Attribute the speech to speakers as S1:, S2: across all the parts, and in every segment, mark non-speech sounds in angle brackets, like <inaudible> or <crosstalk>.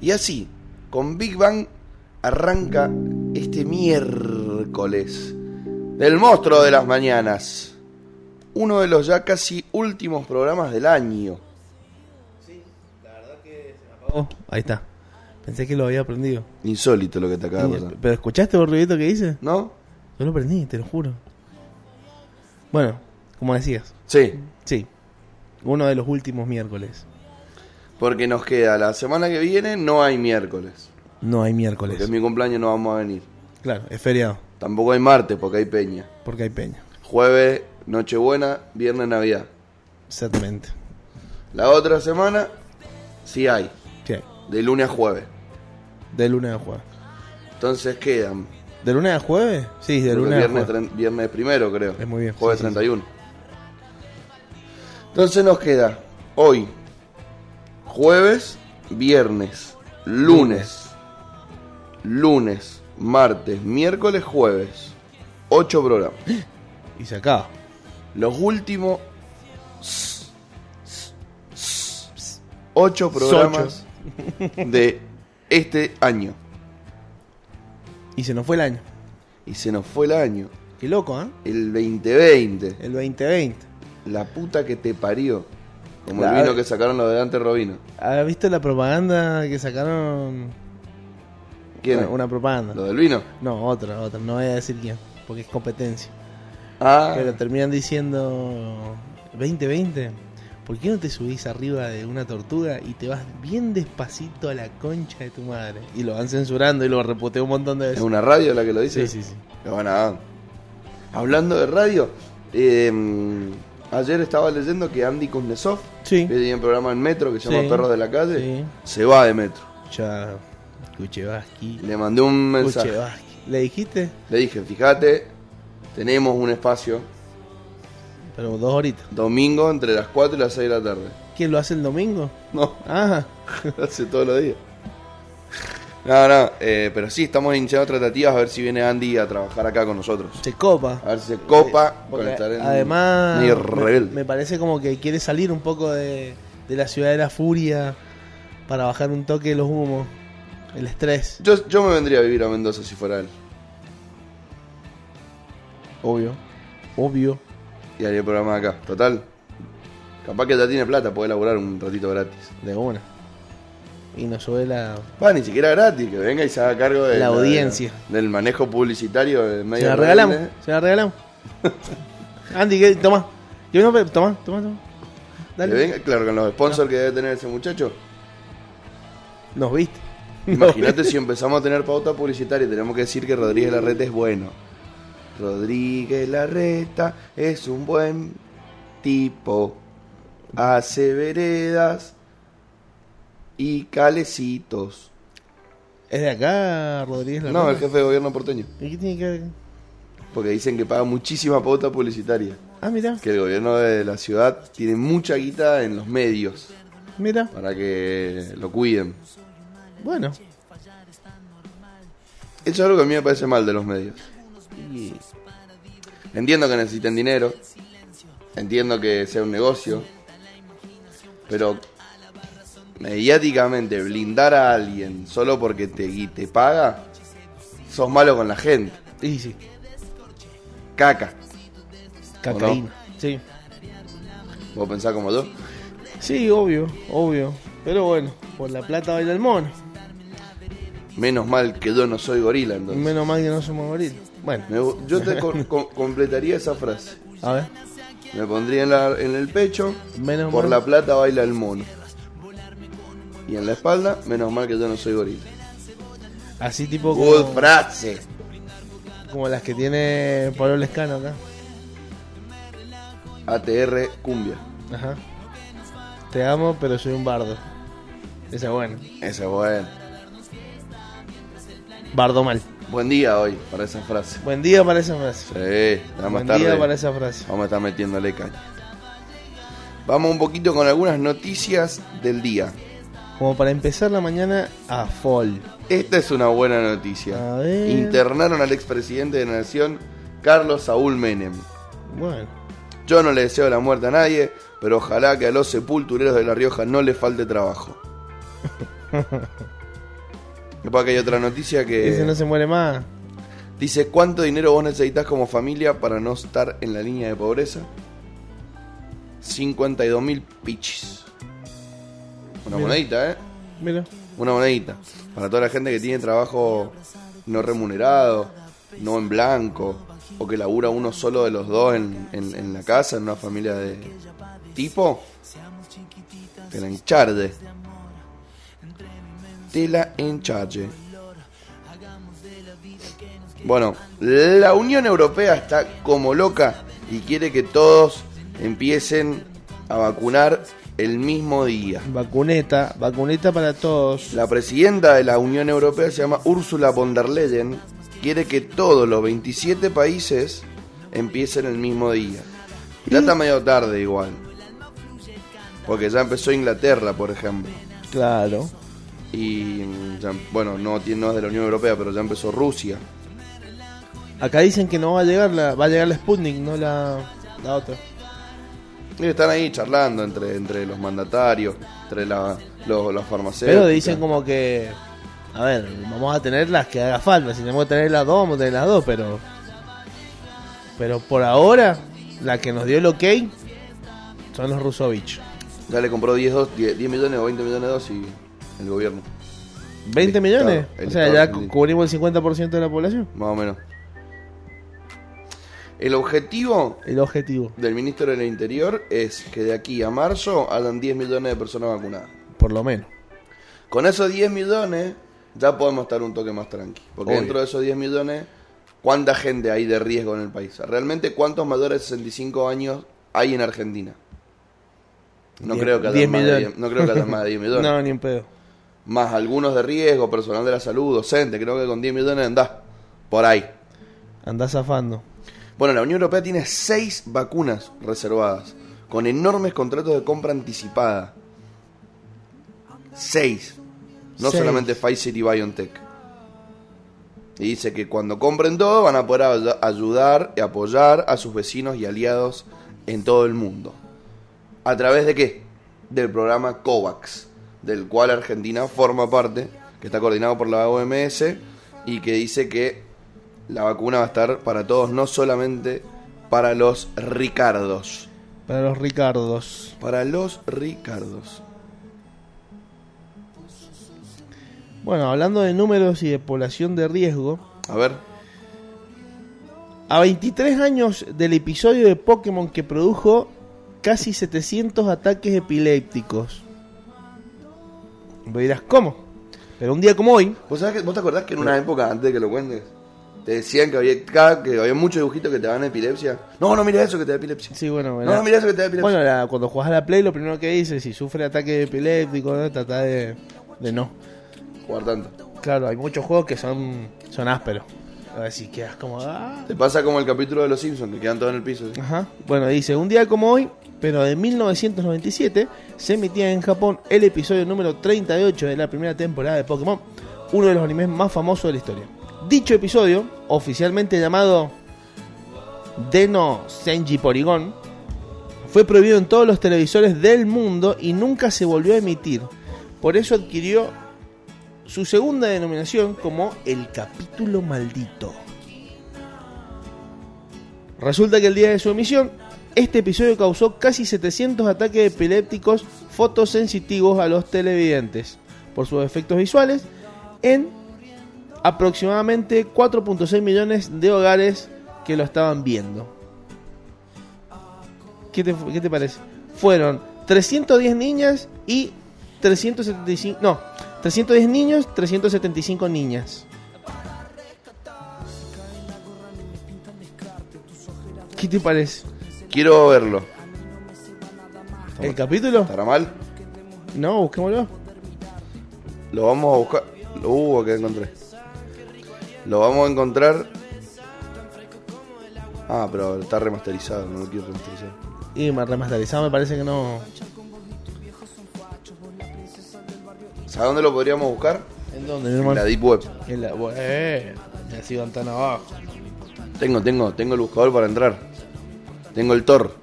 S1: Y así, con Big Bang arranca este miércoles del monstruo de las mañanas. Uno de los ya casi últimos programas del año.
S2: Sí, la verdad que se me apagó. Oh, Ahí está. Pensé que lo había aprendido.
S1: Insólito lo que te acaba de pasar.
S2: Pero ¿escuchaste el ruidito que hice?
S1: ¿No?
S2: Yo lo aprendí, te lo juro. Bueno, como decías,
S1: Sí,
S2: sí. Uno de los últimos miércoles.
S1: porque nos queda la semana que viene, no hay miércoles.
S2: No hay
S1: Porque
S2: miércoles.
S1: es mi cumpleaños, no vamos a venir.
S2: Claro, es feriado,
S1: Tampoco hay martes, porque hay peña.
S2: porque hay peña.
S1: Jueves, Nochebuena, viernes, Navidad.
S2: Exactamente.
S1: La otra semana, sí hay.
S2: Sí,
S1: De lunes a jueves.
S2: de lunes a jueves.
S1: Entonces quedan.
S2: ¿De lunes a jueves? Sí, de
S1: creo que
S2: lunes a
S1: viernes,
S2: jueves.
S1: tren- viernes primero, creo.
S2: Es muy bien,
S1: Jueves
S2: sí, sí, sí.
S1: 31. Entonces nos queda hoy, jueves, viernes, lunes, lunes, martes, miércoles, jueves. Ocho programas.
S2: Y se acaba.
S1: Los últimos. Ocho programas de este año.
S2: Y se nos fue el año.
S1: Y se nos fue el año.
S2: Qué loco, ¿eh?
S1: El 2020.
S2: El 2020.
S1: La puta que te parió. Como
S2: La-
S1: el vino que sacaron los delante Robino.
S2: ¿Has visto la propaganda que sacaron?
S1: ¿Quién?
S2: Una, una propaganda.
S1: ¿Lo del vino?
S2: No, otra, otra. No voy a decir quién, porque es competencia.
S1: Ah,
S2: Pero terminan diciendo 2020. ¿Por qué no te subís arriba de una tortuga y te vas bien despacito a la concha de tu madre? Y lo van censurando y lo reputeó un montón de
S1: ¿es
S2: veces.
S1: una radio la que lo
S2: Sí,
S1: dice?
S2: sí, sí.
S1: Lo van a- Hablando de radio, eh, ayer estaba leyendo que Andy Kuznetsov,
S2: Sí.
S1: que tenía un programa en Metro que se llama
S2: Sí.
S1: Perros de la Calle,
S2: Sí.
S1: se va de Metro.
S2: Ya. Kuchevaski.
S1: Le mandé un mensaje.
S2: Kuchevaski. ¿Le dijiste?
S1: Le dije, fíjate, tenemos un espacio
S2: Pero dos horitas.
S1: domingo entre las 4 y las 6 de la tarde.
S2: ¿Quién lo hace el domingo?
S1: No,
S2: Ah,
S1: <laughs> hace todos los días. No, no, eh, pero sí, estamos iniciando tratativas a ver si viene Andy a trabajar acá con nosotros.
S2: se copa.
S1: A ver si se copa con
S2: Porque
S1: estar en
S2: además,
S1: medio
S2: me,
S1: rebelde.
S2: me parece como que quiere salir un poco de, de la ciudad de la furia para bajar un toque los humos, el estrés.
S1: Yo, yo me vendría a vivir a Mendoza si fuera él.
S2: Obvio, obvio.
S1: Y haría el programa acá. Total. Capaz que ya tiene plata, puede laburar un ratito gratis.
S2: De una. Y nos sube la.
S1: Va, ni siquiera gratis, que venga y se haga cargo de
S2: La audiencia.
S1: del manejo publicitario de medio
S2: Se la
S1: rebelde.
S2: regalamos, se
S1: <laughs>
S2: la regalamos. Andy, ¿qué? toma. Yo no, toma, toma, toma.
S1: Que
S2: Dale.
S1: venga, claro, con los sponsors que debe tener ese muchacho.
S2: Nos viste.
S1: <laughs> Imagínate si empezamos a tener pauta publicitaria, tenemos que decir que Rodríguez Larreta es bueno. Rodríguez Larreta es un buen tipo. Hace veredas y calecitos.
S2: ¿Es de acá, Rodríguez?
S1: No,
S2: Larreta?
S1: el jefe de gobierno porteño.
S2: ¿Y qué tiene que ver?
S1: Porque dicen que paga muchísima pauta publicitaria.
S2: Ah, mira,
S1: Que el gobierno de la ciudad tiene mucha guita en los medios
S2: mira.
S1: para que lo cuiden.
S2: Bueno,
S1: Eso es algo que a mí me parece mal de los medios. Entiendo que necesiten dinero. Entiendo que sea un negocio. Pero mediáticamente blindar a alguien solo porque te, y te paga, sos malo con la gente.
S2: y sí.
S1: Caca.
S2: Cacaína. Sí.
S1: ¿Vos pensás como yo?
S2: Sí, obvio, obvio. Pero bueno, por la plata baila el mono.
S1: Menos mal que yo no soy gorila
S2: Y
S1: entonces.
S2: menos mal que no somos goril. Bueno,
S1: Me gu- yo te co- co- completaría esa frase.
S2: a ver.
S1: Me pondría en, la- en el pecho,
S2: Menos
S1: por
S2: mal.
S1: la plata baila el mono. Y en la espalda, menos mal que yo no soy gorila.
S2: Así tipo
S1: Good
S2: como,
S1: frase.
S2: como las que tiene Pablo Lescano acá.
S1: ATR Cumbia.
S2: Ajá. Te amo, pero soy un bardo. Esa es buena.
S1: Ese es bueno.
S2: Bardo mal.
S1: Buen día hoy para esa frase.
S2: Buen día para esa frase.
S1: Sí, nada más
S2: Buen
S1: tarde.
S2: día para esa frase.
S1: Vamos a estar metiéndole caña. Vamos un poquito con algunas noticias del día.
S2: Como para empezar la mañana a full.
S1: Esta es una buena noticia.
S2: A ver.
S1: Internaron al expresidente de la Nación, Carlos Saúl Menem.
S2: Bueno.
S1: Yo no le deseo la muerte a nadie,
S2: <laughs>
S1: pero ojalá que a los sepultureros de La Rioja no les falte trabajo. Después acá hay otra noticia que
S2: Ese no se muere más.
S1: dice cuánto dinero vos necesitas como familia para no estar en la línea de pobreza. 52 mil pichis. Una
S2: Mira.
S1: monedita, ¿eh?
S2: Mira.
S1: Una monedita. Para toda la gente que tiene trabajo no remunerado, no en blanco, o que labura uno solo de los dos en, en- en la casa, en una familia de tipo, te la encharde. Te la encharde. Bueno, la Unión Europea está como loca y quiere que todos empiecen a vacunar el mismo día.
S2: Vacuneta, vacuneta para todos.
S1: La presidenta de la Unión Europea se llama Ursula von der Leyen. Quiere que todos los 27 países empiecen el mismo día. Ya
S2: Mm.
S1: está medio tarde igual. Porque ya empezó Inglaterra, por ejemplo.
S2: Claro.
S1: Y mm, ya- bueno, no, tiene- no es de la Unión Europea, pero ya empezó Rusia.
S2: Acá dicen que no va a llegar la, va a llegar la Sputnik, no la, la otra.
S1: Y están ahí charlando entre, entre los mandatarios, entre la, los, los farmacéuticos.
S2: Pero dicen como que, a ver, vamos a tener las que haga falta. Si tenemos que tener las dos, vamos a tener las dos, pero, pero por ahora la que nos dio el ok son los Rusovich.
S1: Ya le compró 10, dos- 10 10 millones o 20 millones de dosis el gobierno.
S2: 20
S1: El
S2: millones.
S1: Estado, el
S2: o sea,
S1: Estado
S2: ya
S1: argentino.
S2: cu- cubrimos el 50% de la población.
S1: Más o menos. El objetivo
S2: El objetivo,
S1: del ministro del Interior es que de aquí a marzo hayan 10 millones de personas vacunadas.
S2: por lo menos.
S1: Con esos 10 millones ya podemos estar un toque más tranqui. Porque
S2: Obvio.
S1: dentro de esos 10 millones, ¿cuánta gente hay de riesgo en el país? ¿Realmente cuántos mayores de 65 años hay en Argentina? No,
S2: Diez-
S1: creo que haya
S2: diez
S1: más de
S2: millones.
S1: 10 no creo que haya más de 10
S2: <laughs>
S1: millones.
S2: No, ni un pedo.
S1: Más algunos de riesgo, personal de la salud, docente. Creo que con 10 millones andás por ahí.
S2: Andá zafando.
S1: Bueno, la Unión Europea tiene seis vacunas reservadas, con enormes contratos de compra anticipada. Seis. No
S2: Seis.
S1: solamente Pfizer y BioNTech. Y dice que cuando compren todo van a poder ay- ayudar y apoyar a sus vecinos y aliados en todo el mundo. ¿A través de qué? Del programa COVAX, del cual Argentina forma parte, que está coordinado por la OMS y que dice que la vacuna va a estar para todos, no solamente para los Ricardos.
S2: Para los Ricardos.
S1: Para los Ricardos.
S2: Bueno, hablando de números y de población de riesgo,
S1: A ver,
S2: a 23 años del episodio de Pokémon que produjo casi 700 ataques epilépticos. Me dirás, ¿cómo? Pero un día como hoy,
S1: ¿vos, sabés que- vos te acordás que en una época, antes de que lo cuentes, te decían que había, cada- que había muchos dibujitos que te daban epilepsia? No, no mira eso que te da epilepsia.
S2: sí, bueno,
S1: No, no mira eso que te da epilepsia.
S2: Bueno, la- cuando jugás a la Play, lo primero que dices, si sufre ataque epiléptico, ¿no? trata de, de no.
S1: Jugar tanto.
S2: Claro, hay muchos juegos que son, son ásperos. Así quedas como. "Ah".
S1: Te pasa como el capítulo de los Simpsons, que quedan todos en el piso. ¿sí?
S2: Ajá. Bueno, dice: Un día como hoy, pero de 1997, se emitía en Japón el episodio número 38 de la primera temporada de Pokémon, uno de los animes más famosos de la historia. Dicho episodio, oficialmente llamado Deno Senji Porygon, fue prohibido en todos los televisores del mundo y nunca se volvió a emitir. Por eso adquirió su segunda denominación como el capítulo maldito. Resulta que el día de su emisión, este episodio causó casi 700 ataques epilépticos fotosensitivos a los televidentes por sus efectos visuales en aproximadamente 4.6 millones de hogares que lo estaban viendo. ¿Qué te, qué te parece? Fueron 310 niñas y 375... No, 310 niños, 375 niñas. ¿Qué te parece?
S1: Quiero verlo.
S2: ¿El capítulo?
S1: ¿Estará mal?
S2: No, busquémoslo.
S1: Lo vamos a buscar. Uh, que encontré. Lo vamos a encontrar. Ah, pero está remasterizado, no lo quiero remasterizar.
S2: Y más remasterizado me parece que no.
S1: ¿Sabes dónde lo podríamos buscar?
S2: ¿En dónde, mi
S1: En
S2: hermano?
S1: la Deep Web.
S2: En la. Bueno, eh, así van tan abajo.
S1: Tengo, tengo, tengo el buscador para entrar. Tengo el Tor.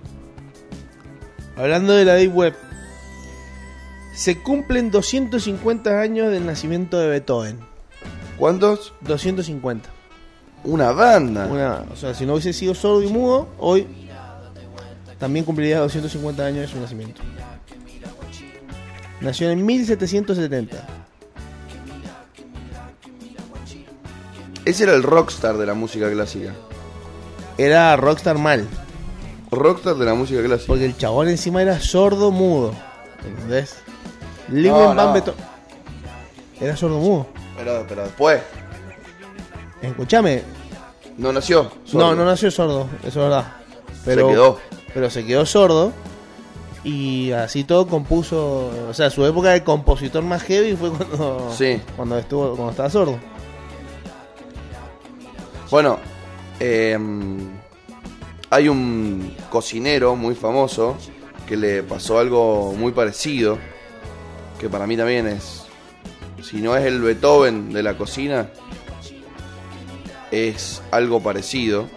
S2: Hablando de la Deep Web, se cumplen 250 años del nacimiento de Beethoven.
S1: ¿Cuántos?
S2: 250.
S1: Una banda.
S2: Una- o sea, si no hubiese sido sordo y mudo, hoy también cumpliría 250 años de su nacimiento. Nació en 1770.
S1: Ese era el rockstar de la música clásica.
S2: Era rockstar mal,
S1: Rockstar de la música clásica.
S2: porque el chabón encima era sordo mudo. ¿Entendés? Lewin
S1: No,
S2: Van
S1: no.
S2: Beethoven- Era sordo mudo.
S1: Pero, pero después.
S2: Escuchame,
S1: No nació.
S2: No, no nació sordo, eso es verdad. Pero,
S1: Se quedó.
S2: Pero se quedó sordo. Y así todo compuso. O sea, su época de compositor más heavy fue cuando,
S1: Sí.
S2: cuando estuvo cuando estaba sordo.
S1: Bueno, eh, hay un cocinero muy famoso que le pasó algo muy parecido, que para mí también es, si no es el Beethoven de la cocina, es algo parecido,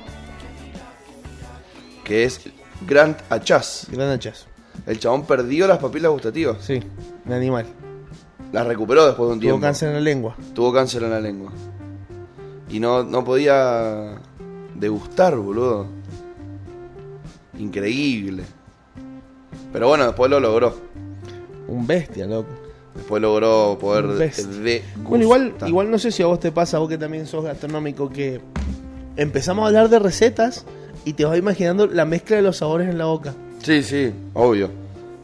S1: que es Grant Achaz.
S2: Gran hachazo.
S1: El chabón perdió las papilas gustativas,
S2: Sí, un animal.
S1: las recuperó después de un tiempo.
S2: Tuvo cáncer en la lengua.
S1: Tuvo cáncer en la lengua. Y no, no podía degustar, boludo. Increíble. Pero bueno, después lo logró.
S2: Un bestia, loco.
S1: Después logró poder
S2: Un
S1: de-
S2: bestia.
S1: degustar.
S2: Bueno, igual, igual no sé si a vos te pasa, vos que también sos gastronómico, que empezamos a hablar de recetas y te vas imaginando la mezcla de los sabores en la boca.
S1: Sí, sí, obvio.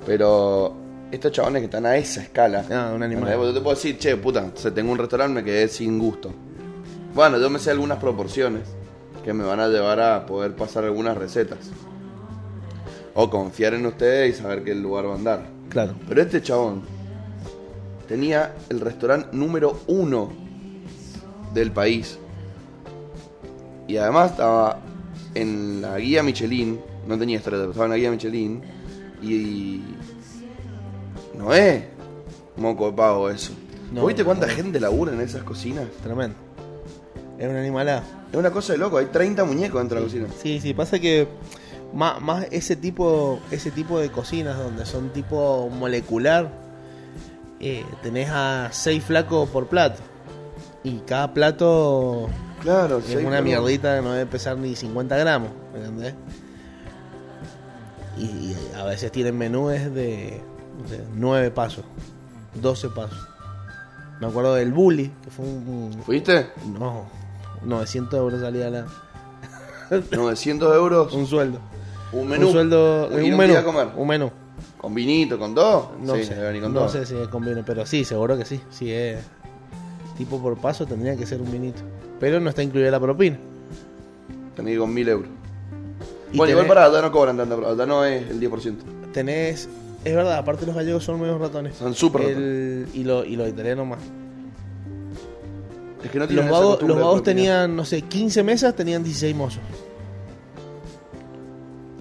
S1: Pero estos chabones que están a esa escala.
S2: Ah, un animal.
S1: ¿entendés? Porque Yo te puedo decir, che, puta, se tengo un restaurante, me quedé sin gusto. Bueno, yo me sé algunas proporciones que me van a llevar a poder pasar algunas recetas. O confiar en ustedes y saber que el lugar va a andar.
S2: Claro.
S1: Pero este chabón tenía el restaurante número uno del país. Y además estaba en la guía Michelin. No tenía estrella, pero estaba en la guía Michelin. Y. No es moco de pavo eso.
S2: No,
S1: ¿Vos ¿Viste
S2: no,
S1: cuánta
S2: no.
S1: gente labura en esas cocinas?
S2: Tremendo. Era un animalada.
S1: Es una cosa de loco, hay 30 muñecos dentro de la cocina.
S2: Sí, sí, pasa que más, más ese tipo ese tipo de cocinas donde son tipo molecular, eh, tenés a seis flacos por plato. Y cada plato
S1: Claro,
S2: es
S1: sí,
S2: una
S1: pero-
S2: mierdita que no debe pesar ni 50 gramos, ¿me ¿entendés? Y, y a veces tienen menúes de, de 9 pasos, 12 pasos. Me acuerdo del Bully, que fue un... <laughs>
S1: ¿Fuiste?
S2: un- no, 900 euros salía la,
S1: 900 euros,
S2: un sueldo.
S1: un menú.
S2: Un sueldo,
S1: Ir
S2: un,
S1: un
S2: menú,
S1: día a comer.
S2: un menú.
S1: ¿Con vinito, con todo?
S2: No
S1: sí,
S2: sé,
S1: debe venir con
S2: no
S1: todo.
S2: sé si conviene, pero sí, seguro que sí. Si es tipo por paso, tendría que ser un vinito. Pero no está incluida la propina.
S1: Tenés que ir con 1000 euros.
S2: Y
S1: bueno, igual
S2: tenés-
S1: para allá no cobran tanto, pero allá no es el 10%.
S2: Tenés, es verdad, aparte los gallegos son medios ratones.
S1: Son súper
S2: El- Y, lo- y los italianos más.
S1: Es que no tienen
S2: Los
S1: esa
S2: vagos,
S1: costumbre
S2: los
S1: de
S2: vagos
S1: propinar.
S2: tenían, no sé, 15 mesas, tenían 16 mozos.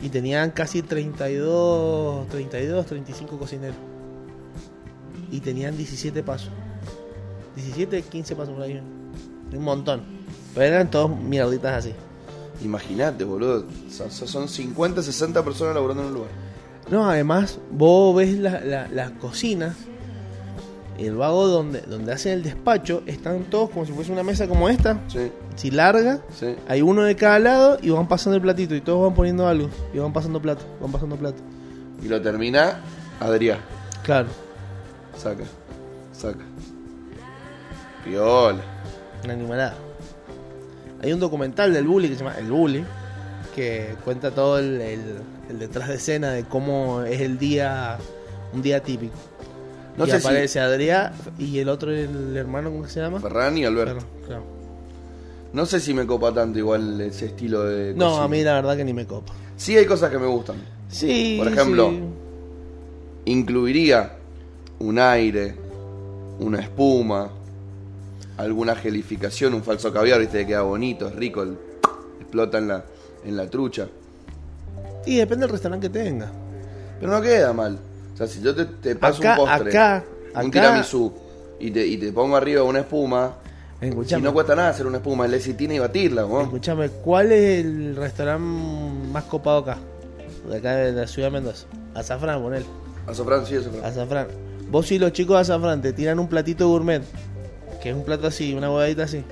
S2: Y tenían casi 32, 32, 35 cocineros. Y tenían 17 pasos. 17, 15 pasos por ahí. Un montón. Pero eran todos mierditas así.
S1: Imaginate, boludo. Son, son- son 50, 60 personas laburando en un lugar.
S2: No, además, vos ves la- la- las cocinas. El vago donde, donde hacen el despacho están todos como si fuese una mesa como esta.
S1: Sí,
S2: Si larga,
S1: sí.
S2: Hay uno de cada lado y van pasando el platito y todos van poniendo algo. Y van pasando plato, van pasando plato.
S1: Y lo termina Adrián.
S2: Claro,
S1: Saca, saca. Piola.
S2: una animalada. Hay un documental del Bully que se llama El Bully, que cuenta todo el, el- el detrás de escena de cómo es el día, un día típico.
S1: No
S2: y
S1: sé
S2: aparece Adrián y el otro, el hermano, ¿cómo que se llama?
S1: si. Ferran y Alberto.
S2: Ferran, claro.
S1: No sé si me copa tanto igual ese estilo de.
S2: No,
S1: cocina.
S2: a mí la verdad que ni me copa.
S1: Sí, hay cosas que me gustan.
S2: Sí,
S1: Por ejemplo,
S2: sí.
S1: incluiría un aire, una espuma, alguna gelificación, un falso caviar, viste, que queda bonito, es rico, el- explota en la, en la trucha.
S2: Y depende del restaurante que tenga.
S1: Pero no queda mal. O sea, si yo te, te paso
S2: Acá-
S1: un postre,
S2: acá-
S1: un
S2: acá-
S1: tiramisú, y te, y te pongo arriba una espuma, si
S2: Escuchame.
S1: no cuesta nada hacer una espuma, es lecitina y batirla, ¿no?
S2: Escúchame, ¿cuál es el restaurante más copado acá? De acá de la ciudad de Mendoza. Azafrán, ponele. Ah.
S1: Azafrán, sí, azafrán.
S2: Azafrán. Vos y los chicos de Azafrán te tiran un platito gourmet. que es un plato así, una bodadita así.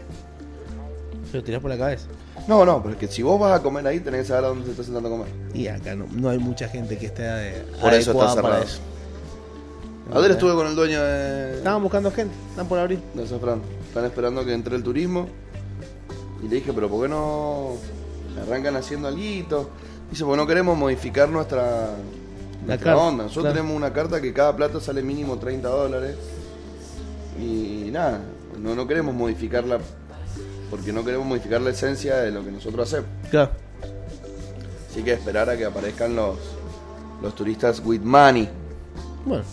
S2: Se lo tirás por la cabeza.
S1: No, no, pero es que si vos vas a comer ahí, tenés que saber a dónde te estás sentando a comer.
S2: Y acá no, no hay mucha gente que esté de,
S1: Por eso está
S2: adecuada para
S1: cerrado.
S2: eso.
S1: Ayer estuve con el dueño de,
S2: Estaban buscando gente, están por abrir.
S1: de Safran. Están esperando que entre el turismo. Y le dije, pero ¿por qué no arrancan haciendo algo? Dice, pues no queremos modificar nuestra,
S2: La
S1: nuestra
S2: carta,
S1: onda. Nosotros
S2: claro.
S1: tenemos una carta que cada plato sale mínimo 30 dólares. Y nada, no, no queremos modificarla porque no queremos modificar la esencia de lo que nosotros hacemos.
S2: Claro.
S1: Así que esperar a que aparezcan los, los turistas with money.
S2: Bueno,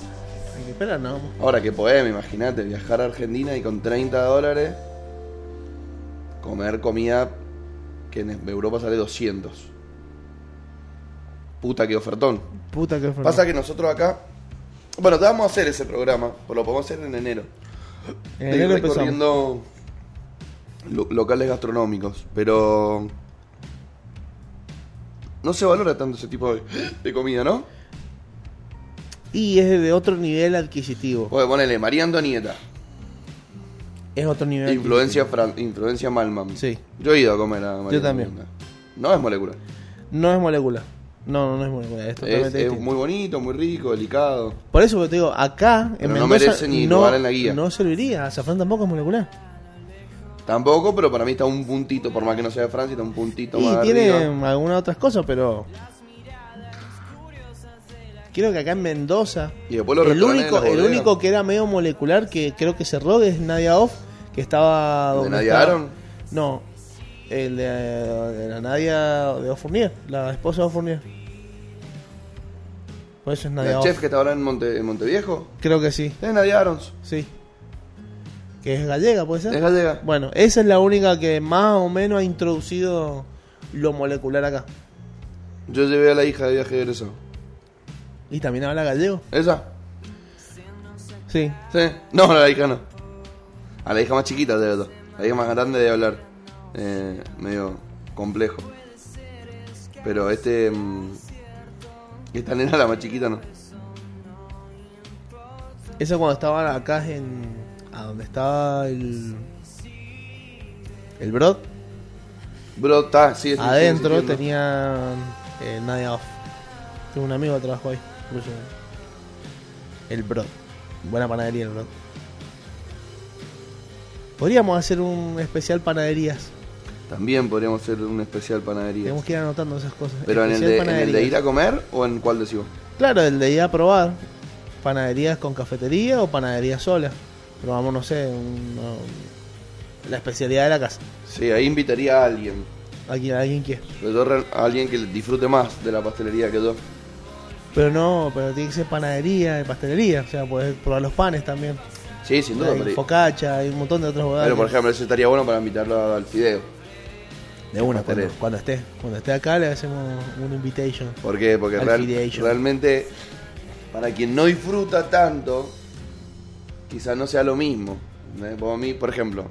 S2: hay que esperar, ¿no?
S1: Ahora que podemos, imagínate, viajar a Argentina y con 30 dólares comer comida que en Europa sale 200. Puta que ofertón.
S2: Puta que fue.
S1: Pasa que nosotros acá... Bueno, te vamos a hacer ese programa, pues lo podemos hacer en enero.
S2: En
S1: De ir
S2: enero empezamos.
S1: recorriendo lo- locales gastronómicos, pero... No se valora tanto ese tipo de, de comida, ¿no?
S2: Y es de otro nivel adquisitivo.
S1: Pues ponele, María Antonieta.
S2: Es otro nivel.
S1: Influencia, Fran- influencia Malman.
S2: Sí.
S1: Yo he ido a comer a María
S2: Yo también.
S1: Antonieta. No es molecular.
S2: adquisitivo. No es molécula. No, no, no es molécula. Es totalmente
S1: Es, es
S2: distinto.
S1: muy bonito, muy rico, delicado.
S2: Por eso que te digo, acá en
S1: Pero no
S2: Mendoza
S1: merece ni lugar en la guía.
S2: no serviría. Azafrán tampoco es molecular.
S1: Tampoco, pero para mí está un puntito, por más que no sea de Francia, está un puntito
S2: Y
S1: más
S2: tiene
S1: arriba.
S2: algunas otras cosas, pero. Creo que acá en Mendoza.
S1: Y después los
S2: el
S1: restaurantes
S2: único,
S1: de las
S2: el
S1: bodegas.
S2: único que era medio molecular que creo que cerró es Nadia Off, que estaba.
S1: ¿De
S2: donde
S1: Nadia
S2: estaba-
S1: Aaron?
S2: No. El de, de la Nadia de Ofournier, la esposa de Ofournier. Por eso es Nadia
S1: La
S2: Off.
S1: chef que está ahora en, Monte- en Monteviejo.
S2: Creo que sí,
S1: Es Nadia Arons.
S2: sí. Que es gallega, puede ser.
S1: Es gallega.
S2: Bueno, esa es la única que más o menos ha introducido lo molecular acá.
S1: Yo llevé a la hija de viaje de egresado.
S2: Y también habla gallego.
S1: ¿Esa?
S2: Sí.
S1: Sí. No, a la hija no. A la hija más chiquita de verdad. La hija más grande de hablar. Eh, medio complejo. Pero este. mm, Esta nena, la más chiquita, no.
S2: Eso cuando estaban acá en. a donde estaba el. el Brod.
S1: Bro, está, sí, sí, sí,
S2: Adentro
S1: sí, sí, no.
S2: tenía. eh, Nadia Off. Tengo un amigo que trabajó ahí. incluso. El Brod. Buena panadería el Brod. Podríamos hacer un especial panaderías.
S1: También podríamos hacer un especial panadería.
S2: Tenemos que ir anotando esas cosas.
S1: Pero en el,
S2: Especial
S1: de, en el de
S2: panaderías.
S1: ir a comer o en cuál decimos.
S2: Claro, el de ir a probar panaderías con cafetería o panadería sola. Probamos, no sé, un- no, la especialidad de la casa.
S1: Sí, ahí invitaría a alguien.
S2: Aquí alguien quiere.
S1: Pero yo re- a alguien que disfrute más de la pastelería que yo.
S2: Pero no, pero tiene que ser panadería y pastelería. O sea, puedes probar los panes también.
S1: Sí, sin duda.
S2: hay
S1: Pero,
S2: focacha, hay un montón de otros bodegas.
S1: pero, por ejemplo, eso estaría bueno para invitarlo al fideo.
S2: de una, cuando,
S1: pastelero.
S2: cuando esté. Cuando esté acá le hacemos un invitation.
S1: ¿Por qué? Porque
S2: Al
S1: real-
S2: fideation.
S1: realmente, para quien no disfruta tanto, quizás no sea lo mismo. ¿entendés? Como a mí, por ejemplo,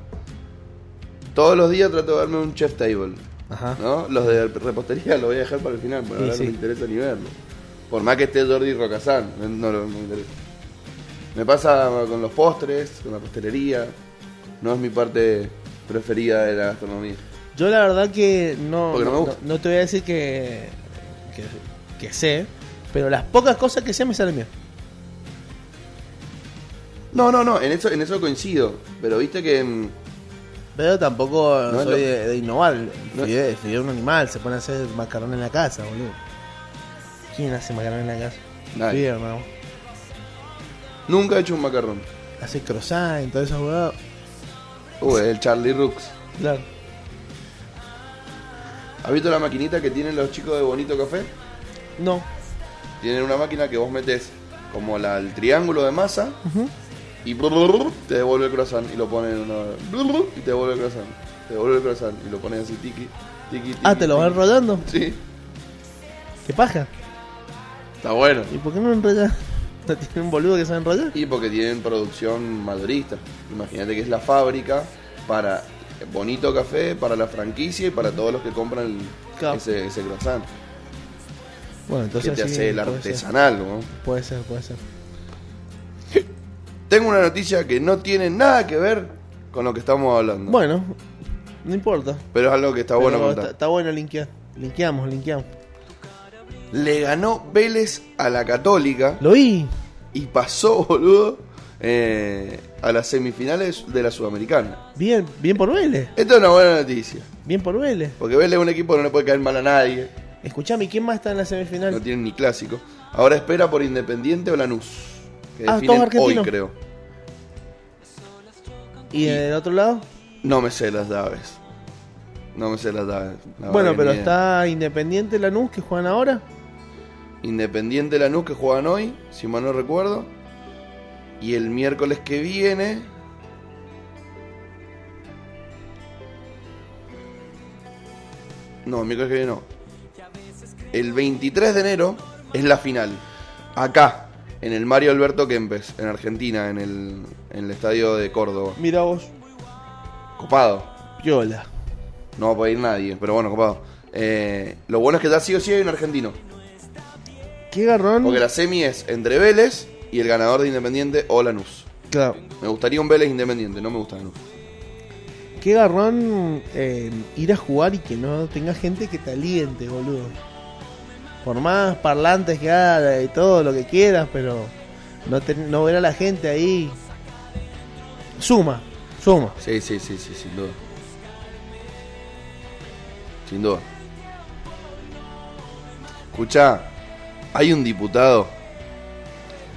S1: todos los días trato de darme un chef table.
S2: Ajá.
S1: ¿no? Los de repostería los voy a dejar para el final, porque
S2: Sí,
S1: ahora
S2: sí.
S1: no me interesa ni verlo. Por más que esté Jordi Rocazán, no, no, no me interesa. Me pasa con los postres, con la pastelería. No es mi parte preferida de la gastronomía.
S2: Yo la verdad que no,
S1: Porque no
S2: no,
S1: me gusta.
S2: no- no te voy a decir que, que, que sé, pero las pocas cosas que sé me salen bien.
S1: No, no, no, en eso, en eso coincido. Pero viste que. mm,
S2: Pero tampoco
S1: No es
S2: soy
S1: lo-
S2: de, de innovar. El
S1: No-
S2: Fideo, el fideo es un animal, se pone a hacer macarrón en la casa, boludo. ¿Quién hace macarrón en la casa?
S1: Nadie.
S2: Fideo, hermano.
S1: Nunca he hecho un macarrón.
S2: Hace croissant, todas esas huevadas.
S1: Uh, es el Charlie Rooks.
S2: Claro.
S1: ¿Has visto la maquinita que tienen los chicos de Bonito Café?
S2: No.
S1: Tienen una máquina que vos metes como la, el triángulo de masa y brrrr, te devuelve el croissant y lo pones en una. brrrr, y te devuelve el croissant. Te devuelve el croissant y lo pones así tiki, tiki, tiki.
S2: Ah, te lo van
S1: tiki.
S2: enrollando.
S1: Sí,
S2: ¿Qué paja?
S1: está bueno.
S2: ¿Y por qué no enrollan? <laughs> ¿No tiene un boludo que sabe enrollar?
S1: Y porque tienen producción madurista. Imagínate que es la fábrica para bonito café, para la franquicia y para todos los que compran el-
S2: Claro.
S1: ese, ese croissant.
S2: Bueno, entonces.
S1: que te
S2: sí,
S1: hace el
S2: puede ser.
S1: artesanal, ¿no?
S2: Puede ser, puede ser.
S1: Tengo una noticia que no tiene nada que ver con lo que estamos hablando.
S2: Bueno, no importa.
S1: Pero es algo que está bueno
S2: Pero
S1: contar.
S2: está, está bueno linkear. Linkeamos, linkeamos.
S1: Le ganó Vélez a la Católica
S2: Lo vi.
S1: y pasó, <laughs> boludo, eh, a las semifinales de la Sudamericana.
S2: Bien, bien por Vélez.
S1: Esto es una buena noticia.
S2: Bien por Vélez.
S1: Porque Vélez es un equipo que no le puede caer mal a nadie.
S2: Escuchame, ¿quién más está en la
S1: No
S2: semifinal?
S1: tienen ni clásico. Ahora espera por Independiente o Lanús. Que
S2: Ah,
S1: definen
S2: todos
S1: hoy,
S2: argentinos.
S1: creo.
S2: ¿Y del otro lado?
S1: No me sé las daves. No me sé las daves. La verdad
S2: bueno,
S1: que
S2: pero
S1: ni idea.
S2: está Independiente Lanús que juegan ahora.
S1: Independiente Lanús que juegan hoy, si mal no recuerdo. Y el miércoles que viene. No, el miércoles que viene no. El 23 de enero es la final. Acá, en el Mario Alberto Kempes, en Argentina, en el, en el estadio de Córdoba.
S2: Mira vos,
S1: Copado.
S2: piola.
S1: No va a poder ir nadie, pero bueno, copado. Eh, lo bueno es que ya sí o sí hay un argentino.
S2: Qué garrón.
S1: Porque la semi es entre Vélez y el ganador de Independiente o Lanús.
S2: Claro.
S1: Me gustaría un Vélez Independiente, no me gusta Lanús.
S2: Qué garrón eh, ir a jugar y que no tenga gente que te aliente, boludo. Por más parlantes que haga y todo lo que quieras, pero no, ten- no ver a la gente ahí. Suma, suma.
S1: Sí, sí, sí, sí, sin duda. Sin duda. Escuchá, hay un diputado.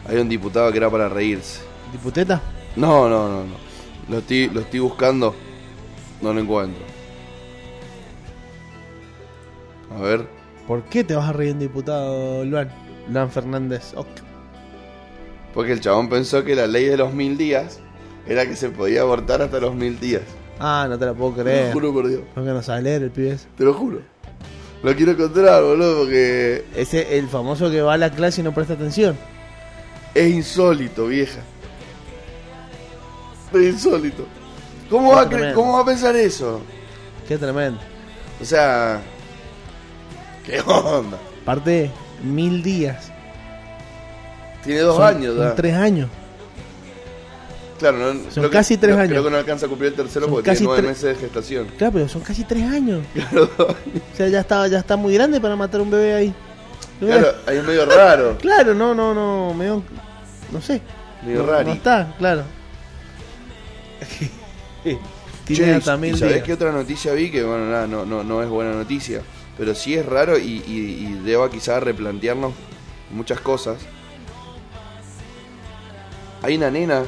S1: Hay un diputado que era para reírse.
S2: ¿Diputeta?
S1: No, no, no, no. Lo estoy, lo estoy buscando. No lo encuentro. A ver.
S2: ¿Por qué te vas a reír, diputado Luan? Luan Fernández. Ok.
S1: Porque el chabón pensó que la ley de los mil días era que se podía abortar hasta los mil días.
S2: Ah, no te la puedo
S1: Te
S2: creer.
S1: lo juro por Dios.
S2: No que no sabe leer el pibe ese.
S1: Te lo juro. Lo quiero encontrar, boludo, porque
S2: Ese es el famoso que va a la clase y no presta atención.
S1: es insólito, vieja. Es insólito. ¿Cómo va, a cre-
S2: Tremendo.
S1: ¿Cómo va a pensar eso?
S2: Qué tremendo.
S1: O sea... ¿Qué onda?
S2: Parte mil días.
S1: Tiene dos
S2: Son-
S1: años,
S2: son
S1: ya.
S2: Tres años.
S1: Claro, no,
S2: son
S1: creo que-
S2: casi tres
S1: creo-
S2: años.
S1: Creo que no alcanza a cumplir el tercero
S2: Son
S1: porque tiene
S2: casi
S1: nueve
S2: tre-
S1: meses de gestación.
S2: Claro, pero son casi tres años.
S1: <laughs> Claro,
S2: O sea, ya está, ya está muy grande para matar un bebé ahí. ¿No ves?
S1: claro, ahí es medio raro.
S2: Claro, no, no, no, medio- no sé.
S1: Medio
S2: no,
S1: raro.
S2: no está,
S1: <laughs>
S2: claro. Tiene
S1: Che,
S2: hasta
S1: y-
S2: mil
S1: y ¿Sabés
S2: días.
S1: qué otra noticia vi? Que bueno, nada, no, no, no es buena noticia. Pero sí es raro y, y, y deba quizás replantearnos muchas cosas. Hay una nena,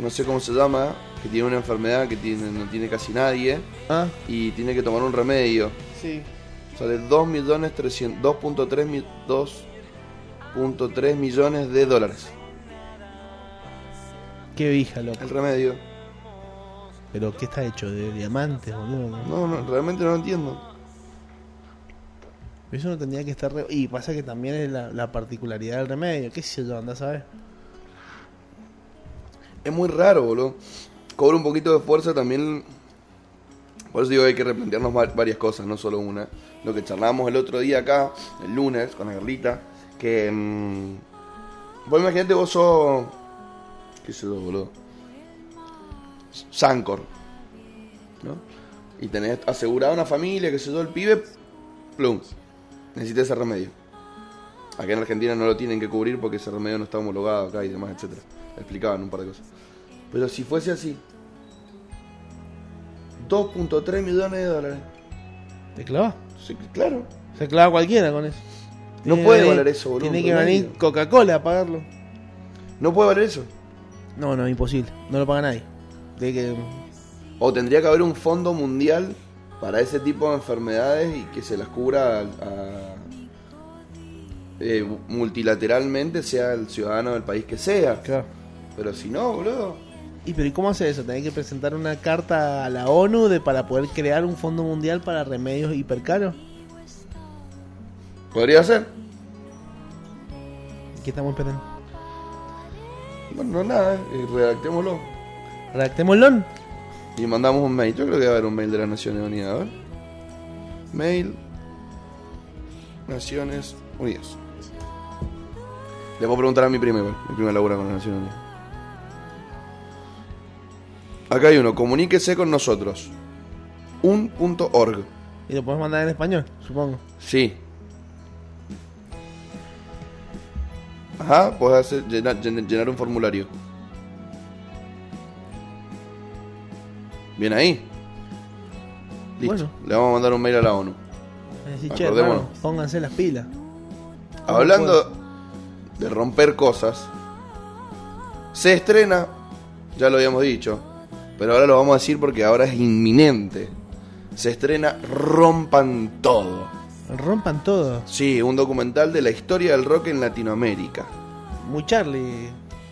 S1: no sé cómo se llama, que tiene una enfermedad que tiene, no tiene casi nadie
S2: Ah,
S1: y tiene que tomar un remedio.
S2: sí.
S1: Sale 2 millones 300 2.3 mi- 2.3 millones de dólares.
S2: Qué vija, loco.
S1: El remedio.
S2: Pero ¿qué está hecho? ¿De diamantes, boludo?
S1: No, no, realmente no lo entiendo.
S2: Eso no tendría que estar... re- Y pasa que también es la, la particularidad del remedio. ¿Qué sé yo? Andás a ver.
S1: Es muy raro, boludo. Cobra un poquito de fuerza también. Por eso digo que hay que replantearnos va- varias cosas, no solo una. Lo que charlábamos el otro día acá, el lunes, con la Carlita, que... mm, vos imagínate vos sos... ¿Qué sé yo, boludo? Sancor. ¿No? Y tenés asegurada una familia, que sé yo, el pibe... Plum. Necesitas ese remedio. Acá en Argentina no lo tienen que cubrir porque ese remedio no está homologado acá y demás, etcétera. Explicaban un par de cosas. Pero si fuese así, 2.3 millones de dólares.
S2: ¿Te clavas?
S1: Sí, claro.
S2: Se clava cualquiera con eso.
S1: No
S2: Tiene
S1: puede
S2: que venir-
S1: valer eso, boludo,
S2: Tiene
S1: un
S2: que venir
S1: remedio.
S2: Coca-Cola a pagarlo.
S1: No puede valer eso.
S2: No, no, imposible. No lo paga nadie. De que...
S1: O tendría que haber un fondo mundial para ese tipo de enfermedades y que se las cubra a- a- eh, multilateralmente, sea el ciudadano del país que sea.
S2: Claro.
S1: Pero si no, boludo.
S2: ¿Y pero ¿y cómo hace eso? ¿Tenés que presentar una carta a la ONU de, para poder crear un fondo mundial para remedios hipercaros?
S1: Podría ser.
S2: ¿Qué estamos esperando?
S1: Bueno, no nada, eh, redactémoslo.
S2: Redactémoslo.
S1: Y mandamos un mail. Yo creo que va a haber un mail de las Naciones Unidas. A ver. Mail. Naciones Unidas. Le puedo preguntar a mi prima igual. Mi prima labura con las Naciones Unidas. Acá hay uno, comuníquese con nosotros. Un.org.
S2: Y lo podés mandar en español, supongo.
S1: Sí. Ajá, puedes hacer, llena- llen- llenar, un formulario. Bien ahí. Listo.
S2: Bueno.
S1: Le vamos a mandar un mail a la ONU.
S2: Es decir, che,
S1: Acordémonos.
S2: hermano, pónganse las pilas.
S1: Hablando de romper cosas, se estrena, ya lo habíamos dicho, pero ahora lo vamos a decir porque ahora es inminente. Se estrena Rompan Todo.
S2: Rompan todo.
S1: Sí, un documental de la historia del rock en Latinoamérica.
S2: Muy Charlie.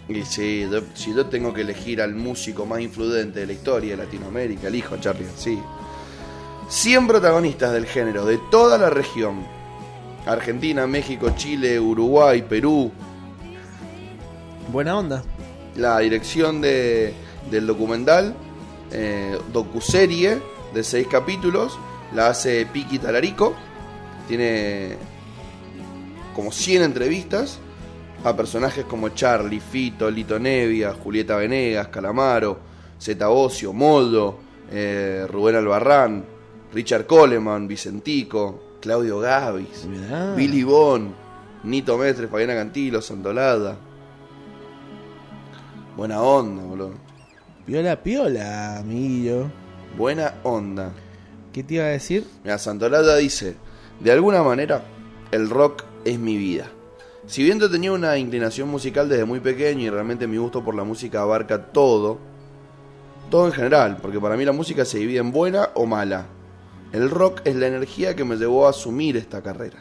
S1: Y sí, yo- si yo tengo que elegir al músico más influyente de la historia de Latinoamérica, elijo a Charlie García. 100 protagonistas del género de toda la región. Argentina, México, Chile, Uruguay, Perú,
S2: Buena onda.
S1: la dirección de- del documental, eh, docuserie de seis capítulos, la hace Piki Talarico. Tiene como 100 entrevistas a personajes como Charlie, Fito, Lito Nevia, Julieta Venegas, Calamaro, Zeta Ocio, Moldo, eh, Rubén Albarrán, Richard Coleman, Vicentico, Claudio Gavis.
S2: Mirá.
S1: Billy Bon, Nito Mestre, Fabiana Cantilo, Santolada. Buena onda, boludo.
S2: Piola, piola, amiguillo.
S1: Buena onda.
S2: ¿Qué te iba a decir?
S1: Mira, Santolada dice, de alguna manera, el rock es mi vida. Si bien yo tenía una inclinación musical desde muy pequeño y realmente mi gusto por la música abarca todo, todo en general, porque para mí la música se divide en buena o mala. El rock es la energía que me llevó a asumir esta carrera.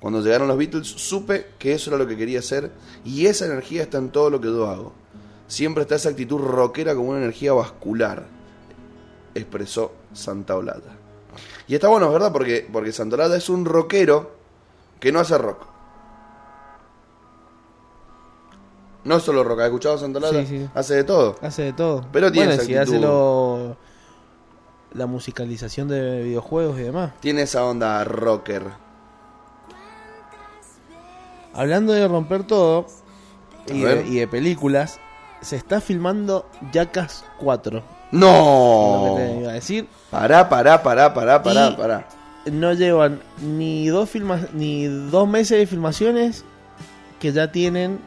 S1: Cuando llegaron los Beatles supe que eso era lo que quería hacer y esa energía está en todo lo que yo hago. Siempre está esa actitud rockera como una energía vascular, expresó Santaolalla. Y está bueno, ¿verdad? Porque, porque Santolada es un rockero que no hace rock. No es solo rock, ¿has escuchado Santolada?
S2: Sí, sí.
S1: Hace de todo.
S2: Hace de todo.
S1: Pero tiene
S2: bueno,
S1: esa
S2: si
S1: actitud.
S2: hace lo- la musicalización de videojuegos y demás.
S1: Tiene esa onda rocker.
S2: Hablando de romper todo
S1: A
S2: y de,
S1: ver.
S2: y de películas, se está filmando Jackass 4. Lo
S1: ¡No!
S2: que te iba a decir.
S1: Pará, pará, pará, pará, pará,
S2: Y-
S1: pará.
S2: No llevan ni dos filma- ni dos meses de filmaciones que ya tienen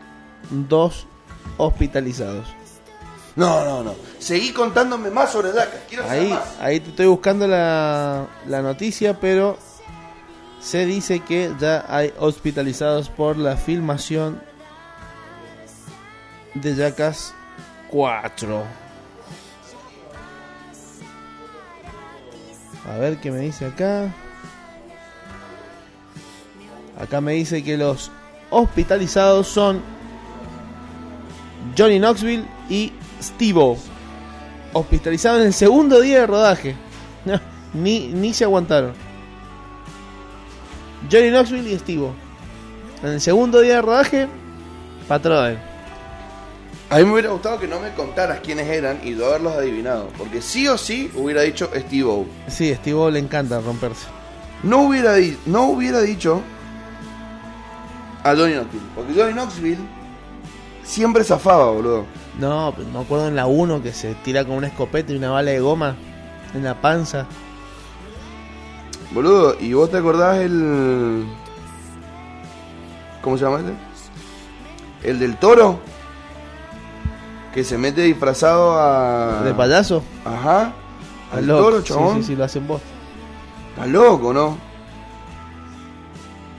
S2: dos hospitalizados.
S1: No, no, no. Seguí contándome más sobre Dacas. Quiero saber
S2: Ahí,
S1: más.
S2: ahí te estoy buscando la, la noticia, pero se dice que ya hay hospitalizados por la filmación de Jackass 4. A ver qué me dice acá. Acá me dice que los hospitalizados son Johnny Knoxville y Steve hospitalizados en el segundo día de rodaje. No, ni, ni se aguantaron. Johnny Knoxville y Steve. En el segundo día de rodaje, patrón.
S1: A mí me hubiera gustado que no me contaras quiénes eran y yo haberlos adivinado. Porque sí o sí hubiera dicho Steve O.
S2: Sí, a Steve le encanta romperse.
S1: No hubiera, di- no hubiera dicho a Johnny Knoxville. Porque Johnny Knoxville siempre zafaba, boludo.
S2: No, pero me acuerdo en la 1 que se tira con una escopeta y una bala de goma en la panza.
S1: Boludo, ¿y vos te acordás el. ¿Cómo se llama este? El del toro. Que se mete disfrazado a.
S2: De payaso.
S1: Ajá. Ah. Al
S2: Loco.
S1: toro,
S2: Sí,
S1: chabón.
S2: Sí, sí, lo hacen vos.
S1: Está loco, ¿no?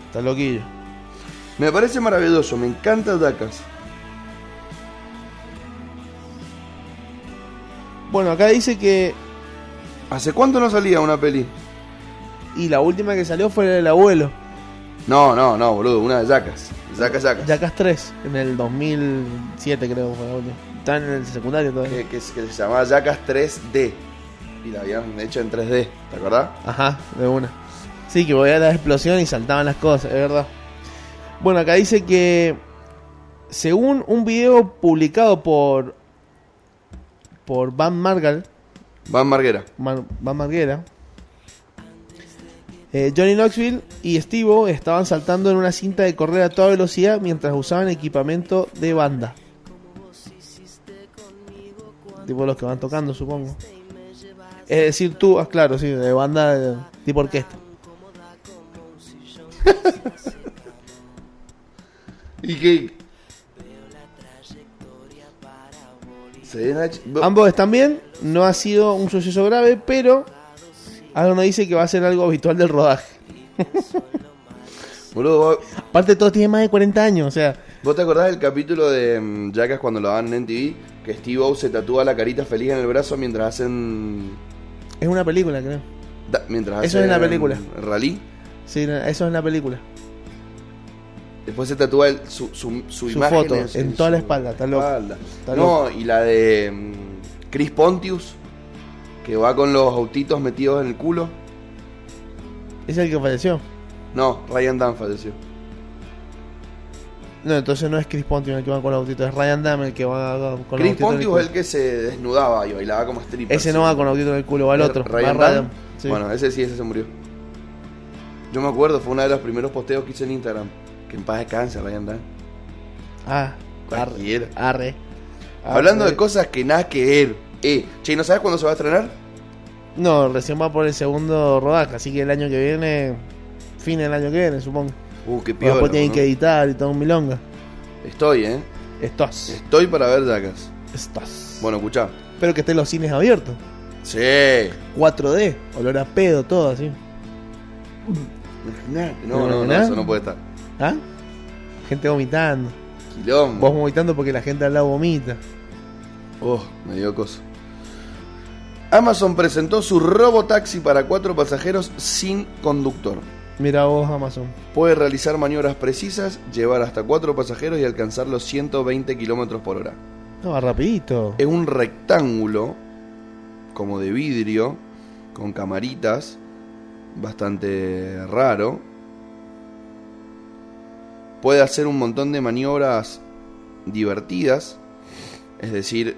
S2: Está loquillo.
S1: Me parece maravilloso, me encanta Dacas.
S2: Bueno, acá dice que.
S1: ¿Hace cuánto no salía una peli?
S2: Y la última que salió fue el abuelo.
S1: No, no, no, boludo, una de Dacas. Dacas, Dacas.
S2: Jackass 3, en el 2007 creo fue la última. Está en el secundario todavía.
S1: Que, que se- que se llamaba Dacas 3D. Y la habían hecho en 3D, ¿te acordás?
S2: Ajá, de una. Sí, que voy a la explosión y saltaban las cosas, es verdad. Bueno, acá dice que según un video publicado por por Van Margal,
S1: Van Marguera.
S2: Mar- Van Marguera, eh, Johnny Knoxville y Steve estaban saltando en una cinta de correr a toda velocidad mientras usaban equipamiento de banda. tipo los que van tocando, supongo. Es decir, tú, ah, claro, sí, de banda de- tipo orquesta.
S1: ¿Y qué? Se den a ch- bo-
S2: Ambos están bien, no ha sido un suceso grave, pero algo nos dice que va a ser algo habitual del rodaje.
S1: Boludo, vos,
S2: Aparte, todos tienen más de 40 años, o sea,
S1: vos te acordás del capítulo de mm, Jackass cuando lo daban en TV? Que Steve O se tatúa la carita feliz en el brazo mientras hacen.
S2: es una película, creo.
S1: da- mientras
S2: Eso es en la
S1: hacen
S2: película.
S1: Rally.
S2: Sí, eso es en la película.
S1: Después se tatúa el- su, su, su
S2: Su
S1: imagen
S2: foto, en toda la espalda, está loco.
S1: espalda.
S2: Está
S1: no, y la de mm, Chris Pontius, que va con los autitos metidos en el culo.
S2: Es el que falleció.
S1: No, Ryan Dunn falleció.
S2: No, entonces no es Chris Pontius el que va con los autitos, es Ryan Damme el que va con
S1: Chris
S2: los autitos. en el
S1: Pontius
S2: culo.
S1: es el que se desnudaba y bailaba como stripper.
S2: Ese no va con los autitos en el culo, va el otro. va
S1: Ryan
S2: Ryan.
S1: Dunn.
S2: Sí.
S1: Bueno, ese sí, ese se murió. Yo me acuerdo, fue uno de los primeros posteos que hice en Instagram. Que en paz descanse, Ryan Dunn.
S2: Ah, arre.
S1: Cualquiera.
S2: arre.
S1: Hablando
S2: Arre.
S1: de cosas que nada que ver. Eh, che, ¿no sabes cuándo se va a estrenar?
S2: No, recién va por el segundo rodaje, así que el año que viene, fin del año que viene, supongo.
S1: Uh, qué
S2: Pero
S1: piola.
S2: después tienen
S1: ¿no?
S2: que editar y todo un milonga.
S1: Estoy, eh.
S2: Estos.
S1: Estoy para ver Jackass.
S2: Estos.
S1: Bueno, escuchá.
S2: Espero que estén los cines abiertos.
S1: Sí.
S2: 4D, olor a pedo, todo así.
S1: No, no, no,
S2: ¿Imaginás?
S1: eso no puede estar.
S2: ¿Ah? Gente vomitando.
S1: Quilombo.
S2: Vos vomitando porque la gente al lado vomita.
S1: Oh, me dio cosa. Amazon presentó su robotaxi para cuatro pasajeros sin conductor.
S2: Mira vos, Amazon.
S1: Puede realizar maniobras precisas, llevar hasta cuatro pasajeros y alcanzar los 120 kilómetros por hora.
S2: No, va rapidito.
S1: Es un rectángulo, como de vidrio, con camaritas, bastante raro. Puede hacer un montón de maniobras divertidas, es decir,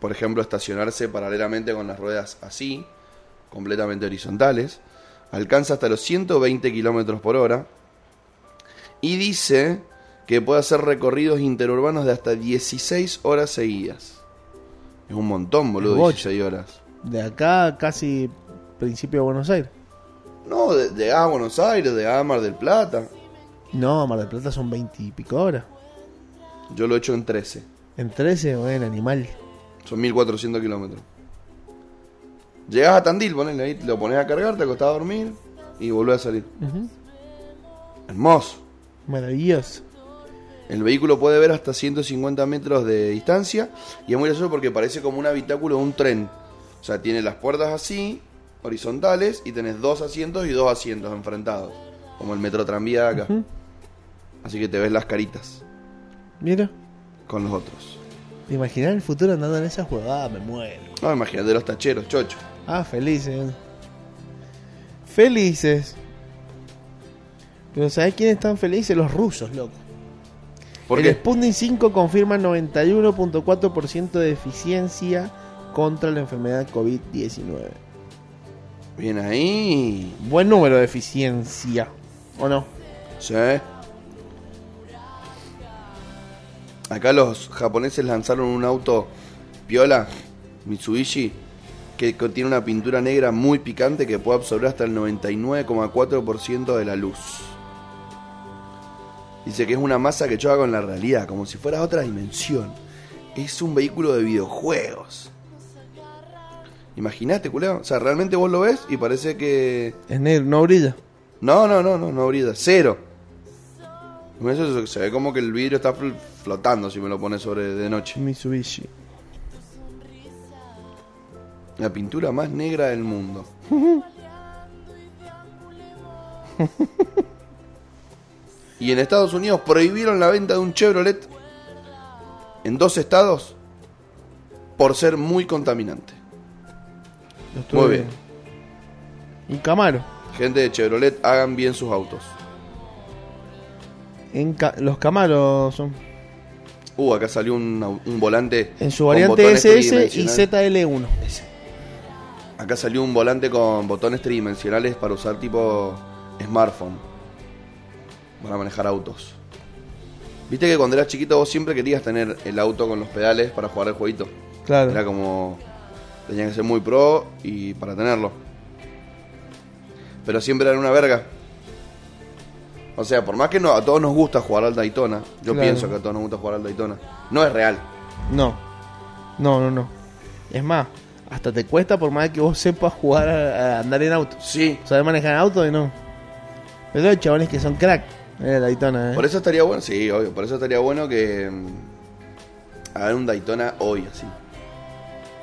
S1: por ejemplo, estacionarse paralelamente con las ruedas así, completamente horizontales. Alcanza hasta los 120 kilómetros por hora. Y dice que puede hacer recorridos interurbanos de hasta 16 horas seguidas. Es un montón,
S2: Es
S1: boludo,
S2: bocha.
S1: 16 horas.
S2: De acá casi principio de Buenos Aires.
S1: No, de, de A Buenos Aires, de A Mar del Plata.
S2: No, Mar del Plata son 20 y pico horas.
S1: Yo lo he hecho en 13.
S2: En 13, bueno, animal.
S1: Son 1400 kilómetros. Llegás a Tandil, ponele ahí, lo pones a cargar, te acostás a dormir y volvés a salir.
S2: Ujú.
S1: Hermoso.
S2: Maravilloso.
S1: El vehículo puede ver hasta 150 metros de distancia y es muy gracioso porque parece como un habitáculo de un tren. O sea, tiene las puertas así, horizontales, y tenés dos asientos y dos asientos enfrentados. Como el metro tranvía de acá.
S2: Ujú.
S1: Así que te ves las caritas
S2: Mira,
S1: con los otros.
S2: ¿te imaginas el futuro andando en esas jugadas? Me muero.
S1: No, imagínate los tacheros, chocho.
S2: Ah, felices. Felices. Pero ¿sabés quiénes están felices? Los rusos, loco.
S1: Porque
S2: el Sputnik 5 confirma 91.4% de eficiencia contra la enfermedad COVID-19.
S1: Bien ahí.
S2: Buen número de eficiencia. ¿O no?
S1: Sí. Acá los japoneses lanzaron un auto piola, Mitsubishi, que contiene una pintura negra muy picante que puede absorber hasta el 99,4% de la luz. Dice que es una masa que choca con la realidad, como si fuera otra dimensión. Es un vehículo de videojuegos. Imagínate, culeo. O sea, realmente vos lo ves y parece que
S2: Es negro, no brilla.
S1: no, no, no, no, no brilla. Cero. Con Eso se- se ve como que el vidrio está fl- flotando si me lo pones sobre de noche.
S2: Mitsubishi.
S1: La pintura más negra del mundo. y en Estados Unidos prohibieron la venta de un Chevrolet en dos estados por ser muy contaminante.
S2: Lo estuve
S1: Muy bien.
S2: viendo. Y Camaro.
S1: Gente de Chevrolet, hagan bien sus autos.
S2: En ca- los Camaros son.
S1: Uh, acá salió un, au- un volante.
S2: En su
S1: con
S2: variante
S1: botones
S2: SS y
S1: tridimensionales.
S2: ZL1.
S1: Acá salió un volante con botones tridimensionales para usar tipo smartphone. Para manejar autos. Viste que cuando eras chiquito vos siempre querías tener el auto con los pedales para jugar el jueguito.
S2: Claro.
S1: Era como. Tenían que ser muy pro y para tenerlo. Pero siempre eran una verga. O sea, por más que no, a todos nos gusta jugar al Daytona, yo
S2: Claro.
S1: pienso que a todos nos gusta jugar al Daytona. No es real.
S2: No. No, no, no. Es más, hasta te cuesta por más que vos sepas jugar a, a andar en auto.
S1: Sí.
S2: Sabes manejar auto y no. Pero hay chavales que son crack. Eh, la Daytona, eh.
S1: Por eso estaría bueno, sí, obvio, por eso estaría bueno que mm, hagan un Daytona hoy, así.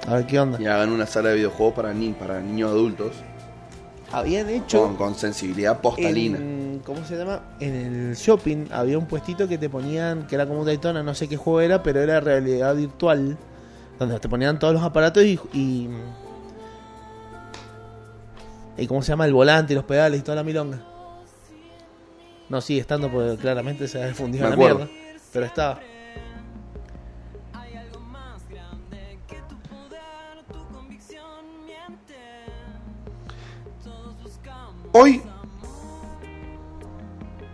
S2: A ver qué onda.
S1: Y hagan una sala de videojuegos para, ni, para niños adultos
S2: Habían hecho.
S1: con, con sensibilidad postalina.
S2: en- ¿Cómo se llama? En el shopping había un puestito que te ponían, que era como un Daytona, no sé qué juego era, pero era realidad virtual, donde te ponían todos los aparatos y... y y cómo se llama el volante y los pedales y toda la milonga. No sigue estando porque claramente se ha difundido
S1: Me
S2: la
S1: acuerdo.
S2: mierda. Pero estaba.
S1: Hoy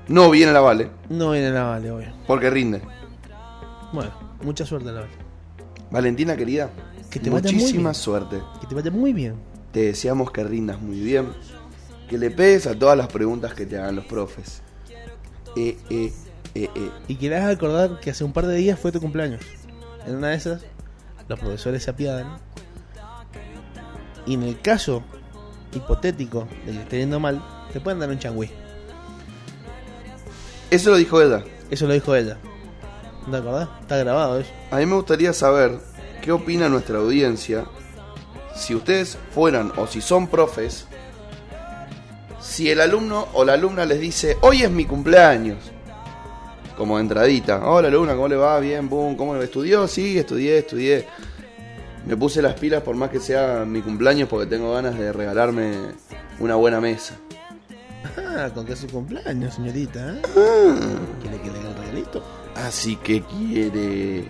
S1: no viene la Vale,
S2: No viene la Vale, obvio.
S1: porque rinde.
S2: Bueno, mucha suerte la Vale.
S1: Valentina querida,
S2: Que te vaya muy
S1: muchísima
S2: bien.
S1: suerte.
S2: Que te vaya muy bien.
S1: Te deseamos que rindas muy bien, que le pegues a todas las preguntas que te hagan los profes. Eh, eh, eh, eh.
S2: Y querás acordar que hace un par de días fue tu cumpleaños. En una de esas, los profesores se apiadan. Y en el caso hipotético de que esté yendo mal, te pueden dar un changüí.
S1: Eso lo dijo Eda.
S2: Eso lo dijo ella. ¿No te acordás? Está grabado eso.
S1: A mí me gustaría saber qué opina nuestra audiencia. Si ustedes fueran o si son profes, si el alumno o la alumna les dice, hoy es mi cumpleaños, como de entradita, hola alumna, ¿cómo le va? Bien, boom, ¿cómo le estudió? Sí, estudié, estudié. Me puse las pilas por más que sea mi cumpleaños porque tengo ganas de regalarme una buena mesa.
S2: Ah, con que es su cumpleaños, señorita. ¿eh? ¿Quiere que le haga el regalito?
S1: Así que quiere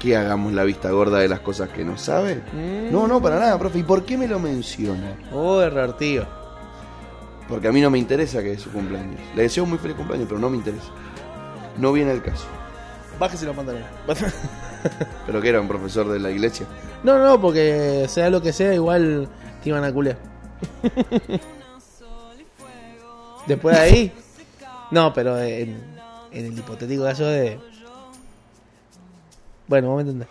S1: que hagamos la vista gorda de las cosas que no sabe.
S2: Mm.
S1: No, no, para nada, profe. ¿Y por qué me lo menciona?
S2: Oh, error, tío.
S1: Porque a mí no me interesa que es su cumpleaños. Le deseo muy feliz cumpleaños, pero no me interesa. No viene el caso.
S2: Bájese los pantalones.
S1: Pero que era un profesor de la iglesia.
S2: no, no, porque sea lo que sea, igual te iban a culear. Después de ahí. No, pero en, en el hipotético caso de. Bueno, vamos a entender.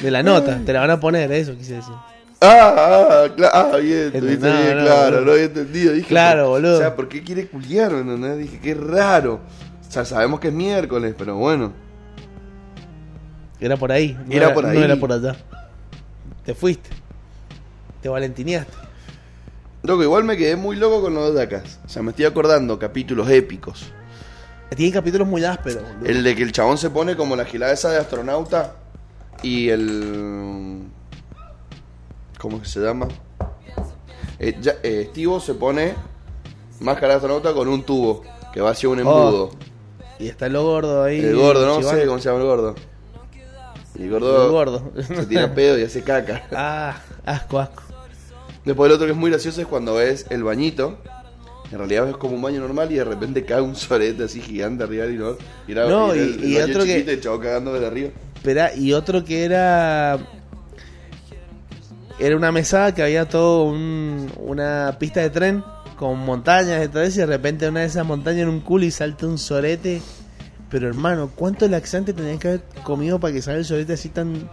S2: De la nota, te la van a poner, eso quise decir.
S1: Ah, ah, cla- ah, bien, tuviste
S2: No,
S1: bien,
S2: no,
S1: claro,
S2: no.
S1: lo había entendido. Dije,
S2: Claro,
S1: pero,
S2: boludo.
S1: O sea, ¿por qué quiere culiar? ¿entendés? Dije, qué raro. O sea, sabemos que es miércoles, pero bueno.
S2: Era por ahí. No
S1: Era por ahí.
S2: No era por allá. Te fuiste. Te valentineaste.
S1: Loco, igual me quedé muy loco con los de acá. O sea, me estoy acordando capítulos épicos.
S2: Tiene capítulos muy ásperos, boludo.
S1: El de que el chabón se pone como la gilada esa de astronauta y el. ¿Cómo que se llama? Eh, ya- eh, Steve se pone máscara de astronauta con un tubo que va
S2: Oh,
S1: hacia un embudo.
S2: Y está lo gordo ahí.
S1: el gordo, no
S2: chivando.
S1: sé cómo se llama el gordo. Y el gordo,
S2: El gordo.
S1: se tira pedo y hace caca.
S2: ah, asco, asco.
S1: Después el otro que es muy gracioso es cuando ves el bañito. En realidad es como un baño normal y de repente cae un sorete así gigante arriba del inodoro. Y era-
S2: No,
S1: y era
S2: y-
S1: el,
S2: y
S1: baño
S2: otro que-
S1: chiquito y el chabón cagando desde arriba.
S2: Espera, y otro que era. Era una mesada que había todo un- una pista de tren con montañas y todo eso, y de repente una de esas montañas en un culo y salta un sorete. Pero hermano, ¿cuánto laxante tenías que haber comido para que salga el sorete así tan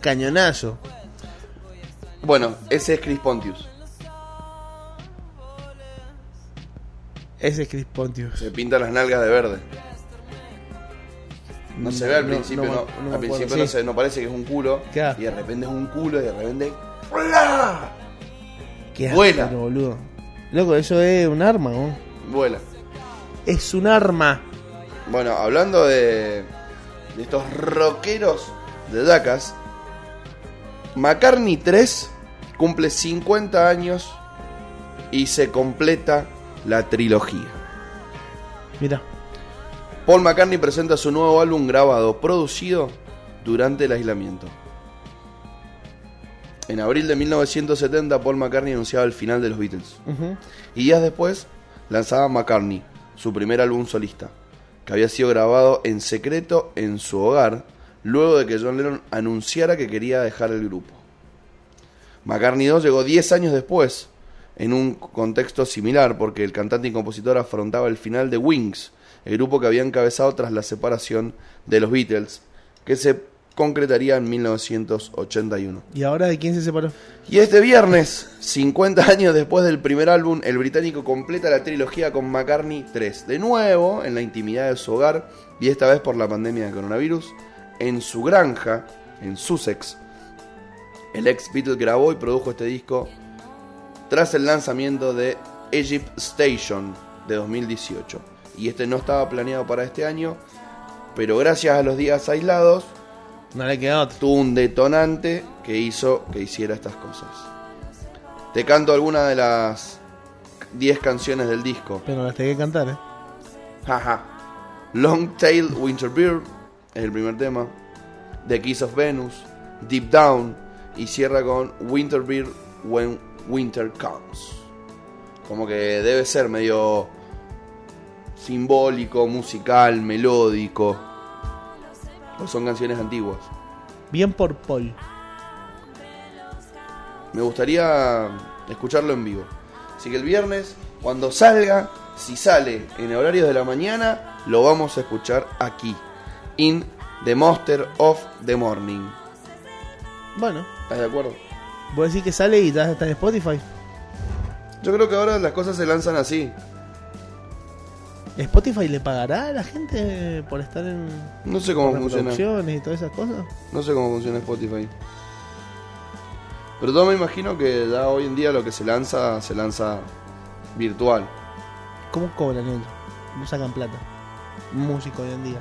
S2: cañonazo?
S1: Bueno, ese es Chris Pontius.
S2: Ese es Chris Pontius.
S1: Se pinta las nalgas de verde. No se ve al
S2: No,
S1: principio,
S2: no,
S1: no.
S2: no me acuerdo,
S1: al principio no,
S2: sí.
S1: se, no parece que es un culo.
S2: Claro.
S1: Y de repente es un culo y de repente. ¡Bla!
S2: Qué
S1: Vuela.
S2: áspero, boludo. Loco, eso es un arma, ¿no?
S1: Vuela.
S2: Es un arma.
S1: Bueno, hablando de, de estos rockeros de Dacas, McCartney 3 cumple 50 años y se completa la trilogía.
S2: Mira,
S1: Paul McCartney presenta su nuevo álbum grabado, producido durante el aislamiento. En abril de 1970, Paul McCartney anunciaba el final de los Beatles.
S2: ujú,
S1: Y días después, lanzaba McCartney, su primer álbum solista, que había sido grabado en secreto en su hogar luego de que John Lennon anunciara que quería dejar el grupo. McCartney 2 llegó 10 años después, en un contexto similar, porque el cantante y compositor afrontaba el final de Wings, el grupo que había encabezado tras la separación de los Beatles, que se concretaría en 1981.
S2: ¿Y ahora de quién se separó?
S1: Y este viernes, 50 años después del primer álbum, el británico completa la trilogía con McCartney 3, de nuevo en la intimidad de su hogar, y esta vez por la pandemia de coronavirus, en su granja, en Sussex. El ex Beatle grabó y produjo este disco tras el lanzamiento de Egypt Station de 2018. Y este no estaba planeado para este año, pero gracias a los días aislados,
S2: No le queda otro.
S1: tuvo un detonante que hizo que hiciera estas cosas. Te canto alguna de las 10 canciones del disco.
S2: Pero las tengo que cantar, ¿eh?
S1: Jaja. Long Tail Winter Beer es el primer tema. The Kiss of Venus, Deep Down y cierra con Winter Beer When Winter Comes. Como que debe ser medio simbólico, musical, melódico. O son canciones antiguas.
S2: Bien por Paul.
S1: Me gustaría escucharlo en vivo. Así que el viernes, cuando salga, si sale en horarios de la mañana, lo vamos a escuchar aquí. In The Monster of the Morning.
S2: Bueno,
S1: ¿Estás de acuerdo?
S2: voy a decir que sale y ya está en Spotify.
S1: Yo creo que ahora las cosas se lanzan así.
S2: ¿Spotify le pagará a la gente por estar en
S1: No sé cómo funciona.
S2: reproducciones y todas esas cosas?
S1: No sé cómo funciona Spotify. Pero todo me imagino que ya hoy en día lo que se lanza, se lanza virtual.
S2: ¿Cómo cobran ellos? ¿Cómo sacan plata? Músico hoy en día.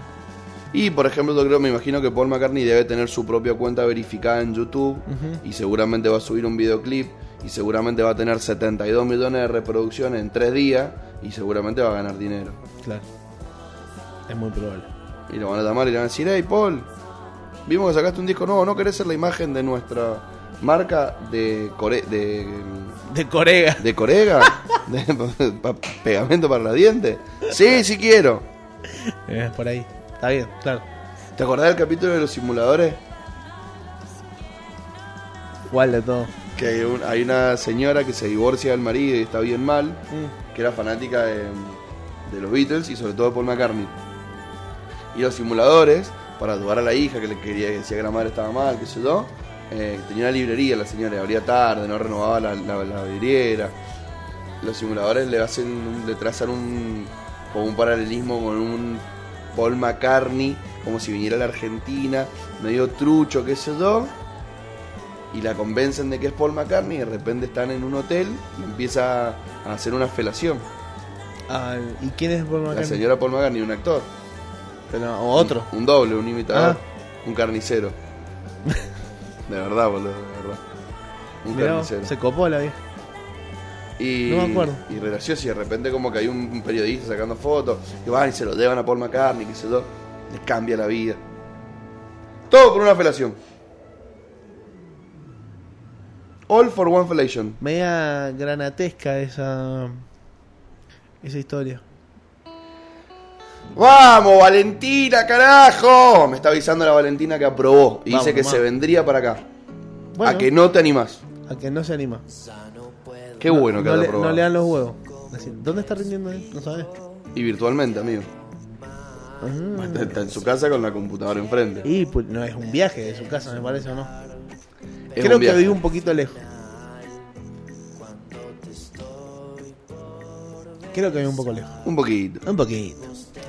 S1: Y por ejemplo, yo creo, me imagino que Paul McCartney debe tener su propia cuenta verificada en YouTube
S2: Ujú.
S1: y seguramente va a subir un videoclip y seguramente va a tener 72 millones de reproducciones en 3 días y seguramente va a ganar dinero.
S2: Claro. Es muy probable.
S1: Y lo van a llamar y le van a decir, hey Paul, vimos que sacaste un disco nuevo, ¿no querés ser la imagen de nuestra marca de core de,
S2: De Corega.
S1: de corega? <laughs> ¿De pa- pegamento para los dientes? Sí, sí quiero.
S2: Eh, por ahí. Está bien, claro.
S1: ¿Te acordás del capítulo de los simuladores?
S2: ¿Cuál de todo?
S1: Que hay, un- hay una señora que se divorcia del marido y está bien mal,
S2: Mm.
S1: que era fanática de, de los Beatles y sobre todo de Paul McCartney. Y los simuladores, para ayudar a la hija que le quería que decía que la madre estaba mal, qué sé yo, eh, tenía una librería la señora, y abría tarde, no renovaba la, la, la vidriera. Los simuladores le hacen un- le trazan un como un paralelismo con un Paul McCartney, como si viniera a la Argentina, medio trucho, qué sé yo. Y la convencen de que es Paul McCartney y de repente están en un hotel y empieza a hacer una felación.
S2: Ah, ¿Y quién es Paul
S1: La
S2: McCartney?
S1: señora Mm. Paul McCartney, un actor.
S2: Pero, o otro.
S1: Un, un doble, un imitador.
S2: Ah.
S1: Un
S2: <laughs>
S1: carnicero. De verdad, boludo, de verdad. Un
S2: Mirá vos,
S1: carnicero.
S2: se copó la vieja.
S1: Y,
S2: no me acuerdo.
S1: y gracioso, y de repente como que hay un, un periodista sacando fotos, y van y se lo llevan a Paul McCartney, que se lo les cambia la vida. Todo por una felación. All for one felation.
S2: Media granatesca esa. Esa historia.
S1: ¡Vamos, Valentina, carajo! Me está avisando la Valentina que aprobó y
S2: Vamos,
S1: dice que
S2: nomás.
S1: se vendría para acá.
S2: Bueno,
S1: A que no te animás.
S2: no se anima.
S1: Qué bueno que
S2: no,
S1: haya
S2: le,
S1: aprobado.
S2: no le dan los huevos. Es decir, ¿Dónde está rindiendo él? No sabes.
S1: Y virtualmente, amigo.
S2: Ah.
S1: Está, está en su casa con la computadora enfrente.
S2: Y pues, no es un viaje de su casa, me parece, ¿o no?
S1: Es un
S2: Creo que
S1: viaje.
S2: vive un poquito lejos. Creo que vive un poco lejos.
S1: un poquito.
S2: Un poquito.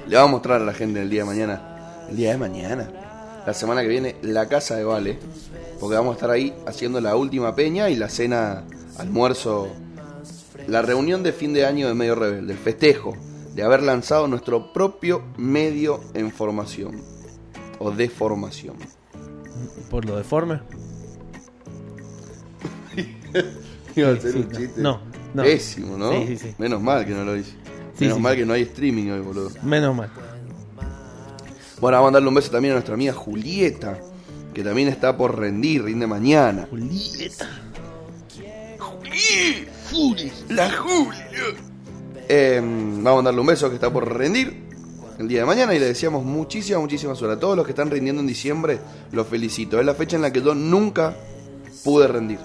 S1: Le vamos a mostrar a la gente el día de mañana. El día de mañana. La semana que viene, la casa de Vale. Porque vamos a estar ahí haciendo la última peña y la cena, almuerzo. La reunión de fin de año de Medio Rebelde. El festejo de haber lanzado nuestro propio medio en formación. O de formación.
S2: ¿Por lo deforme?
S1: <laughs> Iba a
S2: Sí,
S1: hacer
S2: sí,
S1: un
S2: no,
S1: chiste.
S2: no, no.
S1: Pésimo, ¿no?
S2: Sí, sí, sí.
S1: Menos mal que no lo hice.
S2: Sí,
S1: Menos
S2: sí,
S1: mal
S2: sí.
S1: que no hay streaming hoy, boludo.
S2: Menos mal.
S1: Bueno, vamos a darle un beso también a nuestra amiga Julieta, que también está por rendir, rinde mañana.
S2: Julieta.
S1: Eh, vamos a darle un beso que está por rendir. el día de mañana y le deseamos muchísima, muchísima suerte. A todos los que están rindiendo en diciembre, los felicito. Es la fecha en la que yo nunca pude rendir.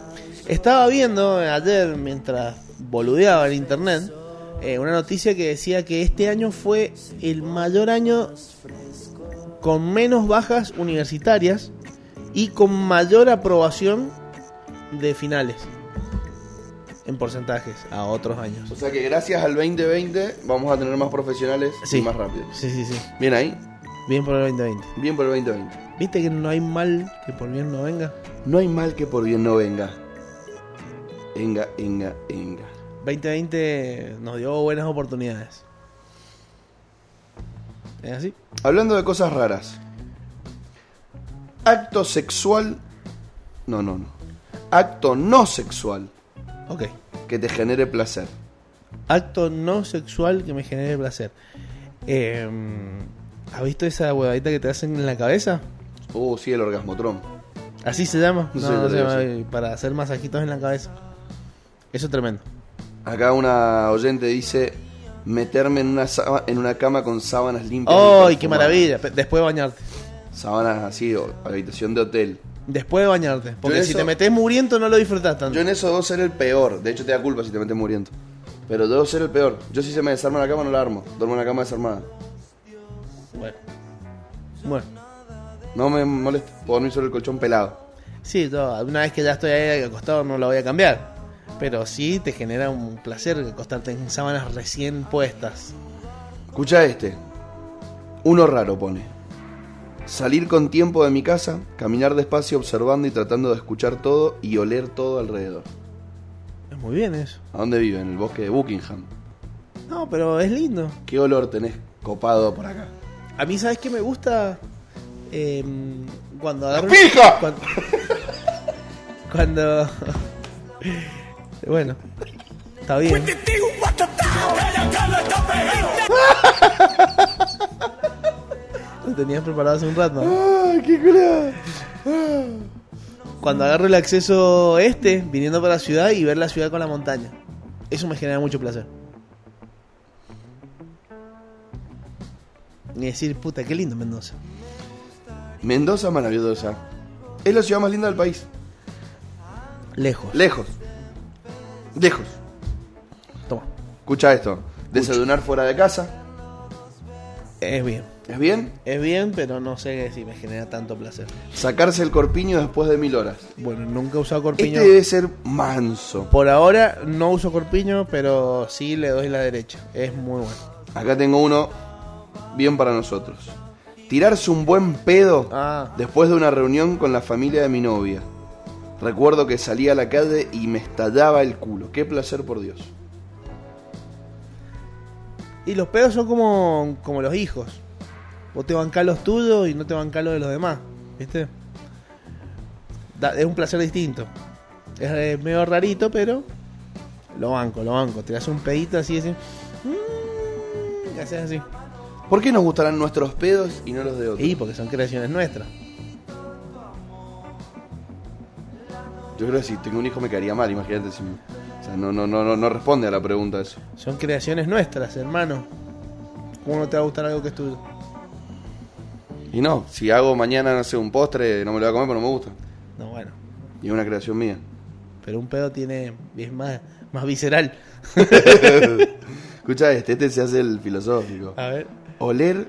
S2: Estaba viendo ayer, mientras boludeaba en internet, eh, una noticia que decía que este año fue el mayor año con menos bajas universitarias y con mayor aprobación de finales en porcentajes a otros años.
S1: O sea que gracias al 2020 vamos a tener más profesionales y más rápido.
S2: Sí, sí, sí.
S1: Bien ahí,
S2: Bien por el 2020.
S1: bien por el 2020.
S2: ¿Viste que no hay mal que por bien no venga?
S1: No hay mal que por bien no venga. Enga, enga, enga.
S2: 2020 nos dio buenas oportunidades. ¿Es así?
S1: Hablando de cosas raras. Acto sexual. No, no, no. Acto no sexual
S2: Ok.
S1: que te genere placer.
S2: Acto no sexual que me genere placer. Eh, ¿Has visto esa huevadita que te hacen en la cabeza?
S1: Oh, sí, el orgasmotrón.
S2: ¿Así se llama? No,
S1: Sí,
S2: no se
S1: creo
S2: llama
S1: que
S2: eh, para hacer masajitos en la cabeza. Eso es tremendo.
S1: Acá una oyente dice meterme en una sába- en una cama con sábanas limpias.
S2: ¡Ay,
S1: y
S2: qué
S1: perfumadas".
S2: maravilla! Pe- Después de bañarte.
S1: Sábanas así, o habitación de hotel.
S2: Después de bañarte. Porque
S1: en
S2: si
S1: eso-
S2: te metes muriendo no lo disfrutás tanto.
S1: Yo en eso debo ser el peor. De hecho, te da culpa si te metes muriendo. Pero debo ser el peor. Yo si se me desarma la cama no la armo. Duermo en la cama desarmada.
S2: Bueno. Bueno.
S1: No me molesta puedo dormir sobre el colchón pelado.
S2: Sí, yo, una vez que ya estoy ahí acostado no la voy a cambiar. Pero sí te genera un placer acostarte en sábanas recién puestas.
S1: Escucha este. Uno raro pone. Salir con tiempo de mi casa, caminar despacio observando y tratando de escuchar todo y oler todo alrededor.
S2: Es muy bien eso.
S1: ¿A dónde vive? En el bosque de Buckingham.
S2: No, pero es lindo.
S1: ¿Qué olor tenés copado por acá?
S2: A mí, ¿sabes qué me gusta? Eh, cuando agarro.
S1: pija!
S2: Cuando. <laughs> cuando- <laughs> bueno, está bien. Lo tenías preparado hace un rato. Cuando agarro el acceso este, viniendo para la ciudad y ver la ciudad con la montaña. Eso me genera mucho placer. Y decir, puta, qué lindo Mendoza.
S1: Mendoza maravillosa. Es la ciudad más linda del país.
S2: Lejos.
S1: Lejos. Lejos.
S2: Toma.
S1: Escucha esto. Desayunar fuera de casa.
S2: Es bien.
S1: ¿Es bien?
S2: Es bien, pero no sé si me genera tanto placer.
S1: Sacarse el corpiño después de mil horas.
S2: Bueno, nunca he usado
S1: Este
S2: corpiño.
S1: debe ser manso.
S2: Por ahora no uso corpiño, pero sí le doy la derecha. Es muy bueno.
S1: Acá tengo uno bien para nosotros. Tirarse un buen pedo
S2: Ah.
S1: después de una reunión con la familia de mi novia. Recuerdo que salía a la calle y me estallaba el culo. Qué placer por Dios.
S2: Y los pedos son como, como los hijos. Vos te bancás los tuyos y no te bancás los de los demás. ¿Viste? Da- es un placer distinto. Es, eh, medio rarito, pero lo banco, lo banco. Te das un pedito así, así. Mm, y haces así.
S1: ¿Por qué nos gustarán nuestros pedos y no los de otros?
S2: Y porque son creaciones nuestras.
S1: Yo creo que si tengo un hijo me caería mal, imagínate si me- O sea, no, no, no, no, no responde a la pregunta eso.
S2: Son creaciones nuestras, hermano. ¿Cómo no te va a gustar algo que es tuyo?
S1: Y no, si hago mañana, no sé, un postre, no me lo voy a comer porque no me gusta.
S2: No, bueno.
S1: Y es una creación mía.
S2: Pero un pedo tiene. es más, más visceral.
S1: Escucha este, este se hace el filosófico.
S2: A ver.
S1: Oler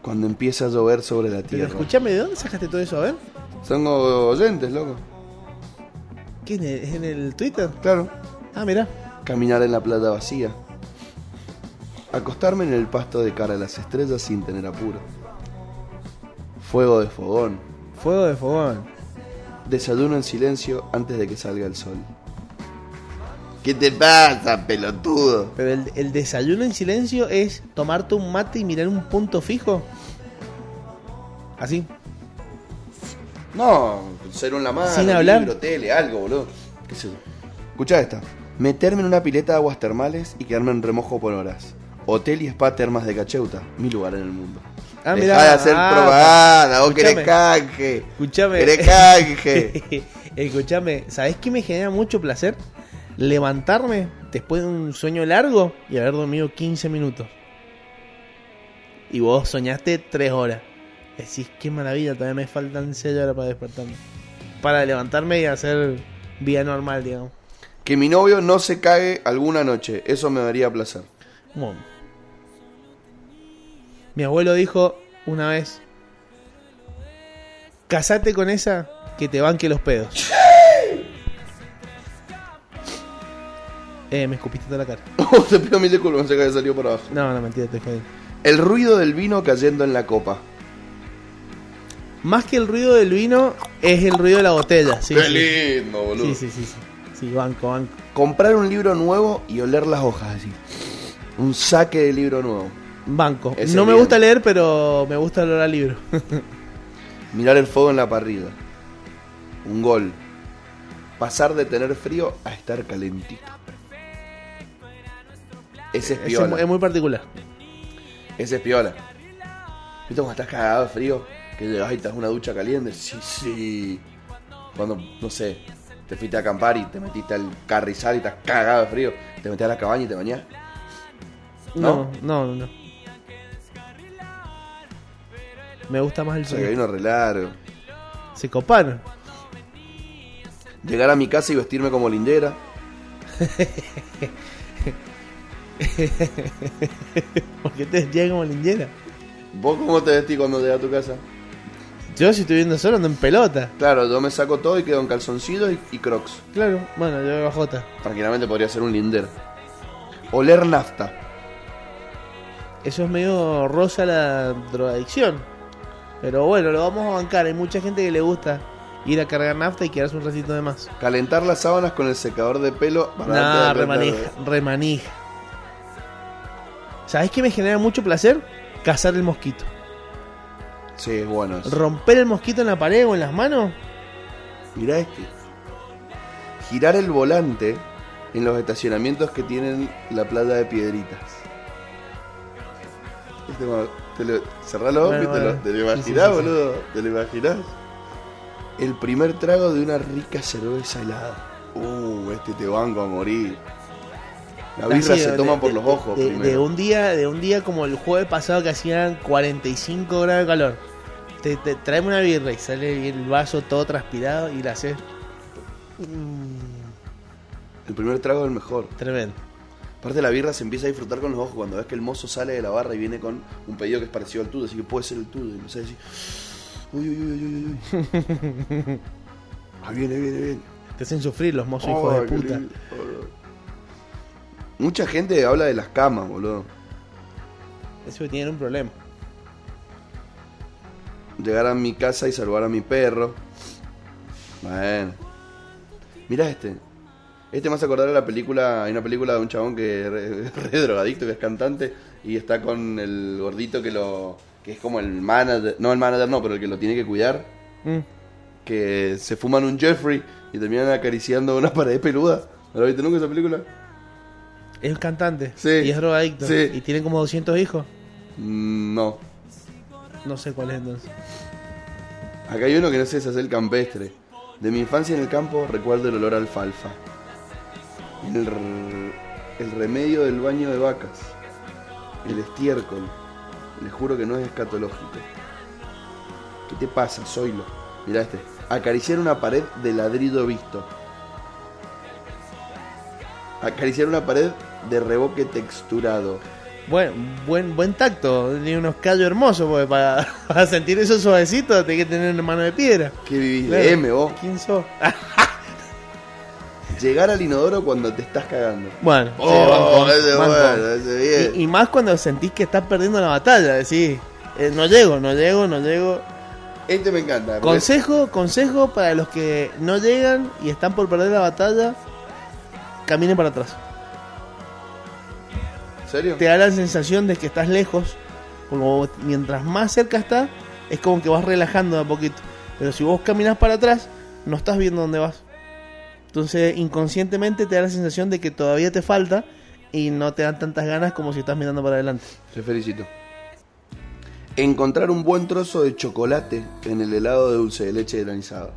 S1: cuando empieza a llover sobre la
S2: Pero
S1: tierra.
S2: escúchame, ¿de dónde sacaste todo eso? A ver.
S1: Son o- oyentes, loco.
S2: ¿Qué en el, en el Twitter?
S1: Claro.
S2: Ah, mira.
S1: Caminar en la plata vacía. Acostarme en el pasto de cara a las estrellas sin tener apuro. Fuego de fogón.
S2: Fuego de fogón.
S1: Desayuno en silencio antes de que salga el sol. ¿Qué te pasa, pelotudo?
S2: Pero el, el desayuno en silencio es tomarte un mate y mirar un punto fijo. Así.
S1: No, ser un la mano,
S2: Sin hablar.
S1: libro, tele, algo, boludo. ¿Qué sé yo? Escuchá esta. Meterme en una pileta de aguas termales y quedarme en remojo por horas. Hotel y spa termas de Cacheuta, mi lugar en el mundo.
S2: Ah,
S1: Dejá
S2: mirá.
S1: de hacer
S2: Ah,
S1: propaganda, vos
S2: escuchame.
S1: querés canje.
S2: Escuchame.
S1: Querés canje.
S2: <laughs> Escuchame, ¿sabés qué me genera mucho placer? Levantarme después de un sueño largo y haber dormido 15 minutos. y vos soñaste tres horas. Decís, qué maravilla, todavía me faltan seis horas para despertarme. Para levantarme y hacer vida normal, digamos.
S1: Que mi novio no se cague alguna noche, eso me daría placer. <laughs>
S2: Bueno. Mi abuelo dijo una vez: Casate con esa que te banque los pedos. Eh, me escupiste toda la cara.
S1: Oh, te pido mil disculpas, no sé qué salió para abajo.
S2: No, no, mentira, te jodiendo.
S1: El ruido del vino cayendo en la copa.
S2: Más que el ruido del vino, es el ruido de la botella. Sí,
S1: Qué
S2: sí.
S1: lindo, boludo.
S2: sí, sí, sí, sí. Sí, banco, banco.
S1: Comprar un libro nuevo y oler las hojas así. Un saque de libro nuevo.
S2: Banco.
S1: Ese
S2: no me
S1: bien.
S2: gusta leer, pero me gusta olor al libro. <laughs>
S1: Mirar el fuego en la parrilla. Un gol. Pasar de tener frío a estar calentito. Ese es
S2: Ese es,
S1: piola.
S2: mu- es muy particular.
S1: Ese es piola. ¿Viste cómo estás cagado de frío? Que llegas y te das una ducha caliente. Sí, sí. Cuando, no sé, te fuiste a acampar y te metiste al carrizal y estás cagado de frío. Te metes a la cabaña y te bañás.
S2: No,
S1: ¿No?
S2: no, no. no. Me gusta más el
S1: O sea, que hay
S2: sol.
S1: uno re largo.
S2: Se coparon.
S1: Llegar a mi casa y vestirme como lindera.
S2: Porque te vestías como lindera.
S1: ¿Vos cómo te vestís cuando llegas a tu casa?
S2: Yo, si estoy viendo solo, ando en pelota.
S1: Claro, yo me saco todo y quedo en calzoncillos y, y crocs.
S2: Claro, bueno, yo veo a Jota.
S1: Tranquilamente podría ser un linder. Oler nafta.
S2: Eso es medio rosa la drogadicción. Pero bueno, lo vamos a bancar. Hay mucha gente que le gusta ir a cargar nafta y quedarse un ratito de más.
S1: Calentar las sábanas con el secador de pelo. para
S2: Nah,
S1: darte de
S2: remanija,
S1: repente-
S2: remanija. ¿Sabes qué me genera mucho placer? Cazar el mosquito.
S1: Sí, es bueno. eso.
S2: Romper el mosquito en la pared o en las manos.
S1: Mirá este. Girar el volante en los estacionamientos que tienen la playa de piedritas. Este, bueno, te lo, cerrá los ojos
S2: Bueno,
S1: y te lo,
S2: bueno.
S1: te lo
S2: Sí,
S1: imaginás,
S2: sí, sí, sí.
S1: boludo. Te lo imaginás. El primer trago de una rica cerveza helada. Uh, este te banco a morir. La birra
S2: Así,
S1: se
S2: de-
S1: toma por
S2: de-
S1: los ojos
S2: de- de
S1: primero.
S2: un día, de un día como el jueves pasado que hacían 45 grados de calor. Te, te traeme una birra y sale el vaso todo transpirado y la haces mm,
S1: El primer trago es el mejor.
S2: tremendo.
S1: Aparte la birra se empieza a disfrutar con los ojos cuando ves que el mozo sale de la barra y viene con un pedido que es parecido al tuyo, así que puede ser el tuyo. Y empezás a decir, uy, uy, uy, uy, uy, uy.
S2: <laughs>
S1: Ahí viene, viene, viene.
S2: Te hacen sufrir los mozos hijos
S1: Oh,
S2: de
S1: qué
S2: puta.
S1: lindo, boludo. Mucha gente habla de las camas, boludo.
S2: Eso que tienen un problema.
S1: Llegar a mi casa y salvar a mi perro. Bueno. Mirá este. Este me hace acordar a la película. Hay una película de un chabón que es re, <laughs> re drogadicto, que es cantante, y está con el gordito que lo. que es como el manager. No, el manager no, pero el que lo tiene que cuidar.
S2: Mm.
S1: Que se fuman un Jeffrey y terminan acariciando una pared peluda. ¿No la viste nunca esa película?
S2: Es un cantante
S1: Sí.
S2: y es drogadicto.
S1: Sí.
S2: Y tiene como 200 hijos.
S1: Mm, No.
S2: No sé cuál es entonces.
S1: Acá hay uno que no sé si es el campestre. De mi infancia en el campo recuerdo el olor a alfalfa. El, r- el remedio del baño de vacas. El estiércol. Les juro que no es escatológico. ¿Qué te pasa, Zoilo? Mirá este. Acariciar una pared de ladrido visto. Acariciar una pared de reboque texturado.
S2: Buen, buen, buen tacto. Tiene unos callos hermosos porque para, <laughs> para sentir eso suavecito tenés que tener una mano de piedra.
S1: ¿Qué vivís
S2: Claro.
S1: de M vos?
S2: ¿Quién sos?
S1: Llegar al inodoro cuando te estás cagando.
S2: Bueno, sí,
S1: Oh,
S2: banco,
S1: ese
S2: banco.
S1: bueno, ese bien.
S2: Y, y más cuando sentís que estás perdiendo la batalla, decís, eh, no llego, no llego, no llego.
S1: Este me encanta. porque
S2: Consejo, consejo para los que no llegan y están por perder la batalla, caminen para atrás.
S1: es- ¿En serio?
S2: Te da la sensación de que estás lejos, como mientras más cerca estás, es como que vas relajando de a poquito. Pero si vos caminas para atrás, no estás viendo dónde vas. Entonces, inconscientemente te da la sensación de que todavía te falta y no te dan tantas ganas como si estás mirando para adelante.
S1: Te felicito. Encontrar un buen trozo de chocolate en el helado de dulce de leche granizado.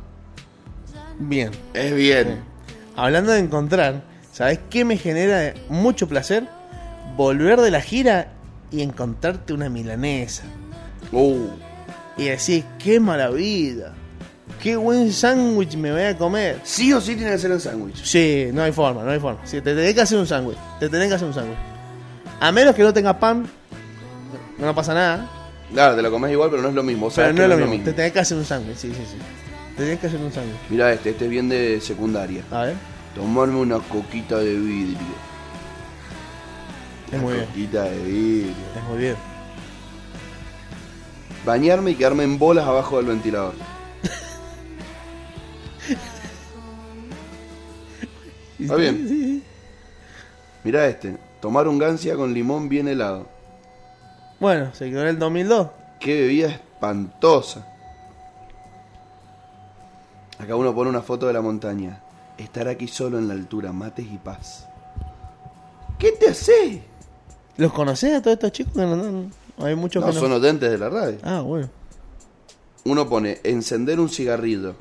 S2: Bien.
S1: Es bien.
S2: Hablando de encontrar, ¿sabes qué me genera mucho placer? Volver de la gira y encontrarte una milanesa.
S1: Uh,
S2: Y decís, qué maravilla. Qué buen sándwich me voy a comer.
S1: sí o sí tiene que ser el sándwich.
S2: Sí, no hay forma, no hay forma. Sí, te tenés que hacer un sándwich. Te tenés que hacer un sándwich. A menos que no tengas pan, no, no pasa nada.
S1: Claro, te lo comes igual, pero no es lo mismo.
S2: Pero
S1: sabes
S2: no
S1: que
S2: es lo mismo. Te tenés que hacer un sándwich, sí, sí, sí. Te tenés que hacer un sándwich.
S1: Mira este, este es bien de secundaria.
S2: A ver.
S1: Tomarme una coquita de vidrio.
S2: Es
S1: Una
S2: muy bien.
S1: coquita de vidrio.
S2: Es muy bien.
S1: Bañarme y quedarme en bolas abajo del ventilador. Está bien.
S2: Sí, sí, sí.
S1: Mira este. Tomar un gancia con limón bien helado.
S2: <laughs> Bueno, se quedó en el 2002.
S1: Qué bebida espantosa. Acá uno pone una foto de la montaña. Estar aquí solo en la altura, mates y paz. ¿Qué te hace?
S2: ¿Los conocés a todos estos chicos que no andan? Hay muchos
S1: No,
S2: que no.
S1: son oyentes de la radio.
S2: Ah, bueno.
S1: Uno pone encender un cigarrillo.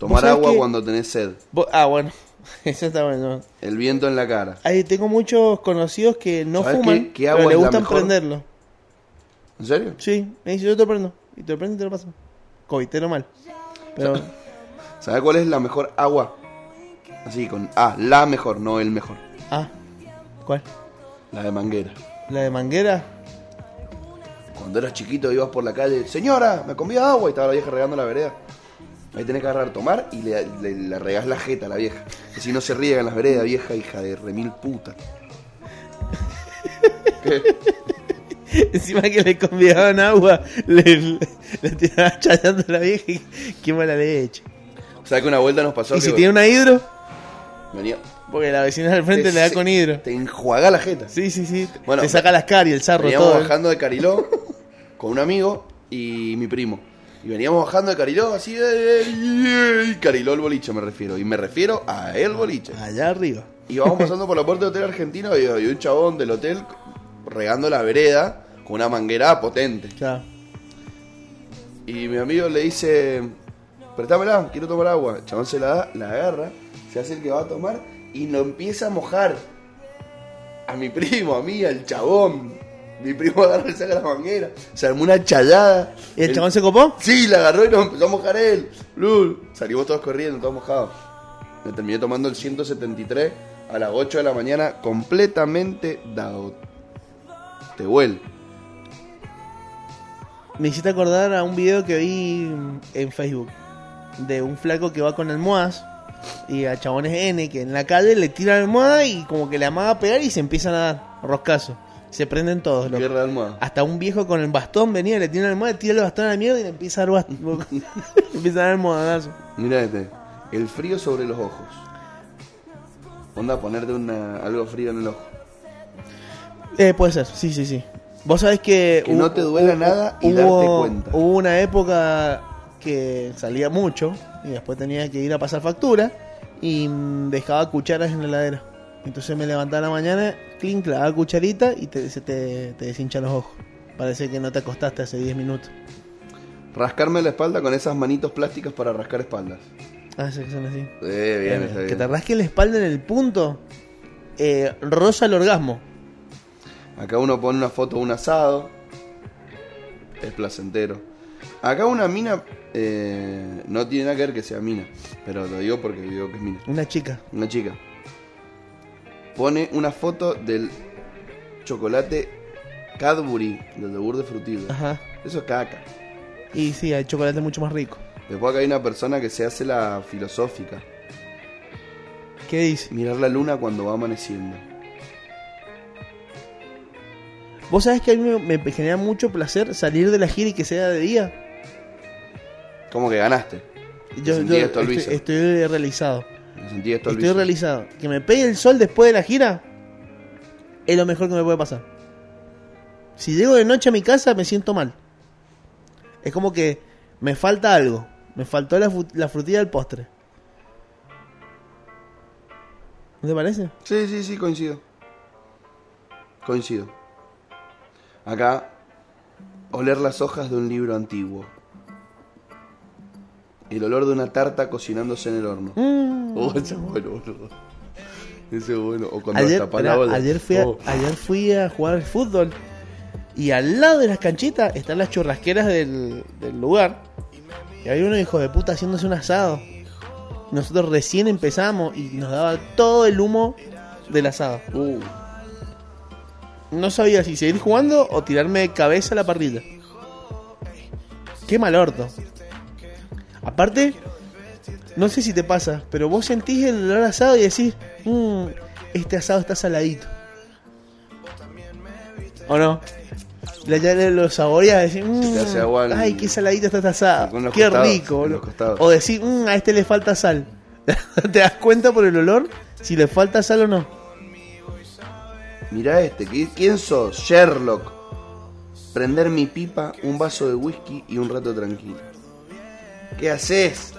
S1: Tomar
S2: sabés
S1: agua
S2: que-
S1: cuando tenés sed.
S2: Vo- Ah, bueno. <laughs> Eso está bueno.
S1: El viento en la cara.
S2: Ahí tengo muchos conocidos que no
S1: ¿Sabés
S2: fuman,
S1: qué- qué agua
S2: pero le
S1: es la
S2: gustan
S1: mejor?
S2: prenderlo.
S1: ¿En serio?
S2: Sí, me dice, yo te lo prendo. Y te lo prendo y te lo paso. Coitero mal. Pero
S1: ¿Sabés cuál es la mejor agua? Así, con Ah, la mejor, no el mejor.
S2: Ah, ¿cuál?
S1: La de manguera.
S2: ¿La de manguera? <laughs>
S1: Cuando eras chiquito ibas por la calle, señora, me comía agua y estaba la vieja regando la vereda. Ahí tenés que agarrar, tomar y le, le- le regás la jeta a la vieja. Que si no se riega en las veredas, vieja hija de remil puta. ¿Qué?
S2: Encima que le convidaban agua, le, le, le tiraban chayando a la vieja y qué mala leche.
S1: ¿Sabés que una vuelta nos pasó
S2: ¿Y
S1: que
S2: si tiene una hidro?
S1: venía-
S2: Porque la vecina del frente
S1: te
S2: le da
S1: se-
S2: con hidro.
S1: Te enjuaga la jeta.
S2: Sí, sí, sí.
S1: Eh, Bueno,
S2: te saca las caries, el sarro,
S1: Veníamos
S2: todo. eh.
S1: bajando de Cariló con un amigo y mi primo. Y veníamos bajando de Cariló así eh, de... eh, Cariló el boliche me refiero. Y me refiero a el boliche.
S2: Allá arriba.
S1: Y vamos pasando por la puerta del hotel argentino y había un chabón del hotel regando la vereda con una manguera potente.
S2: Claro.
S1: Y mi amigo le dice, prestámela, quiero tomar agua. El chabón se la da, la agarra, se hace el que va a tomar y lo empieza a mojar. A mi primo, a mí, al chabón. Mi primo agarra y saca la manguera. Se armó una chayada.
S2: ¿Y el chabón se copó?
S1: Sí, la agarró y nos empezó a mojar él. Lul. Salimos todos corriendo, todos mojados. Me terminé tomando el 173 a las 8 de la mañana completamente dado. Te vuelvo.
S2: Me hiciste acordar a un video que vi en Facebook de un flaco que va con almohadas y a chabones N que en la calle le tira la almohada y como que la amaga a pegar y se empiezan a dar roscazo. Se prenden todos, loco.
S1: Guerra de almohada.
S2: Hasta un viejo con el bastón venía, le tira la almohada, tira el bastón a la mierda y le empieza a dar <laughs> bastón. empieza a dar almohadazo.
S1: Mira este. El frío sobre los ojos. Onda ponerte una, algo frío en el ojo.
S2: Eh, puede ser, sí, sí, sí. Vos sabés que...
S1: Que no
S2: hubo-
S1: te duela nada y darte
S2: hubo,
S1: cuenta.
S2: hubo una época que salía mucho y después tenía que ir a pasar factura y mm, dejaba cucharas en la heladera. Entonces me levantaba a la mañana, clink, clavaba cucharita y te, se te, te deshincha los ojos. Parece que no te acostaste hace 10 minutos.
S1: Rascarme la espalda con esas manitos plásticas para rascar espaldas.
S2: Ah, sí, que son así.
S1: Eh, bien,
S2: Eh,
S1: está
S2: que
S1: bien.
S2: te rasque la espalda en el punto, eh, rosa el orgasmo.
S1: Acá uno pone una foto de un asado. Es placentero. Acá una mina. eh, no tiene nada que ver que sea mina. Pero lo digo porque digo que es mina.
S2: Una chica.
S1: Una chica. Pone una foto del chocolate Cadbury, del yogur de frutillo.
S2: Ajá.
S1: Eso es caca.
S2: Y sí, hay chocolate mucho más rico.
S1: Después acá hay una persona que se hace la filosófica.
S2: ¿Qué dice?
S1: Mirar la luna cuando va amaneciendo.
S2: Vos sabés que a mí me, me genera mucho placer salir de la gira y que sea de día.
S1: Como que ganaste.
S2: Yo,
S1: sentí
S2: yo
S1: esto,
S2: estoy,
S1: Luisa.
S2: estoy realizado.
S1: Me sentí esto
S2: estoy realizado. Que me pegue el sol después de la gira es lo mejor que me puede pasar. Si llego de noche a mi casa me siento mal. Es como que me falta algo. Me faltó la, fu- la frutilla del postre. ¿No te parece?
S1: Sí, sí, sí, coincido. Coincido. Acá, oler las hojas de un libro antiguo. El olor de una tarta cocinándose en el horno.
S2: Mm.
S1: Oh, está bueno, boludo. Eso es bueno. O cuando
S2: Ayer,
S1: destapás la
S2: pará,
S1: bola.
S2: ayer fui a,
S1: Oh.
S2: ayer fui a jugar al fútbol y al lado de las canchitas están las churrasqueras del, del lugar. Y había unos hijos de puta haciéndose un asado. Nosotros recién empezamos y nos daba todo el humo del asado.
S1: Uh,
S2: No sabía si seguir jugando o tirarme de cabeza a la parrilla. Qué mal orto. Aparte, no sé si te pasa, pero vos sentís el olor a asado y decís, "Mm, este asado está saladito. ¿O no? La ya le- lo saboreás y decís,
S1: te hace agua
S2: "Mm,
S1: el-
S2: ay, qué saladito está este asado.
S1: con los
S2: Qué
S1: costados,
S2: rico,
S1: con
S2: boludo".
S1: los costados.
S2: O decís, "Mm, a este le falta sal. <laughs> te das cuenta por el olor si le falta sal o no.
S1: mirá este. ¿qui- ¿Quién sos? Sherlock. Prender mi pipa, un vaso de whisky y un rato tranquilo. ¿Qué haces?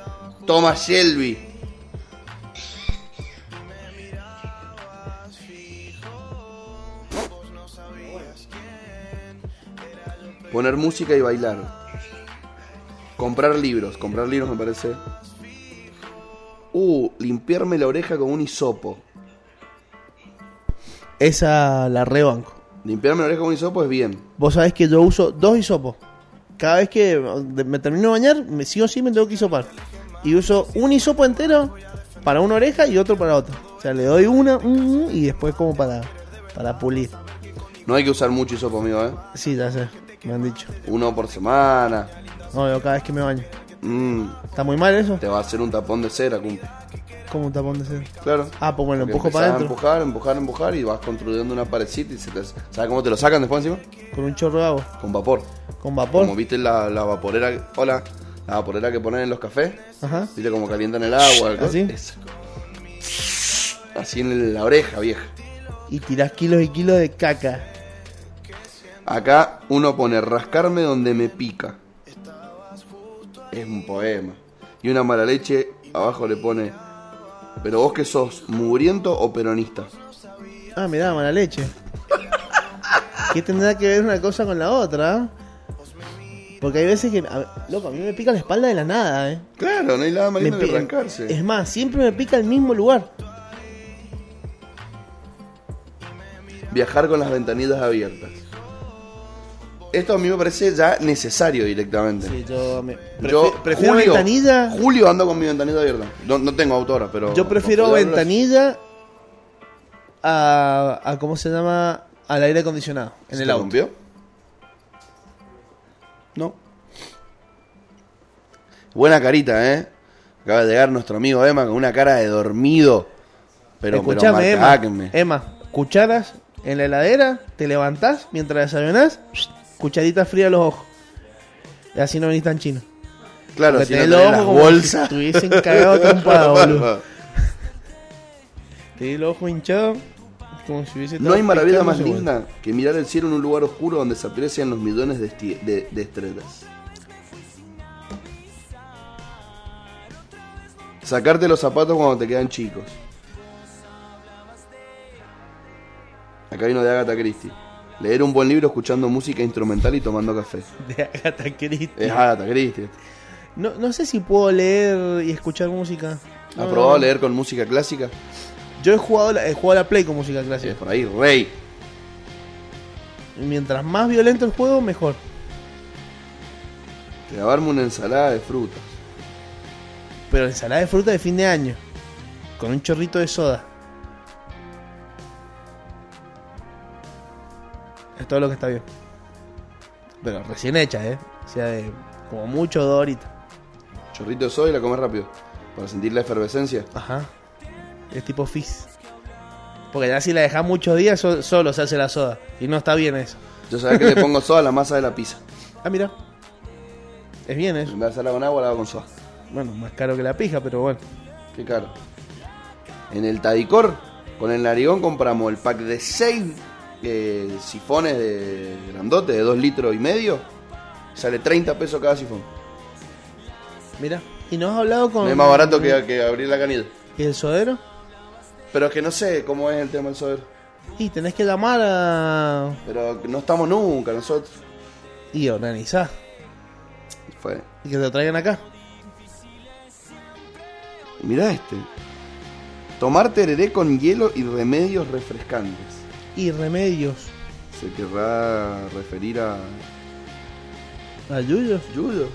S1: Toma Shelby. Poner música y bailar. Comprar libros. Comprar libros me parece. Uh, limpiarme la oreja con un hisopo.
S2: Esa la rebanco.
S1: Limpiarme la oreja con un hisopo es bien.
S2: Vos sabés que yo uso dos hisopos. Cada vez que me termino de bañar, me, sí o sí me tengo que hisopar. Y uso un hisopo entero para una oreja y otro para otra. O sea, le doy una mm, mm, y después como para, para pulir.
S1: No hay que usar mucho hisopo, amigo, ¿eh?
S2: Sí, ya sé, me han dicho.
S1: Uno por semana.
S2: No, yo cada vez que me baño.
S1: Mm,
S2: ¿Está muy mal eso?
S1: te va a hacer un tapón de cera, cumple.
S2: ¿Cómo un tapón de cera?
S1: Claro.
S2: Ah, pues bueno,
S1: Porque
S2: empujo
S1: empezás
S2: para
S1: a
S2: adentro.
S1: empujar, empujar, empujar y vas construyendo una parecita y se te... ¿Sabes cómo te lo sacan después encima?
S2: Con un chorro de agua.
S1: Con vapor.
S2: Con vapor.
S1: Como viste la, la vaporera... Hola. La vaporera que ponen en los cafés.
S2: Ajá.
S1: Viste cómo calientan el agua. el-
S2: ¿Así?
S1: Esa. Así en la oreja, vieja.
S2: Y tirás kilos y kilos de caca.
S1: Acá uno pone rascarme donde me pica. Es un poema. Y una mala leche abajo le pone. Pero vos que sos, mugriento o peronista.
S2: Ah, mirá, mala leche. ¿Qué tendrá que ver una cosa con la otra? Porque hay veces que. a- loco, a mí me pica la espalda de la nada, eh.
S1: Claro, no hay nada
S2: Me
S1: malito
S2: pi-
S1: que arrancarse.
S2: Es más, siempre me pica el mismo lugar.
S1: Viajar con las ventanitas abiertas. Esto a mí me parece ya necesario directamente.
S2: Sí, yo me- prefi-
S1: Yo
S2: prefiero
S1: Julio-
S2: ventanilla.
S1: Julio ando con mi ventanita abierta. No, no tengo autora, pero.
S2: Yo prefiero
S1: con cuidarlas-
S2: ventanilla a, a. ¿Cómo se llama? Al aire acondicionado. En
S1: ¿Se
S2: el
S1: te
S2: auto.
S1: rompió? No. Buena carita, ¿eh? Acaba de llegar nuestro amigo Emma con una cara de dormido. Pero, pero
S2: Escuchame, Emma. Eh,
S1: marcáquenme.
S2: Emma, cucharas en la heladera, te levantás mientras desayunás, cucharita fría a los ojos. Y así no venís tan chino.
S1: Claro,
S2: Porque
S1: si no
S2: tenés
S1: tenés
S2: los
S1: las
S2: ojos como si
S1: bolsas.
S2: estuviesen
S1: <laughs>
S2: cagados a trompada, boludo. Tenés los ojos hinchados como si hubiese
S1: No hay
S2: estado
S1: maravilla
S2: picando
S1: más
S2: cebolla.
S1: linda que mirar el cielo en un lugar oscuro donde se aprecian los millones de, esti- de- de estrellas. Sacarte los zapatos cuando te quedan chicos. Acá hay uno de Agatha Christie. Leer un buen libro escuchando música instrumental y tomando café.
S2: <laughs> De Agatha Christie.
S1: Es Agatha Christie.
S2: No, no sé si puedo leer y escuchar música.
S1: ¿Ha
S2: No,
S1: probado
S2: no.
S1: leer con música clásica?
S2: Yo he jugado, la, he jugado la Play con música
S1: Sí,
S2: clásica.
S1: por ahí, rey.
S2: Y Mientras más violento el juego, mejor.
S1: Grabarme una ensalada de frutas.
S2: Pero ensalada de fruta de fin de año. Con un chorrito de soda. Es todo lo que está bien. Pero recién hecha, ¿eh? O sea, de- como mucho dorito.
S1: Chorrito de soda y la comes rápido. Para sentir la efervescencia.
S2: Ajá. Es tipo fizz. Porque ya si la dejas muchos días, so- solo se hace la soda. Y no está bien eso.
S1: Yo sabía que le pongo soda a la masa de la pizza.
S2: Ah, mira. Es bien
S1: En
S2: eso.
S1: vez de hacerla con agua, la hago con soda.
S2: Bueno, más caro que la pija, pero bueno.
S1: Qué caro. En el Tadicor, con el narigón, compramos el pack de 6 sifones de grandote, de 2 litros y medio. Sale 30 pesos cada sifón.
S2: Mira. Y no has hablado con.
S1: No es más barato que, que abrir la canilla.
S2: ¿Y el sodero?
S1: Pero es que no sé cómo es el tema del sober.
S2: Y tenés que llamar a.
S1: Pero no estamos nunca nosotros.
S2: Y organizar.
S1: Fue.
S2: Y que te lo traigan acá.
S1: Mirá este. Tomar tereré con hielo y remedios refrescantes.
S2: Y remedios.
S1: Se querrá referir a
S2: ¿A Yuyo?
S1: Yuyo.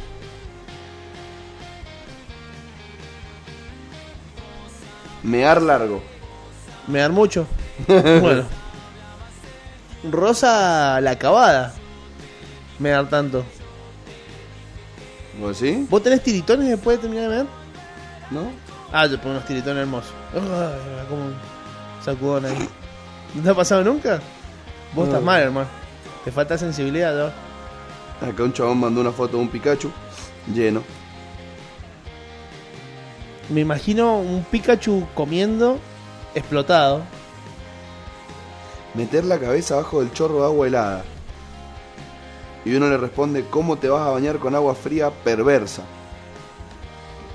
S1: Mear largo.
S2: Me dan mucho. bueno. Rosa la acabada. Me dan tanto.
S1: ¿Vos sí?
S2: ¿Vos tenés tiritones después de terminar de mear?
S1: ¿No?
S2: Ah, yo pongo unos tiritones hermosos. Ah, como un sacudón ahí. ¿No te ha pasado nunca? Vos
S1: No.
S2: estás mal, hermano. Te falta sensibilidad, ¿no?
S1: Acá un chabón mandó una foto de un Pikachu lleno.
S2: Me imagino un Pikachu comiendo, explotado.
S1: Meter la cabeza abajo del chorro de agua helada. Y uno le responde, ¿cómo te vas a bañar con agua fría perversa?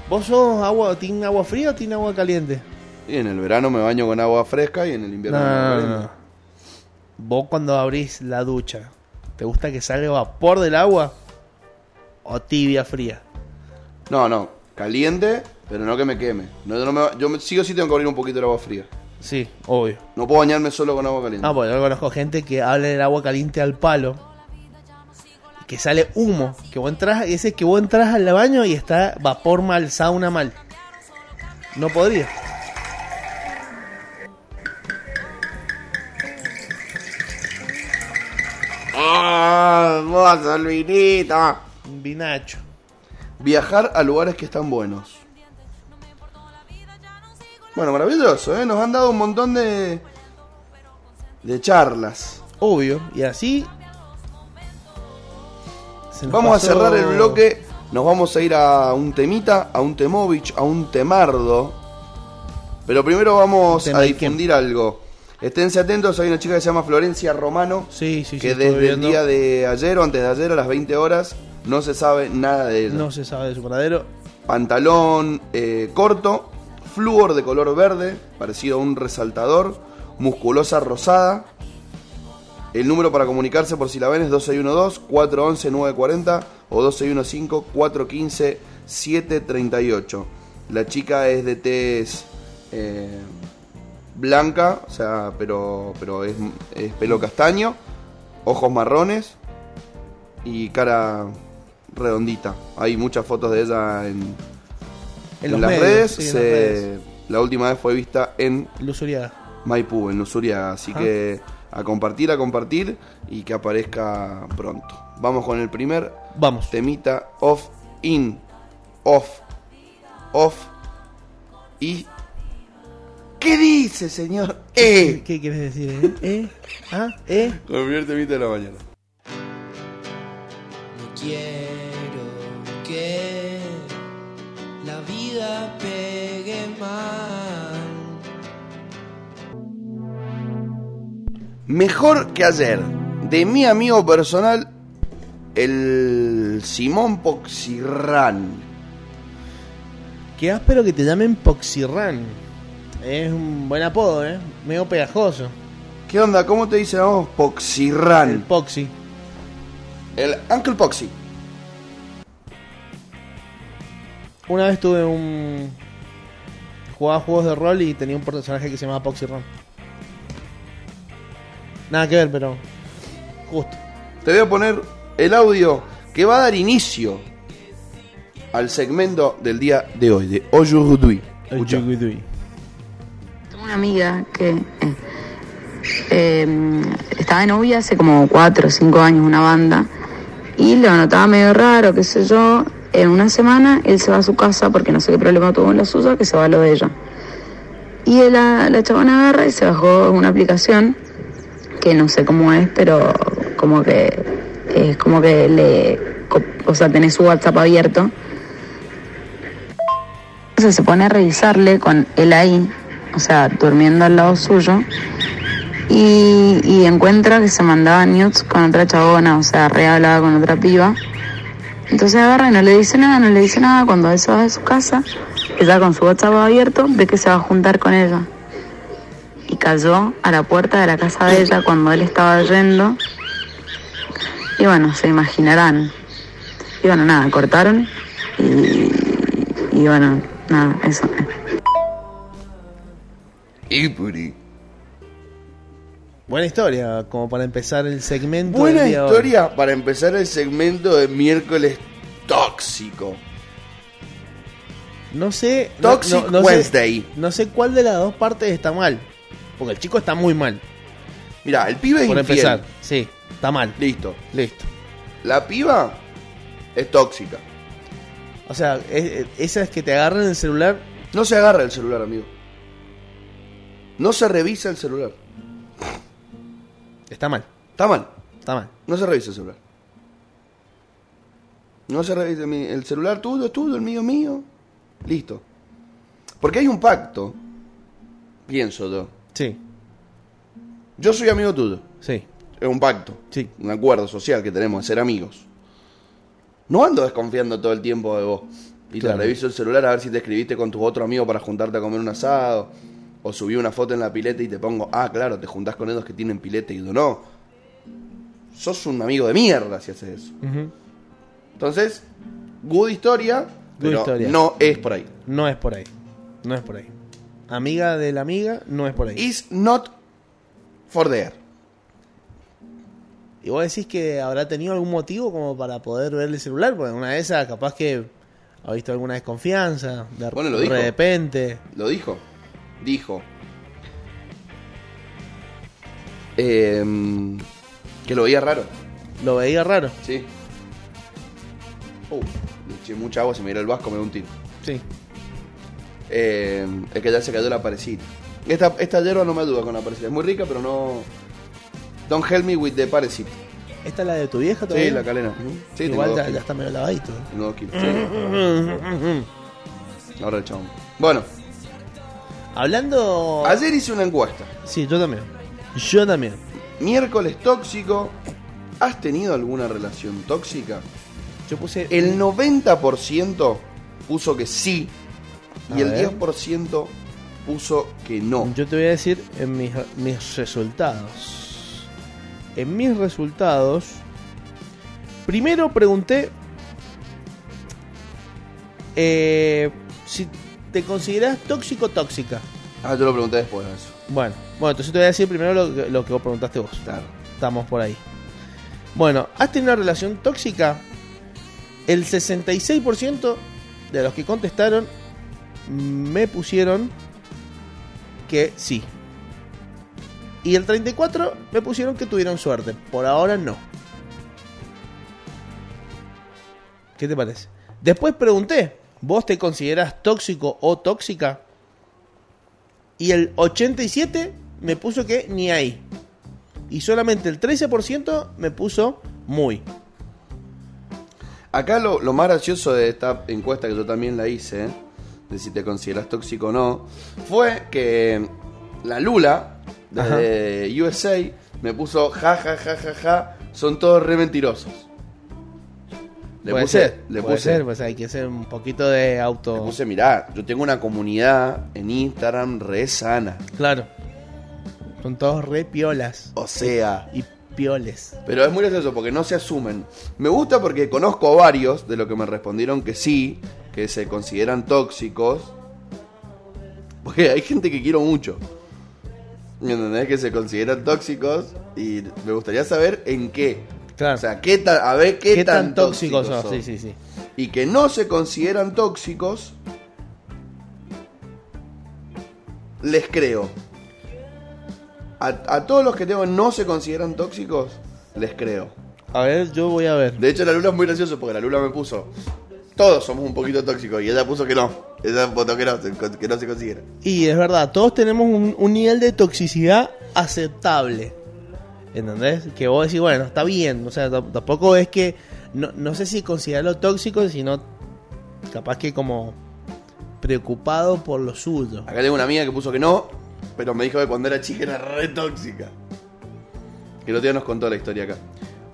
S2: ¿Vos sos agua, tin agua fría o tin agua caliente?
S1: Y en el verano me baño con agua fresca y en el invierno me baño con agua
S2: Vos cuando abrís la ducha, ¿te gusta que salga vapor del agua? ¿O tibia fría?
S1: caliente. No, no, caliente, pero no que me queme. No, yo, no me ba- yo me- sí o sí tengo que abrir un poquito el agua fría.
S2: Sí, obvio.
S1: No puedo bañarme solo con agua caliente.
S2: Ah, bueno, yo conozco gente que habla del agua caliente al palo. y Que sale humo. Que vos entras, ese que vos entras al baño y está vapor mal, sauna mal. No podría.
S1: ¡Ah! ¡Vos, Alvinita!
S2: Un Vinacho.
S1: Viajar a lugares que están buenos. Bueno, maravilloso, ¿eh? Nos han dado un montón de. de charlas.
S2: Obvio. Y así. se nos
S1: Vamos a
S2: pasó-
S1: cerrar el bloque. Nos vamos a ir a un temita, a un temovich, a un temardo. Pero primero vamos a
S2: Temaiken.
S1: difundir algo. Esténse atentos, hay una chica que se llama Florencia Romano.
S2: Sí, sí, sí.
S1: que
S2: estuve
S1: desde
S2: viendo.
S1: el día de ayer o antes de ayer a las 20 horas no se sabe nada de ella.
S2: No se sabe de su paradero.
S1: pantalón eh, corto, flúor de color verde, parecido a un resaltador, musculosa rosada. El número para comunicarse por si la ven es 2612-411-940 o 2615-415-738. La chica es de tez eh, blanca, o sea, pero, pero es, es pelo castaño, ojos marrones y cara redondita. Hay muchas fotos de ella en,
S2: En,
S1: en
S2: los
S1: las
S2: medios,
S1: redes.
S2: sí, en
S1: se-
S2: las redes.
S1: La última vez fue vista en
S2: Lusuriaga.
S1: Maipú, en Lusuriaga. Así
S2: Ajá.
S1: que a compartir, a compartir y que aparezca pronto. Vamos con el primer
S2: Vamos.
S1: temita off, in, off, off y... ¿Qué dice, señor? ¡Eh!
S2: ¿Qué quieres decir? eh? ¿Eh? ¿Ah? ¿Eh?
S1: <laughs> Con el primer temita de la mañana.
S3: No quiero que la vida pegue mal.
S1: Mejor que ayer, de mi amigo personal, el Simón Poxirrán.
S2: Qué áspero que te llamen Poxirran. Es un buen apodo, ¿eh? Medio pegajoso.
S1: ¿Qué onda? ¿Cómo te dicen vos?
S2: El
S1: Poxirrán.
S2: Poxy.
S1: El Uncle Poxy.
S2: Una vez tuve un. Jugaba juegos de rol y tenía un personaje que se llamaba Poxirran. Nada que ver, pero. Justo.
S1: Te voy a poner el audio que va a dar inicio al segmento del día de hoy, de Aujourd'hui. Escucha.
S4: Tengo una amiga que eh, eh, estaba de novia hace como 4 o 5 años, una banda, y lo notaba medio raro, qué sé yo. En una semana él se va a su casa porque no sé qué problema tuvo en la suya, que se va a lo de ella. Y él, la, la chabona agarra y se bajó una aplicación que no sé cómo es, pero como que es como que le. co- O sea, tenés su WhatsApp abierto. Entonces se pone a revisarle con él ahí, o sea, durmiendo al lado suyo, y, y encuentra que se mandaba nudes con otra chabona, o sea, re hablaba con otra piba. Entonces agarra y no le dice nada, no le dice nada. Cuando él se va de su casa, ella con su WhatsApp abierto, ve que se va a juntar con ella. Y cayó a la puerta de la casa de ella cuando él estaba yendo. Y bueno, se imaginarán. Y bueno, nada, cortaron y, y bueno, nada, eso.
S1: Tipuri.
S2: Buena historia, como para empezar el segmento. del
S1: Buena
S2: día de hoy.
S1: historia para empezar el segmento de miércoles tóxico.
S2: No sé. no-
S1: Toxic
S2: no- no sé-
S1: Wednesday.
S2: no sé cuál de las dos partes está mal. Porque el chico está muy mal.
S1: Mirá, el pibe es
S2: Por
S1: infiel.
S2: empezar. Sí, está mal.
S1: Listo.
S2: Listo.
S1: La piba es tóxica.
S2: O sea, es- esas que te agarran el celular.
S1: No se agarra el celular, amigo. No se revisa el celular.
S2: Está mal.
S1: Está mal.
S2: Está mal.
S1: No se revisa el celular. No se revisa mi- el celular tuyo, es tuyo, el mío, es mío. Listo. Porque hay un pacto. Pienso yo.
S2: Sí,
S1: Yo soy amigo tuyo.
S2: sí,
S1: Es un pacto.
S2: sí.
S1: Un acuerdo social que tenemos de ser amigos. No ando desconfiando todo el tiempo de vos. Y
S2: Claro.
S1: te reviso el celular a ver si te escribiste con tus otro amigo para juntarte a comer un asado. O subí una foto en la pileta y te pongo, ah, claro, te juntás con esos que tienen pileta y yo no. Sos un amigo de mierda si haces eso.
S2: Ujú.
S1: Entonces, good historia, pero
S2: historia.
S1: no es por ahí.
S2: No es por ahí. No es por ahí. Amiga de la amiga, no es por ahí.
S1: Is not for there.
S2: ¿Y vos decís que habrá tenido algún motivo como para poder ver el celular? Porque una de esas, capaz que ha visto alguna desconfianza. De
S1: Bueno, lo dijo.
S2: de repente.
S1: ¿Lo dijo? Dijo. Em, que lo veía raro.
S2: Lo veía raro.
S1: Sí. Uh, le eché mucha agua, se me dio el vasco, me dio un tiro.
S2: Sí.
S1: Em, es que ya se cayó la parecida. Esta, esta hierba no me ayuda con la parecida. Es muy rica, pero no... Don't help me with the parecida.
S2: ¿Esta es la de tu vieja todavía?
S1: Sí, la calena. Ujú. Sí,
S2: Igual
S1: tengo
S2: ya,
S1: dos
S2: ya está medio lavadito.
S1: kilos. Tengo dos kilos, sí.
S2: Mm.
S1: Ahora el chabón. Bueno,
S2: Hablando...
S1: ayer hice una encuesta.
S2: Sí, yo también. Yo también.
S1: Miércoles tóxico. ¿Has tenido alguna relación tóxica?
S2: Yo puse...
S1: El 90% puso que sí y
S2: A
S1: el
S2: ver.
S1: 10% puso que no.
S2: Yo te voy a decir en mis, mis resultados. En mis resultados, primero pregunté eh, si te consideras tóxico o tóxica.
S1: Ah, yo lo pregunté después de eso.
S2: Bueno, bueno, entonces te voy a decir primero lo que, lo que vos preguntaste vos.
S1: Claro.
S2: Estamos por ahí. Bueno, ¿has tenido una relación tóxica? El 66% de los que contestaron me pusieron que sí. Y el 34% me pusieron que tuvieron suerte. Por ahora no. ¿Qué te parece? Después pregunté, ¿vos te considerás tóxico o tóxica? Y el 87% me puso que ni ahí. Y solamente el 13% me puso muy.
S1: Acá lo, lo más gracioso de esta encuesta, que yo también la hice, de si te consideras tóxico o no, fue que la Lula, de USA, me puso ja, ja, ja, ja, ja, son todos re mentirosos. Le
S2: puede
S1: puse,
S2: ser,
S1: le
S2: puede
S1: puse,
S2: ser, pues hay que hacer un poquito de
S1: le
S2: auto.
S1: puse, mirá, yo tengo una comunidad en Instagram re sana.
S2: Claro. Son todos re piolas
S1: O sea,
S2: y pioles.
S1: Pero es muy gracioso porque no se asumen. Me gusta porque conozco a varios de los que me respondieron que sí, que se consideran tóxicos. Porque hay gente que quiero mucho. ¿Me entendés? Que se consideran tóxicos. Y me gustaría saber en qué.
S2: Claro.
S1: O sea, qué tan, a ver qué,
S2: ¿Qué, tan tóxicos son?
S1: son.
S2: Sí, sí, sí.
S1: Y que no se consideran tóxicos. Les creo. A, a todos los que tengo no se consideran tóxicos, les creo.
S2: A ver, yo voy a ver.
S1: De hecho, la Lula es muy gracioso porque la Lula me puso. Todos somos un poquito tóxicos. Y ella puso que no. Ella votó que no, se- que no se considera.
S2: Y es verdad, todos tenemos un, un nivel de toxicidad aceptable. ¿Entendés? Que vos decís, bueno, está bien. O sea, tam- tampoco es que. No, no sé si considerarlo tóxico, sino capaz que como preocupado por lo suyo.
S1: Acá tengo una amiga que puso que no, pero me dijo que cuando era chica era re tóxica. Que el otro día nos contó la historia acá.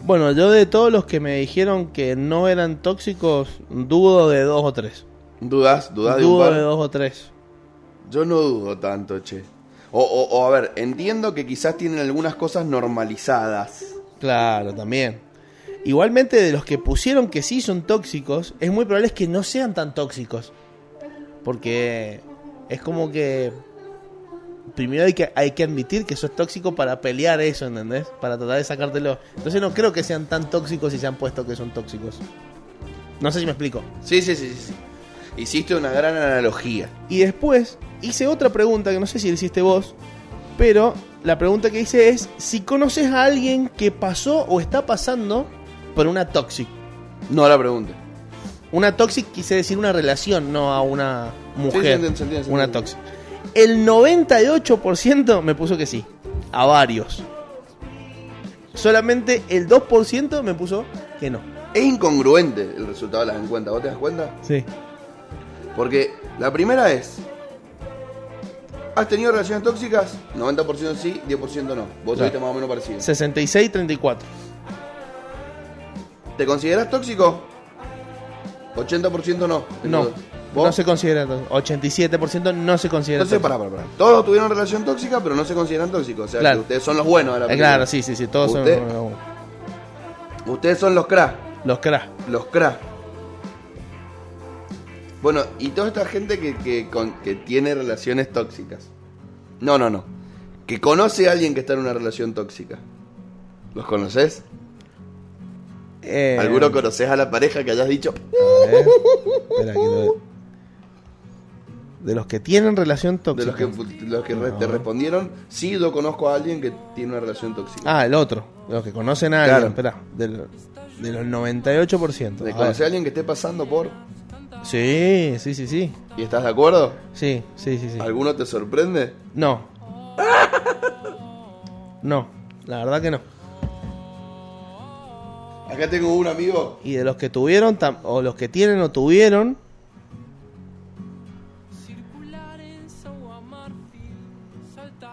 S2: Bueno, yo de todos los que me dijeron que no eran tóxicos, dudo de dos o tres.
S1: ¿Dudas? ¿Dudas de un
S2: Dudo
S1: par?
S2: de dos o tres.
S1: Yo no dudo tanto, che. O, o- o, a ver, entiendo que quizás tienen algunas cosas normalizadas.
S2: Claro, también. Igualmente de los que pusieron que sí son tóxicos, es muy probable es que no sean tan tóxicos. Porque es como que primero hay que, hay que admitir que sos tóxico para pelear eso, ¿entendés? Para tratar de sacártelo. Entonces no creo que sean tan tóxicos si se han puesto que son tóxicos. No sé si me explico.
S1: Sí, sí, sí, sí, sí. Hiciste una gran analogía.
S2: Y después hice otra pregunta que no sé si la hiciste vos, pero la pregunta que hice es si conoces a alguien que pasó o está pasando por una toxic.
S1: No la pregunta.
S2: Una toxic quise decir una relación, no a una mujer.
S1: Sí, se entiende, se entiende, se
S2: una
S1: entiende.
S2: toxic. El 98% me puso que sí, a varios. Solamente el 2% me puso que no.
S1: Es incongruente el resultado de las encuestas, ¿vos te das cuenta?
S2: Sí.
S1: Porque la primera es. ¿Has tenido relaciones tóxicas? 90% sí, 10% no. Vos
S2: Claro.
S1: tuviste más o menos parecido.
S2: 66-34.
S1: ¿Te consideras tóxico? 80% no.
S2: No.
S1: ¿Vos?
S2: No se considera. tóxico. 87% no se considera.
S1: Entonces,
S2: tóxico.
S1: pará, pará, pará. Todos tuvieron relación tóxica, pero no se consideran tóxicos. O sea,
S2: Claro.
S1: que ustedes son los buenos de la
S2: Eh,
S1: película.
S2: claro, sí, sí, sí. Todos son
S1: ¿Usted?
S2: los-
S1: Ustedes son los cra.
S2: los crash.
S1: Los cra. Bueno, y toda esta gente que, que, con- que tiene relaciones tóxicas. No, no, no. Que conoce a alguien que está en una relación tóxica. ¿Los conoces?
S2: Eh,
S1: ¿Alguno conoces a la pareja que hayas dicho? <laughs>
S2: a ver, espera, que lo- De los que tienen relación
S1: De
S2: tóxica.
S1: los que, los que re- te respondieron, sí, yo conozco a alguien que tiene una relación tóxica.
S2: Ah, el otro. De los que conocen a
S1: Claro.
S2: alguien. Espera. del- De los 98%.
S1: De
S2: A
S1: conocer a
S2: ver.
S1: alguien que esté pasando por...
S2: Sí, sí, sí, sí.
S1: ¿Y estás de acuerdo?
S2: Sí, sí, sí, sí.
S1: ¿Alguno te sorprende?
S2: No. No, la verdad que no.
S1: Acá tengo un amigo.
S2: Y de los que tuvieron, tam- o los que tienen o tuvieron.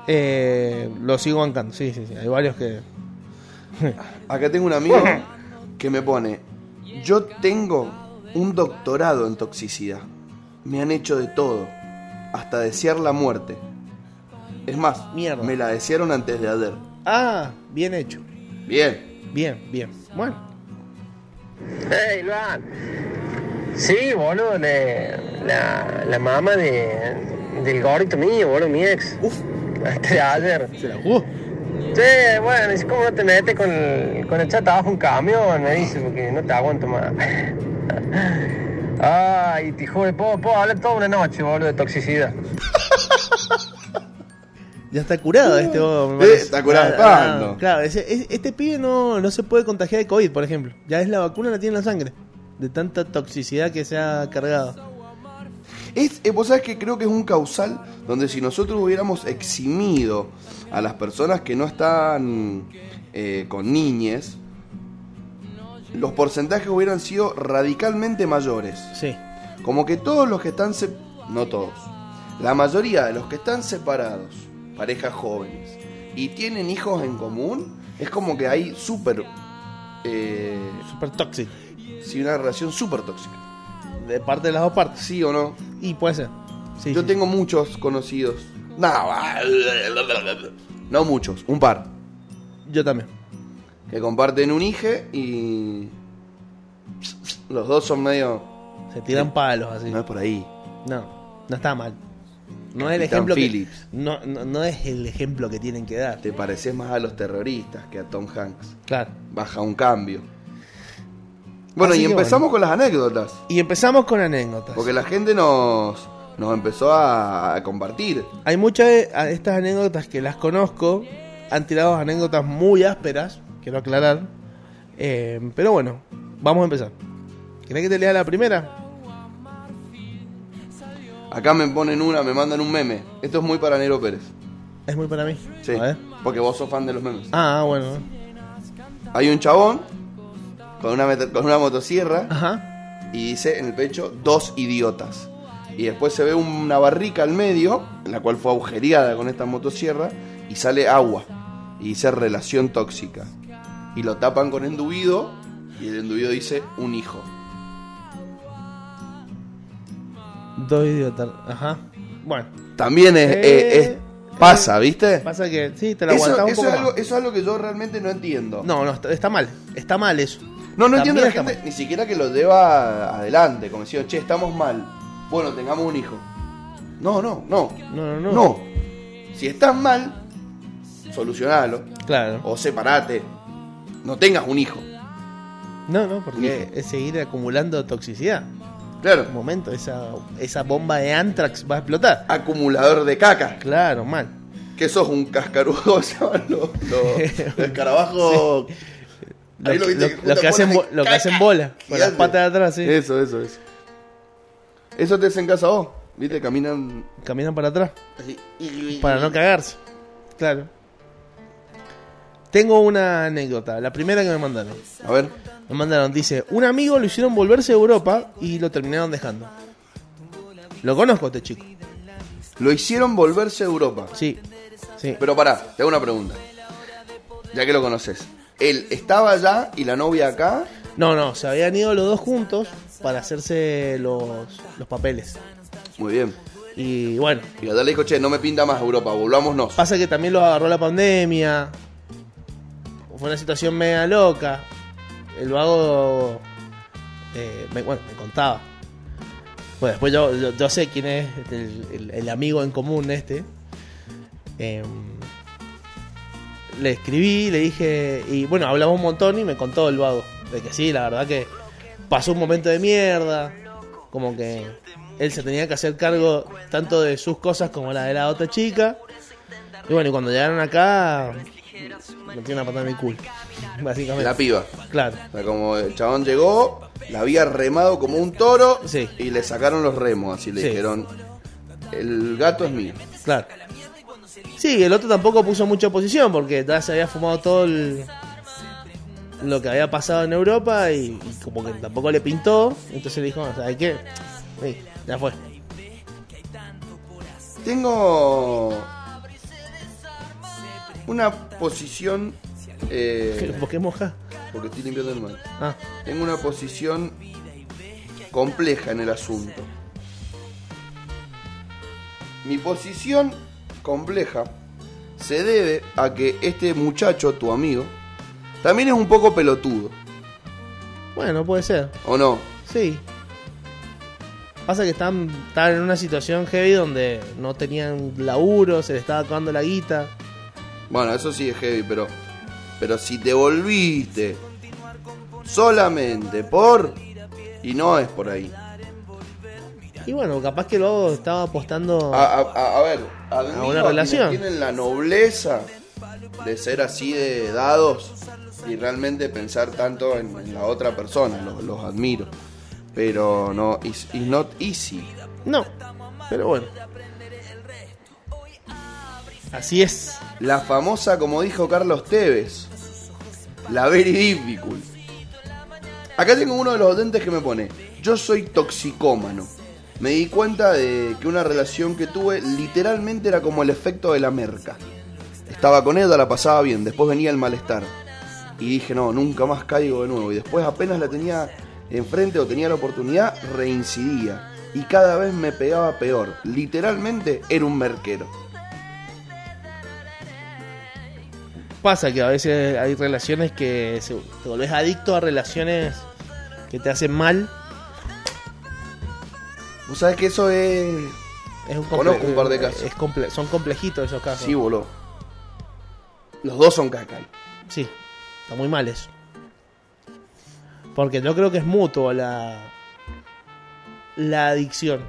S2: Eh, lo sigo bancando, sí, sí, sí. Hay varios que.
S1: Acá tengo un amigo que me pone, yo tengo un doctorado en toxicidad. Me han hecho de todo, hasta desear la muerte. Es más,
S2: Mierda.
S1: me la desearon antes de ayer.
S2: Ah, bien hecho.
S1: Bien.
S2: Bien, bien. Bueno,
S5: Hey, Luan. Sí, boludo, le- la, la mamá de, del gorrito mío, boludo, mi ex. Este,
S2: Uf.
S5: Antes de ayer.
S2: se la jugó.
S5: Che, bueno, me dice, ¿cómo no te metes con el, con el chat abajo un camión? Me dice, porque no te aguanto más. <laughs> Ay, te juro, puedo, puedo hablar toda una noche, boludo, de toxicidad.
S2: Ya está curado este vos, me
S1: Eh,
S2: parece.
S1: está curado,
S2: Claro,
S1: pando.
S2: Claro, ese- es- este pibe no, no se puede contagiar de COVID, por ejemplo. Ya es la vacuna, la tiene en la sangre. De tanta toxicidad que se ha cargado.
S1: Es, eh, vos sabés que creo que es un causal donde si nosotros hubiéramos eximido a las personas que no están eh, con niñes, los porcentajes hubieran sido radicalmente mayores.
S2: Sí.
S1: Como que todos los que están se- no todos, la mayoría de los que están separados, parejas jóvenes, y tienen hijos en común, es como que hay súper eh,
S2: Super tóxico.
S1: sí, una relación súper tóxica.
S2: De parte de las dos partes.
S1: ¿Sí o no?
S2: Y puede ser. Sí,
S1: Yo
S2: sí.
S1: tengo muchos conocidos. No, va- no muchos, un par.
S2: Yo también.
S1: Que comparten un hijo y. Los dos son medio.
S2: Se tiran palos así.
S1: No es
S2: No,
S1: por ahí.
S2: no, está mal. No es el
S1: Capitán
S2: ejemplo que,
S1: Phillips.
S2: no, no, no es el ejemplo que tienen que dar.
S1: Te pareces más a los terroristas que a Tom Hanks.
S2: Claro.
S1: baja un cambio. Bueno,
S2: Así
S1: y
S2: que
S1: empezamos con las anécdotas,
S2: Y empezamos con anécdotas.
S1: porque la gente nos, nos empezó a, a compartir.
S2: Hay muchas de a- estas anécdotas que las conozco. Han tirado anécdotas muy ásperas, quiero aclarar. Eh, pero bueno, vamos a empezar. ¿Querés que te lea la primera?
S1: Acá me ponen una, me mandan un meme. Esto es muy para Nero Pérez.
S2: Es muy para mí.
S1: Sí,
S2: A ver.
S1: porque vos sos fan de los memes.
S2: Ah, bueno.
S1: Hay un chabón con una, met- con una motosierra
S2: Ajá.
S1: y dice en el pecho dos idiotas. Y después se ve una barrica al medio, la cual fue agujereada con esta motosierra, y sale agua. Y dice relación tóxica. Y lo tapan con enduido, y el enduido dice un hijo.
S2: Dos idiotas. Ajá. Bueno.
S1: También es,
S2: Eh,
S1: es- es- pasa, ¿viste?
S2: Pasa que sí, te la
S1: Eso,
S2: aguantaba un
S1: eso
S2: poco
S1: es
S2: más.
S1: algo, eso es algo que yo realmente no entiendo.
S2: No, no, está, está mal. Está mal eso.
S1: no, no entiendo la
S2: También
S1: gente
S2: está
S1: ni siquiera que lo lleva adelante, como diciendo, che, estamos mal. Bueno, tengamos un hijo. No, no, no.
S2: mal. No, no,
S1: No.
S2: no.
S1: Si estás mal, solucionalo.
S2: Claro.
S1: O separate. No tengas un hijo.
S2: No, no, porque es seguir acumulando toxicidad.
S1: Claro.
S2: Un momento, esa, esa bomba de Antrax va a explotar.
S1: Acumulador de caca.
S2: Claro, mal.
S1: Que sos un cascarujo, <laughs> se llaman los, los-
S2: <laughs>
S1: los escarabajos.
S2: Lo,
S1: Ahí lo viste
S2: lo-
S1: que
S2: lo
S1: juntan
S2: que, hacen, bo-
S1: bolas de
S2: lo que
S1: caca.
S2: hacen bola, con las
S1: Gigante.
S2: patas de atrás, sí.
S1: Eso, eso, eso. Eso te hacen casa vos. Viste, caminan
S2: Caminan para atrás,
S1: así. y- y-
S2: para no cagarse. Claro. Tengo una anécdota, la primera que me mandaron.
S1: A ver.
S2: Me mandaron, dice, un amigo lo hicieron volverse a Europa y lo terminaron dejando. Lo conozco a este chico.
S1: Lo hicieron volverse a Europa.
S2: Sí. Sí.
S1: Pero pará, te hago una pregunta. Ya que lo conoces. Él estaba allá y la novia acá.
S2: No, no, se habían ido los dos juntos para hacerse los, los papeles.
S1: Muy bien.
S2: Y bueno,
S1: Y allá le dijo, che, no me pinta más Europa, volvámonos.
S2: pasa que también los agarró la pandemia. Fue una situación media loca. El vago, eh, me- bueno, me contaba. Bueno, después yo, yo, yo sé quién es el, el- el amigo en común este. Em, le escribí, le dije, y bueno, hablamos un montón y me contó el vago. De que sí, la verdad que pasó un momento de mierda. Como que él se tenía que hacer cargo tanto de sus cosas como la de la otra chica. Y bueno, y cuando llegaron acá, metí una patada en mi culo. <laughs> Básicamente.
S1: La piba.
S2: claro.
S1: O sea, como el chabón llegó, la había remado como un toro
S2: Sí.
S1: y le sacaron los remos, así le
S2: Sí.
S1: dijeron, el gato es mío.
S2: Claro. Sí, el otro tampoco puso mucha oposición porque ya se había fumado todo el- lo que había pasado en Europa y, y como que tampoco le pintó. Entonces le dijo, "Ah, ¿sabes qué? Sí, ya fue.
S1: Tengo una posición...
S2: <laughs>
S1: eh,
S2: ¿Por qué moja?
S1: porque estoy limpiando el mal.
S2: Ah,
S1: Tengo una posición compleja en el asunto. Mi posición compleja se debe a que este muchacho, tu amigo, también es un poco pelotudo,
S2: bueno, puede ser.
S1: ¿o no?
S2: Sí. Pasa que están, estaban en una situación heavy donde no tenían laburo, se les estaba acabando la guita.
S1: Bueno, eso sí es heavy, pero. Pero si te volviste solamente por. Y no es por ahí.
S2: Y bueno, capaz que luego estaba apostando...
S1: A, a- a- a ver, admiro
S2: una
S1: a quienes
S2: relación.
S1: Tienen la nobleza de ser así de dados y realmente pensar tanto en, en la otra persona. Los, los admiro. Pero no, it's, it's not easy.
S2: No, pero bueno. Así es.
S1: La famosa, como dijo Carlos Tevez, la very difficult. Acá tengo uno de los oyentes que me pone, yo soy toxicómano. Me di cuenta de que una relación que tuve literalmente era como el efecto de la merca. Estaba con ella, la pasaba bien, después venía el malestar. Y dije, no, nunca más caigo de nuevo. Y después apenas la tenía enfrente o tenía la oportunidad, reincidía. Y cada vez me pegaba peor. Literalmente era un merquero.
S2: Pasa que a veces hay relaciones que se- te volvés adicto a relaciones que te hacen mal.
S1: Vos sabés que eso es...
S2: Es un comple-
S1: Conozco un par de casos.
S2: es comple- son complejitos esos casos.
S1: Sí, boludo. Los dos son caca.
S2: Sí, está muy mal eso. Porque yo creo que es mutuo la, la adicción.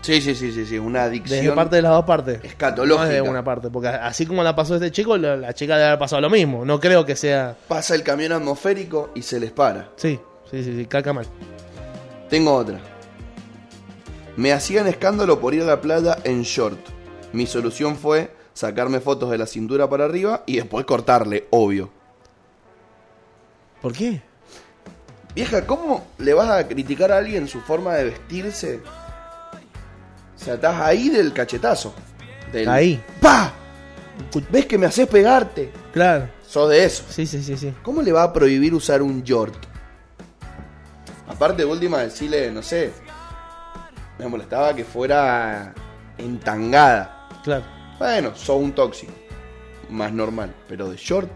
S1: Sí, sí, sí, sí, sí. Una adicción
S2: Desde parte de las dos partes.
S1: escatológica.
S2: No es de una parte. Porque así como la pasó este chico, la, la chica debe haber pasado lo mismo. No creo que sea.
S1: Pasa el camión atmosférico y se les para.
S2: Sí, sí, sí, sí caca mal.
S1: Tengo otra. Me hacían escándalo por ir a la playa en short. Mi solución fue sacarme fotos de la cintura para arriba y después cortarle, obvio.
S2: ¿Por qué?
S1: Vieja, ¿cómo le vas a criticar a alguien su forma de vestirse? O sea, estás ahí del cachetazo. Del...
S2: Ahí.
S1: ¡Pa! ¿Ves que me haces pegarte?
S2: Claro.
S1: Sos de eso.
S2: Sí, sí, sí, sí.
S1: ¿Cómo le va a prohibir usar un yort? Aparte, última, decirle, no sé. Me molestaba que fuera entangada.
S2: Claro.
S1: Bueno, sos un tóxico. Más normal. Pero de short,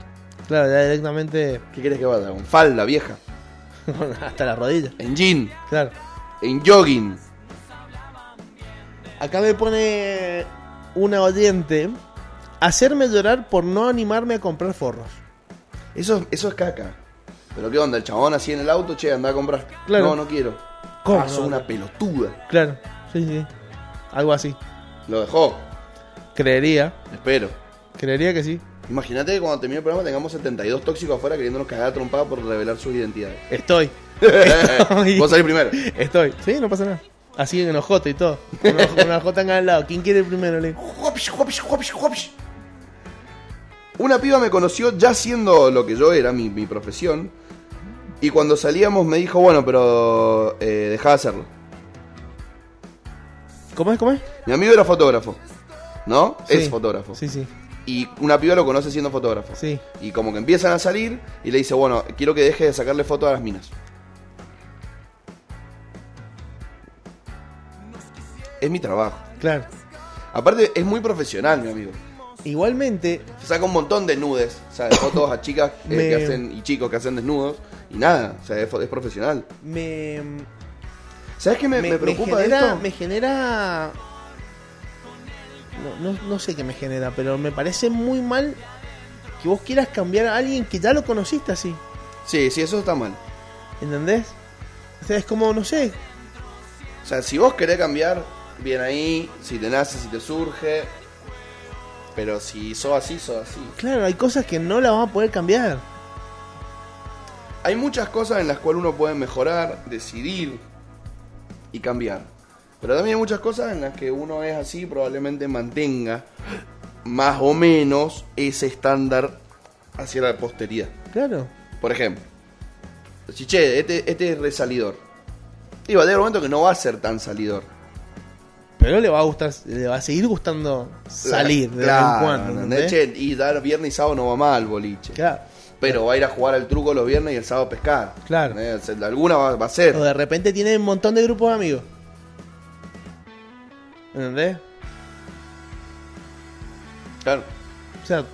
S2: Claro, ya directamente
S1: ¿qué quieres que vaya? Con falda, vieja.
S2: <laughs> hasta la rodilla.
S1: En jean.
S2: Claro.
S1: En jogging.
S2: Acá me pone una oyente Hacerme llorar por no animarme a comprar forros.
S1: Eso, eso es caca. Pero qué onda, el chabón así en el auto, che, anda a comprar.
S2: Claro.
S1: No, no quiero.
S2: ¿Cómo
S1: Ah, sos
S2: no?
S1: una pelotuda.
S2: Claro, sí, sí. Algo así.
S1: Lo dejó,
S2: Creería,
S1: espero.
S2: creería que sí.
S1: Imagínate que cuando termine el programa tengamos 72 tóxicos afuera queriéndonos cagar a trompada por revelar sus identidades.
S2: <laughs> Estoy, Estoy.
S1: Vos salís primero.
S2: estoy. Sí, no pasa nada. Así en ojota y todo. Con una- con una jota en al lado. ¿Quién quiere el primero, Le?
S1: Hopish, hopish, hopish, hopish. Una piba me conoció ya siendo lo que yo era, mi, mi profesión. Y cuando salíamos me dijo, bueno, pero eh, dejá de hacerlo.
S2: ¿Cómo es? ¿Cómo es?
S1: Mi amigo era fotógrafo, ¿no? Es
S2: Sí.
S1: fotógrafo.
S2: Sí, sí,
S1: Y una piba lo conoce siendo fotógrafo.
S2: sí.
S1: Y como que empiezan a salir y le dice, bueno, quiero que deje de sacarle fotos a las minas. Es mi trabajo.
S2: Claro.
S1: Aparte, es muy profesional, mi amigo.
S2: Igualmente,
S1: Saca un montón de nudes, o sea, de fotos a chicas eh,
S2: Me-
S1: que hacen, y chicos que hacen desnudos, y nada, o sea, es, fo- es profesional.
S2: me,
S1: ¿Sabes qué me, me preocupa de
S2: genera,
S1: esto?
S2: Me genera. No, no- no sé qué me genera, pero me parece muy mal que vos quieras cambiar a alguien que ya lo conociste así.
S1: Sí, sí, eso está mal.
S2: ¿Entendés? O sea, es como, no sé.
S1: O sea, si vos querés cambiar, bien ahí, si te nace, si te surge, pero si sos así, sos así.
S2: Claro, hay cosas que no las vas a poder cambiar.
S1: Hay muchas cosas en las cuales uno puede mejorar, decidir y cambiar. Pero también hay muchas cosas en las que uno es así, probablemente mantenga más o menos ese estándar hacia la posteridad.
S2: Claro.
S1: Por ejemplo, si che, este, este es resalidor. Y va a haber un momento que no va a ser tan salidor.
S2: Pero le va a gustar, le va a seguir gustando salir de vez en
S1: Claro,
S2: cuando.
S1: ¿entendés?
S2: ¿entendés?
S1: Che, y dar viernes y sábado no va mal, boliche.
S2: Claro.
S1: Pero va a ir a jugar al truco los viernes y el sábado a pescar.
S2: Claro.
S1: ¿Eh? O sea, Alguna va, va a ser.
S2: O de repente tiene un montón de grupos de amigos. ¿Entendés?
S1: Claro.
S2: O sea,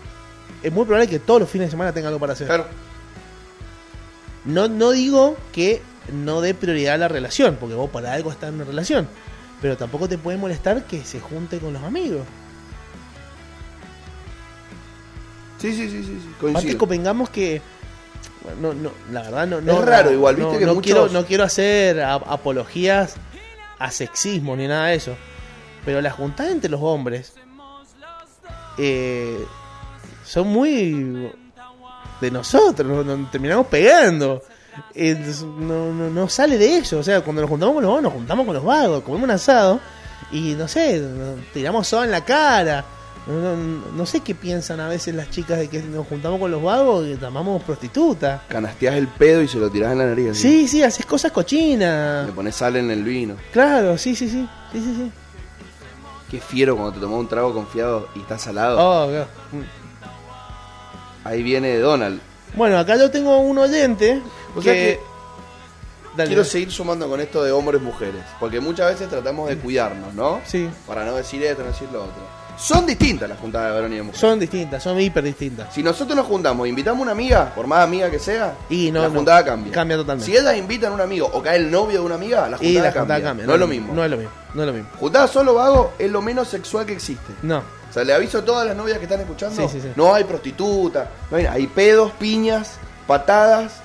S2: es muy probable que todos los fines de semana tenga algo para hacer.
S1: Claro.
S2: No, no digo que no dé prioridad a la relación, porque vos para algo estás en una relación. Pero tampoco te puede molestar que se junte con los amigos.
S1: Sí, sí, sí, sí, sí,
S2: Aparte,
S1: Coincido.
S2: convengamos que. bueno, No, no, la verdad, no. no
S1: Es raro
S2: no,
S1: igual, viste
S2: no-
S1: que
S2: no
S1: muchos-
S2: quiero, no quiero hacer a- apologías a sexismo ni nada de eso. Pero las juntadas entre los hombres. eh, son muy. de nosotros. Nos, nos terminamos pegando. Eh, no, no, no sale de eso. O sea, cuando nos juntamos con los vagos, nos juntamos con los vagos. Comemos un asado. Y no sé, nos tiramos soda en la cara. No, no- no sé qué piensan a veces las chicas de que nos juntamos con los vagos y llamamos prostitutas.
S1: Canasteás el pedo y se lo tirás en la nariz. así.
S2: Sí, sí, haces cosas cochinas.
S1: Le pones sal en el vino.
S2: Claro, sí, sí, sí. Sí, sí, sí.
S1: Qué fiero cuando te tomás un trago confiado y está salado.
S2: Oh, claro.
S1: Ahí viene Donald.
S2: Bueno, acá yo tengo un oyente
S1: O
S2: que...
S1: sea que
S2: Dale.
S1: Quiero seguir sumando con esto de hombres mujeres, porque muchas veces tratamos de cuidarnos, ¿no?
S2: Sí.
S1: Para no decir esto, no decir lo otro. Son distintas las juntadas de varón y de mujer.
S2: Son distintas, son hiper distintas.
S1: Si nosotros nos juntamos e invitamos a una amiga, por más amiga que sea,
S2: Y no,
S1: la
S2: no.
S1: juntada cambia.
S2: Cambia totalmente.
S1: Si ellas invitan a un amigo o cae el novio de una amiga, la juntada,
S2: Y la
S1: cambia.
S2: juntada cambia.
S1: No es lo mismo.
S2: No es lo mismo, no es lo mismo.
S1: Juntada solo vago es lo menos sexual que existe.
S2: No.
S1: O sea, le aviso a todas las novias que están escuchando.
S2: Sí, sí, sí.
S1: No hay prostituta, no hay, hay pedos, piñas, patadas,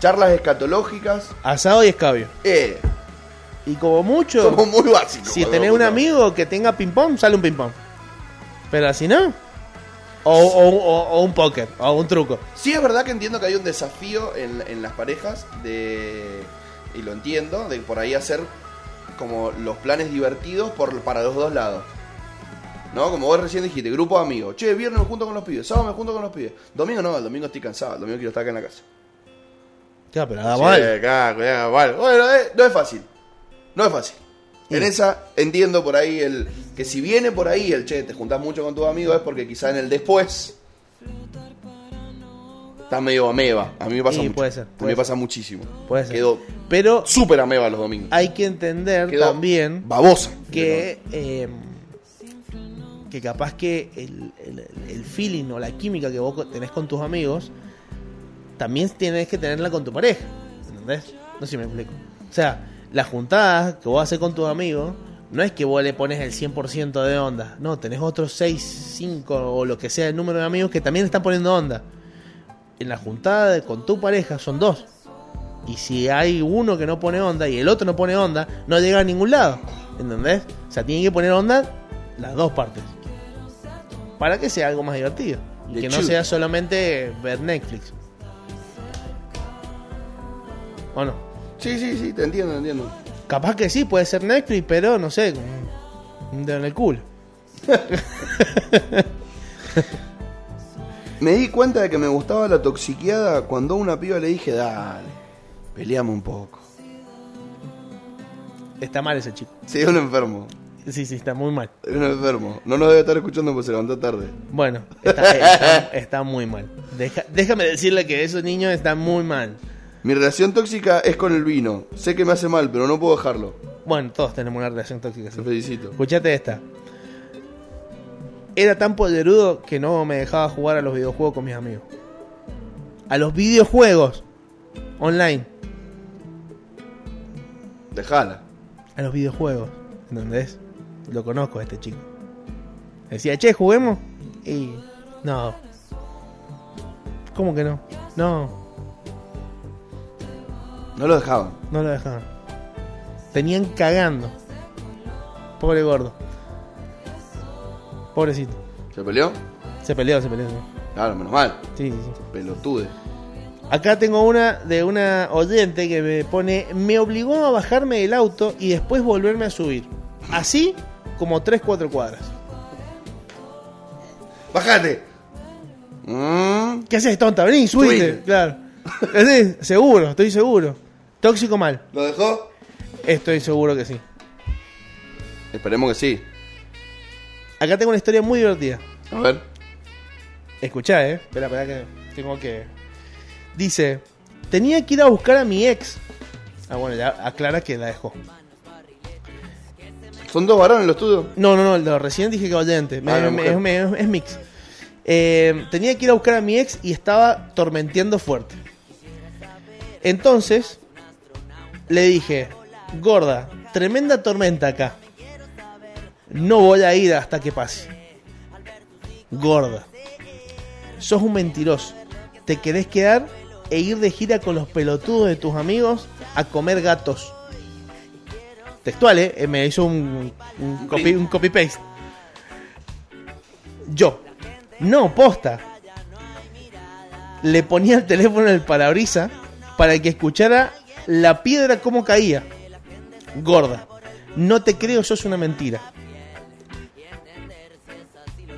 S1: charlas escatológicas.
S2: Asado y escabio.
S1: Eh,
S2: Y como mucho...
S1: somos muy básicos.
S2: Si
S1: cuando
S2: tenés un
S1: juntamos.
S2: amigo que tenga ping-pong, sale un ping-pong. Pero si no, o, o- o- o un póker, o un truco.
S1: Sí, es verdad que entiendo que hay un desafío en, en las parejas de. Y lo entiendo, de por ahí hacer como los planes divertidos por, para los dos lados. ¿No? Como vos recién dijiste, grupo de amigos. Che, viernes me junto con los pibes, sábado me junto con los pibes. Domingo no, el domingo estoy cansado, el domingo quiero estar acá en la casa.
S2: Claro, pero da
S1: Sí,
S2: mal.
S1: acá, acá, vale. Bueno, eh, no es fácil. No es fácil.
S2: Sí.
S1: En esa entiendo por ahí el. Que si viene por ahí el che, te juntás mucho con tus amigos, es porque quizá en el después. Estás medio ameba. A mí me pasa
S2: Sí,
S1: mucho.
S2: puede ser,
S1: a mí
S2: puede
S1: me pasa muchísimo.
S2: Puede ser.
S1: Quedó
S2: Pero
S1: súper ameba los domingos.
S2: hay que entender
S1: Quedó
S2: también
S1: Babosa.
S2: que, em, que capaz que el, el- el feeling o la química que vos co- tenés con tus amigos, también tenés que tenerla con tu pareja. ¿Entendés? No sé si me explico. O sea, las juntadas que vos haces con tus amigos No es que vos le pones el 100% de onda. No, tenés otros 6, 5 o lo que sea el número de amigos que también le están poniendo onda. En la juntada de- con tu pareja son dos. Y si hay uno que no pone onda y el otro no pone onda, no llega a ningún lado. ¿Entendés? O sea, tienen que poner onda las dos partes. Para que sea algo más divertido. Y
S1: De
S2: que no
S1: chill.
S2: sea solamente ver Netflix. ¿O no?
S1: Sí, sí, sí, te entiendo, te entiendo.
S2: Capaz que sí, puede ser Netflix, pero no sé, con un dedo en el culo.
S1: Me di cuenta de que me gustaba la toxiqueada cuando a una piba le dije, dale, peleame un poco.
S2: Está mal ese chico.
S1: Sí, es un enfermo.
S2: Sí, sí, está muy mal.
S1: Es un enfermo. No nos debe estar escuchando porque se levantó tarde.
S2: Bueno, está, está- está muy mal. Deja- déjame decirle que esos niños están muy mal.
S1: Mi relación tóxica es con el vino. Sé que me hace mal, pero no puedo dejarlo.
S2: Bueno, todos tenemos una relación tóxica.
S1: Te felicito.
S2: Escuchate esta. Era tan poderudo que no me dejaba jugar a los videojuegos con mis amigos. A los videojuegos online.
S1: Dejala.
S2: a los videojuegos. ¿Entendés? Lo conozco a este chico. Decía, che, juguemos. Y. No. ¿Cómo que no? No,
S1: No lo dejaban.
S2: no lo dejaban. Tenían cagando. Pobre gordo. Pobrecito.
S1: ¿Se peleó?
S2: Se peleó, se peleó. sí.
S1: Claro, menos mal.
S2: Sí, sí, sí.
S1: Pelotude.
S2: Acá tengo una de una oyente que me pone, me obligó a bajarme del auto y después volverme a subir. Así como 3-4 cuadras.
S1: ¡Bájate! Mm,
S2: ¿Qué haces, tonta? Vení, subite.
S1: Subite.
S2: Claro. ¿Qué haces? Seguro, estoy seguro. Tóxico mal.
S1: ¿Lo dejó?
S2: Estoy seguro que sí.
S1: Esperemos que sí.
S2: Acá tengo una historia muy divertida.
S1: A ver.
S2: Escuchá, eh. Espera, espera que tengo que. Dice: Tenía que ir a buscar a mi ex. Ah, bueno, ya aclara que la dejó.
S1: ¿Son dos varones los tuyos?
S2: No, no, no, el de los recién dije que oyente. Me-
S1: Ah, la
S2: me-
S1: mujer.
S2: me- es, mix. Eh, tenía que ir a buscar a mi ex y estaba tormenteando fuerte. Entonces, le dije, gorda, tremenda tormenta acá. No voy a ir hasta que pase. Gorda, sos un mentiroso. Te querés quedar e ir de gira con los pelotudos de tus amigos a comer gatos textual, ¿eh? Eh, me hizo un, un copy, un copy paste. Yo, no, posta. Le ponía el teléfono en el parabrisas para que escuchara la piedra cómo caía. Gorda, no te creo, sos una mentira.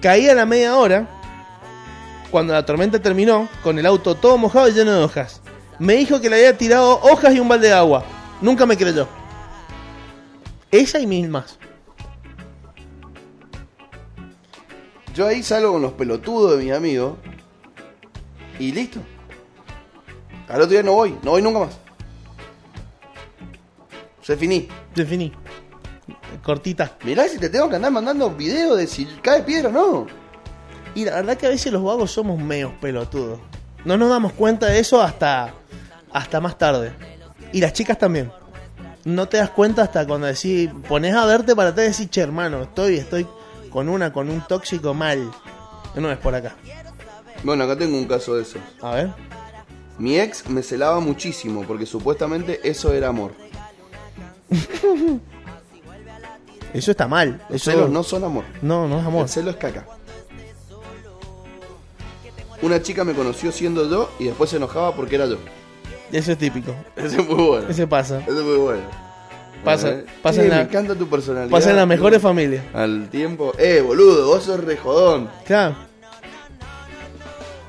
S2: Caía a la media hora, cuando la tormenta terminó, con el auto todo mojado y lleno de hojas. Me dijo que le había tirado hojas y un balde de agua. Nunca me creyó. Esa y mil más.
S1: Yo ahí salgo con los pelotudos de mis amigos. Y listo. Al otro día no voy. No voy nunca más. Se finí.
S2: Definí. Cortita.
S1: Mirá si te tengo que andar mandando videos de si cae piedra o no.
S2: Y la verdad que a veces los vagos somos meos pelotudos. No nos damos cuenta de eso hasta, hasta más tarde. Y las chicas también. No te das cuenta hasta cuando decís, pones a verte para te decir, che hermano, estoy, estoy con una, con un tóxico mal. No es por acá.
S1: Bueno, acá tengo un caso de esos.
S2: A ver.
S1: Mi ex me celaba muchísimo porque supuestamente eso era amor.
S2: Eso está mal.
S1: Los
S2: Eso
S1: celos no son amor.
S2: No, no es amor.
S1: El celo es caca. Una chica me conoció siendo yo y después se enojaba porque era yo. <laughs>
S2: Eso es típico.
S1: Ese es muy bueno. Ese
S2: Ese pasa.
S1: es muy bueno.
S2: Pasa-
S1: Eh,
S2: pasa
S1: sí,
S2: en la-
S1: me encanta tu personalidad.
S2: Pasa en las mejores familias.
S1: Al tiempo. Eh, boludo, vos sos rejodón.
S2: Claro.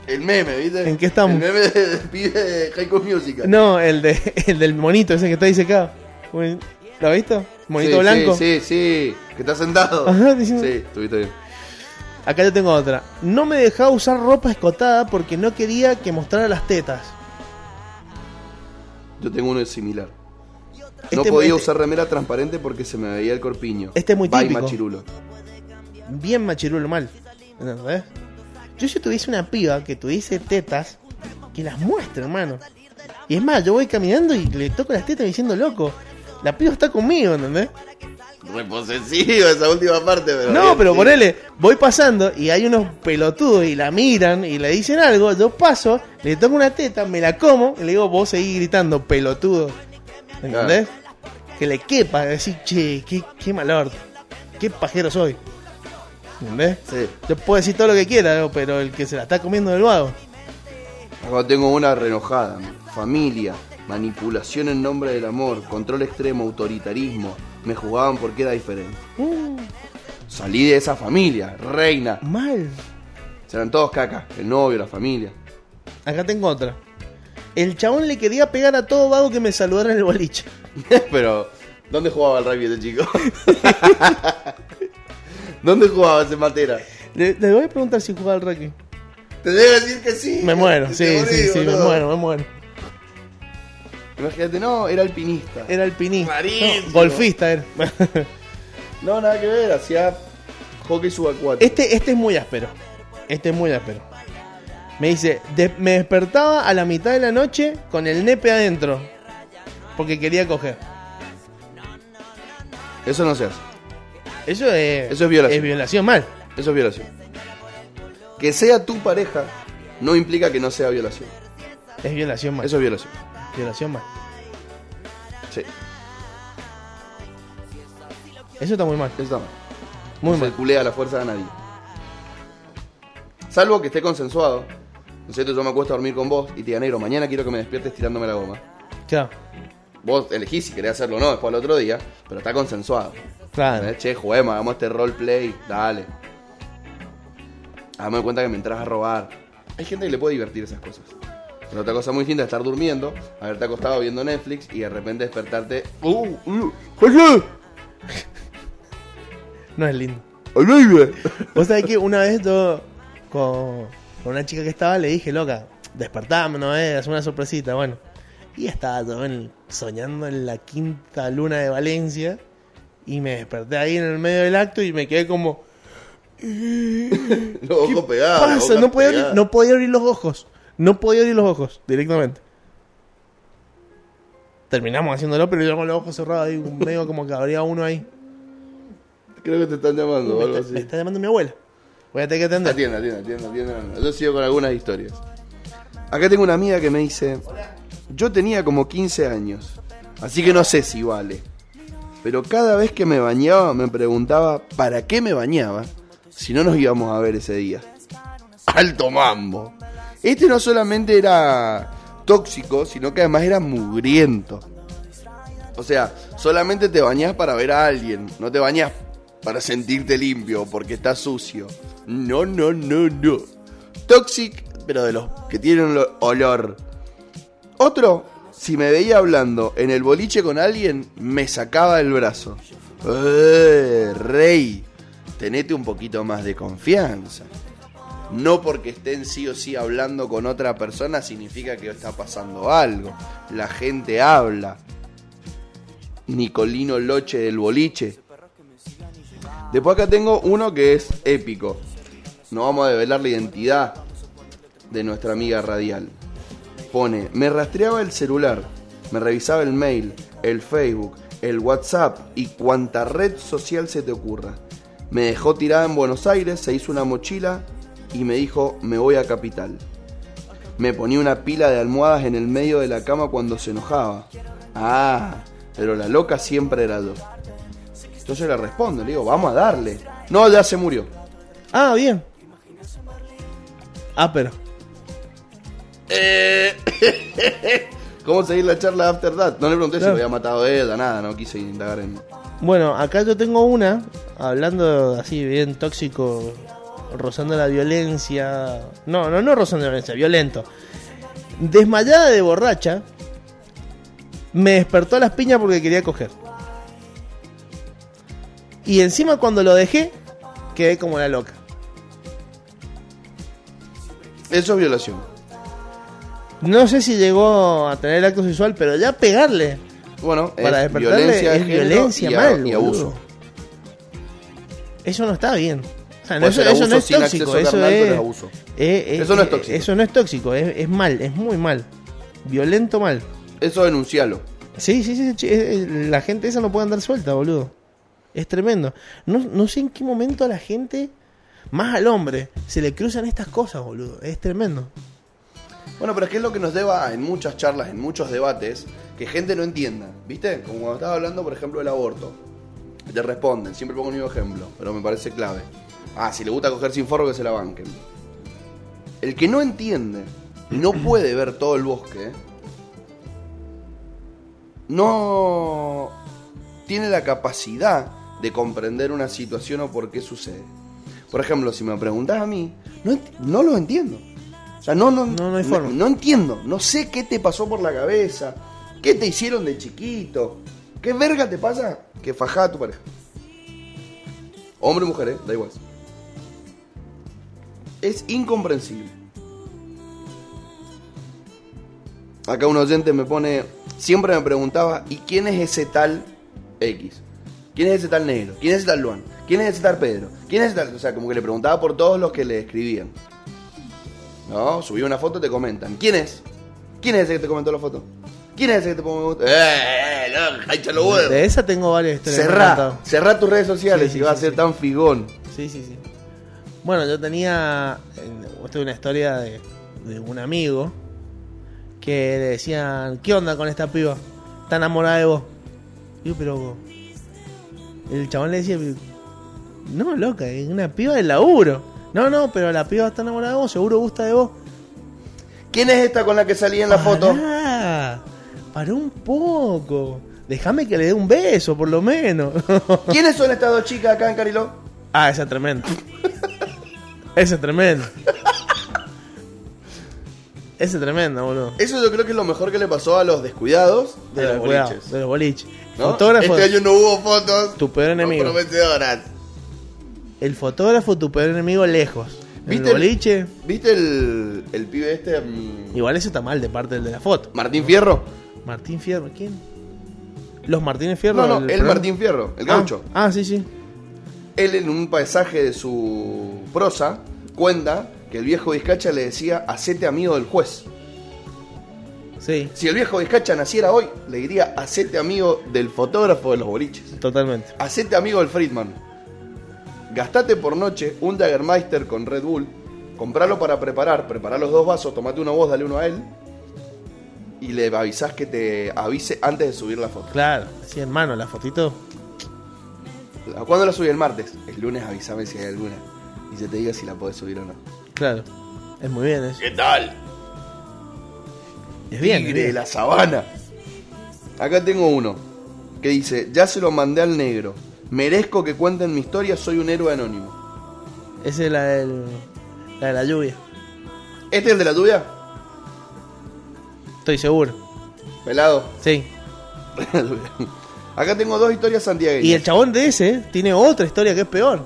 S1: El meme, ¿viste?
S2: ¿En qué estamos?
S1: El meme de, de pibe de High School Musical.
S2: No, el, de, <laughs> el del monito, ese que está disecado. Bueno, ¿Lo has visto? Monito
S1: Sí,
S2: blanco.
S1: Sí, sí, sí. Que está sentado.
S2: <laughs> Ajá, diciendo-
S1: Sí, estuviste bien.
S2: Acá yo tengo otra. No me dejaba usar ropa escotada porque no quería que mostrara las tetas.
S1: Yo tengo uno similar. no
S2: Este-
S1: podía
S2: este-
S1: usar remera transparente porque se me veía el corpiño.
S2: Este es muy
S1: Bye,
S2: típico.
S1: machirulo.
S2: Bien machirulo mal. ¿Entendés? Yo si tuviese una piba que tuviese tetas, que las muestre, hermano. Y es más, yo voy caminando y le toco las tetas diciendo, loco, la piba está conmigo, ¿entendés?
S1: reposesivo esa última parte, pero.
S2: No,
S1: bien,
S2: pero
S1: sí.
S2: ponele, voy pasando y hay unos pelotudos y la miran y le dicen algo, yo paso, le tomo una teta, me la como y le digo, vos seguís gritando, pelotudo. ¿Entendés? Que le quepa, decir, che, qué, qué malor, qué pajero soy. ¿Entendés?
S1: Sí.
S2: Yo puedo decir todo lo que quiera, ¿no? pero el que se la está comiendo del vago.
S1: Acá tengo una renojada. Familia, manipulación en nombre del amor, control extremo, autoritarismo. Me jugaban porque era diferente.
S2: Uh,
S1: Salí de esa familia, reina.
S2: mal.
S1: Serán todos caca. El novio, la familia.
S2: Acá tengo otra. El chabón le quería pegar a todo vago que me saludara en el boliche.
S1: <laughs> Pero, ¿dónde jugaba el rugby este chico? <laughs> ¿Dónde jugaba ese matera?
S2: Le, le voy a preguntar si juega al rugby.
S1: Te debe decir que sí.
S2: Me muero,
S1: Te
S2: sí,
S1: morí,
S2: sí, sí, me
S1: boludo.
S2: muero, me muero.
S1: Imagínate, no, era alpinista.
S2: Era alpinista.
S1: Rarísimo.
S2: No, golfista era.
S1: No, nada que ver, hacía hockey subacuático.
S2: Este, este es muy áspero. Este es muy áspero. Me dice, "De- me despertaba a la mitad de la noche con el nepe adentro. Porque quería coger. Este-
S1: Eso no se hace.
S2: Eso es,
S1: Eso es violación.
S2: Es violación mal.
S1: Eso es violación. Que sea tu pareja no implica que no sea violación.
S2: Es violación mal.
S1: Eso es violación.
S2: Violación mal.
S1: Sí,
S2: Eso está muy mal.
S1: eso está mal.
S2: Muy
S1: No se
S2: mal.
S1: culea la fuerza de nadie. Salvo que esté consensuado. ¿No es cierto? Yo me acuesto a dormir con vos y te diga, negro, mañana quiero que me despiertes tirándome la goma.
S2: Claro.
S1: Vos elegís si querés hacerlo o no después al otro día, pero está consensuado.
S2: Claro.
S1: ¿Entendés? Che, juguemos, hagamos este roleplay, dale. Hazme cuenta que me entras a robar. Hay gente que le puede divertir esas cosas. Pero otra cosa muy distinta es estar durmiendo, haberte acostado viendo Netflix y de repente despertarte. ¡Uh! ¡Uh! ¡Jorge!
S2: No es lindo.
S1: ¡Ay,
S2: <laughs>
S1: baby!
S2: Vos sabés que una vez yo con, con una chica que estaba le dije, loca, despertame, no es, haz una sorpresita, bueno. Y estaba yo en- soñando en la quinta luna de Valencia y me desperté ahí en el medio del acto y me quedé como,
S1: Los ojos pegados. Ah, la
S2: pasa,
S1: boca
S2: no podía,
S1: pegada.
S2: abrir, no podía abrir los ojos, no podía abrir los ojos directamente. Terminamos haciéndolo, pero yo con los ojos cerrados, ahí, medio como que habría uno ahí.
S1: Creo que te están llamando o
S2: Me
S1: algo
S2: está, me
S1: así.
S2: está llamando mi abuela. Voy a tener que atender.
S1: Atienda, atienda, atienda, atienda. Yo sigo con algunas historias. Acá tengo una amiga que me dice: Yo tenía como 15 años, así que no sé si vale. Pero cada vez que me bañaba, me preguntaba: ¿para qué me bañaba? Si no nos íbamos a ver ese día. Alto mambo. Este no solamente era tóxico, sino que además era mugriento. O sea, solamente te bañás para ver a alguien, no te bañás para sentirte limpio porque estás sucio. No, no, no, no. Toxic, pero de los que tienen lo- olor. Otro, si me veía hablando en el boliche con alguien, me sacaba el brazo. ¡Eh, rey! Tenete un poquito más de confianza. No porque estén sí o sí hablando con otra persona significa que está pasando algo. La gente habla. Nicolino Loche del boliche. Después acá tengo uno que es épico. No vamos a develar la identidad de nuestra amiga radial. Pone, me rastreaba el celular, me revisaba el mail, el Facebook, el WhatsApp y cuanta red social se te ocurra. Me dejó tirada en Buenos Aires, se hizo una mochila y me dijo, me voy a Capital. Me ponía una pila de almohadas en el medio de la cama cuando se enojaba. Ah, pero la loca siempre era yo. Entonces le respondo, le digo, vamos a darle. No, ya se murió.
S2: Ah, bien. Ah, pero.
S1: ¿Cómo seguir la charla after that? No le pregunté
S2: Claro.
S1: si lo había matado ella, nada, no quise indagar en...
S2: Bueno, acá yo tengo una, hablando así bien tóxico, rozando la violencia. No, no, no rozando la violencia, violento. Desmayada de borracha, me despertó a las piñas porque quería coger. Y encima cuando lo dejé, quedé como la loca.
S1: Eso es violación.
S2: No sé si llegó a tener acto sexual, pero ya pegarle
S1: Bueno,
S2: para
S1: es
S2: despertarle
S1: violencia, de
S2: es
S1: género
S2: violencia
S1: y, a-
S2: mal.
S1: y
S2: boludo.
S1: abuso.
S2: Eso no está bien. O sea, no,
S1: Puede ser
S2: eso, eso
S1: abuso
S2: no es
S1: sin
S2: tóxico,
S1: acceso
S2: eso
S1: carnal, pero
S2: es,
S1: es abuso.
S2: eh, eh,
S1: Eso no es
S2: eh,
S1: tóxico.
S2: Eso no es tóxico, es, es mal, es muy mal. Violento mal.
S1: Eso denuncialo.
S2: Sí, sí, sí, sí, eh, eh, la gente esa no puede andar suelta, boludo. Es tremendo. No, no sé en qué momento a la gente, más al hombre, se le cruzan estas cosas, boludo. Es tremendo.
S1: Bueno, pero es que es lo que nos lleva en muchas charlas, en muchos debates, que gente no entienda. ¿Viste? Como cuando estaba hablando, por ejemplo, del aborto. Y Te responden, siempre pongo el mismo ejemplo, pero me parece clave. Ah, si le gusta coger sin forro, que se la banquen. El que no entiende y no puede ver todo el bosque, no tiene la capacidad de comprender una situación o por qué sucede. Por ejemplo, si me preguntas a mí, no, ent- no lo entiendo. O sea, no, no,
S2: No, no hay forma.
S1: no entiendo. No sé qué te pasó por la cabeza. ¿Qué te hicieron de chiquito? ¿Qué verga te pasa que fajá a tu pareja? Hombre o mujer, eh, da igual. Es incomprensible. Acá un oyente me pone, siempre me preguntaba, ¿y quién es ese tal X? ¿Quién es ese tal negro? ¿Quién es ese tal Luan? ¿Quién es ese tal Pedro? ¿Quién es ese tal? O sea, como que le preguntaba por todos los que le escribían. No, subí una foto y te comentan. ¿Quién es? ¿Quién es ese que te comentó la foto? ¿Quién es ese que te pone me gusta? ¡Eh, eh, loco! ¡Hincha los huevos!
S2: De esa tengo varias historias. que me han
S1: Cerrá,
S2: contado.
S1: cerrá tus redes sociales
S2: Sí, sí,
S1: y vas
S2: sí,
S1: a ser
S2: sí.
S1: tan figón.
S2: Sí, sí, sí. Bueno, yo tenía. eh, Esto es una historia de, de un amigo que le decían: ¿Qué onda con esta piba? Está enamorada de vos. Digo, pero. El chabón le decía: No, loca, es una piba del laburo. No, no, pero la piba está enamorada de vos, seguro gusta de vos.
S1: ¿Quién es esta con la que salí en
S2: Ah.
S1: la foto?
S2: Pará, pará un poco. Déjame que le dé un beso, por lo menos. <laughs>
S1: ¿Quiénes son estas dos chicas acá en Cariló?
S2: Ah, esa es tremenda. esa es tremenda. Esa es tremenda, boludo.
S1: Eso yo creo que es lo mejor que le pasó a los descuidados de
S2: Pero
S1: los
S2: cuidado,
S1: boliches.
S2: De los boliches.
S1: ¿no?
S2: Fotógrafo,
S1: Este año no hubo fotos.
S2: tu peor enemigo.
S1: comprometedoras.
S2: El fotógrafo, tu peor enemigo lejos. ¿Viste
S1: ¿Viste
S2: el
S1: el-
S2: boliche?
S1: ¿Viste el, el pibe este? mm,
S2: Igual eso está mal de parte del de la foto.
S1: Martín Fierro.
S2: Martín Fierro, ¿quién? ¿Los Martínez Fierro?
S1: No, no, el
S2: programa?
S1: Martín Fierro, el
S2: Ah,
S1: gaucho.
S2: Ah, sí, sí.
S1: Él en un paisaje de su prosa cuenta que el viejo Vizcacha le decía, hacete amigo del juez.
S2: Sí,
S1: Si el viejo Vizcacha naciera hoy, le diría, hacete amigo del fotógrafo de los boliches.
S2: totalmente.
S1: Hacete amigo del Friedman. Gastate por noche un Daggermeister con Red Bull. Compralo para preparar. Prepará los dos vasos, tomate uno vos, dale uno a él. Y le avisás que te avise antes de subir la foto.
S2: Claro, sí, hermano, la fotito.
S1: ¿A cuándo la subí? El martes. El lunes avísame si hay alguna. Y se te diga si la podés subir o no.
S2: Claro. Es muy bien eso.
S1: ¿Qué tal?
S2: Es bien. es
S1: Tigre de
S2: bien.
S1: la sabana. Acá tengo uno que dice, ya se lo mandé al negro. Merezco que cuenten mi historia, soy un héroe anónimo.
S2: Esa es la, del, la de la lluvia.
S1: ¿Este es el de la tuya?
S2: Estoy seguro.
S1: Pelado.
S2: Sí.
S1: <laughs> Acá tengo dos historias santiagueñas.
S2: Y el chabón de ese tiene otra historia que es peor.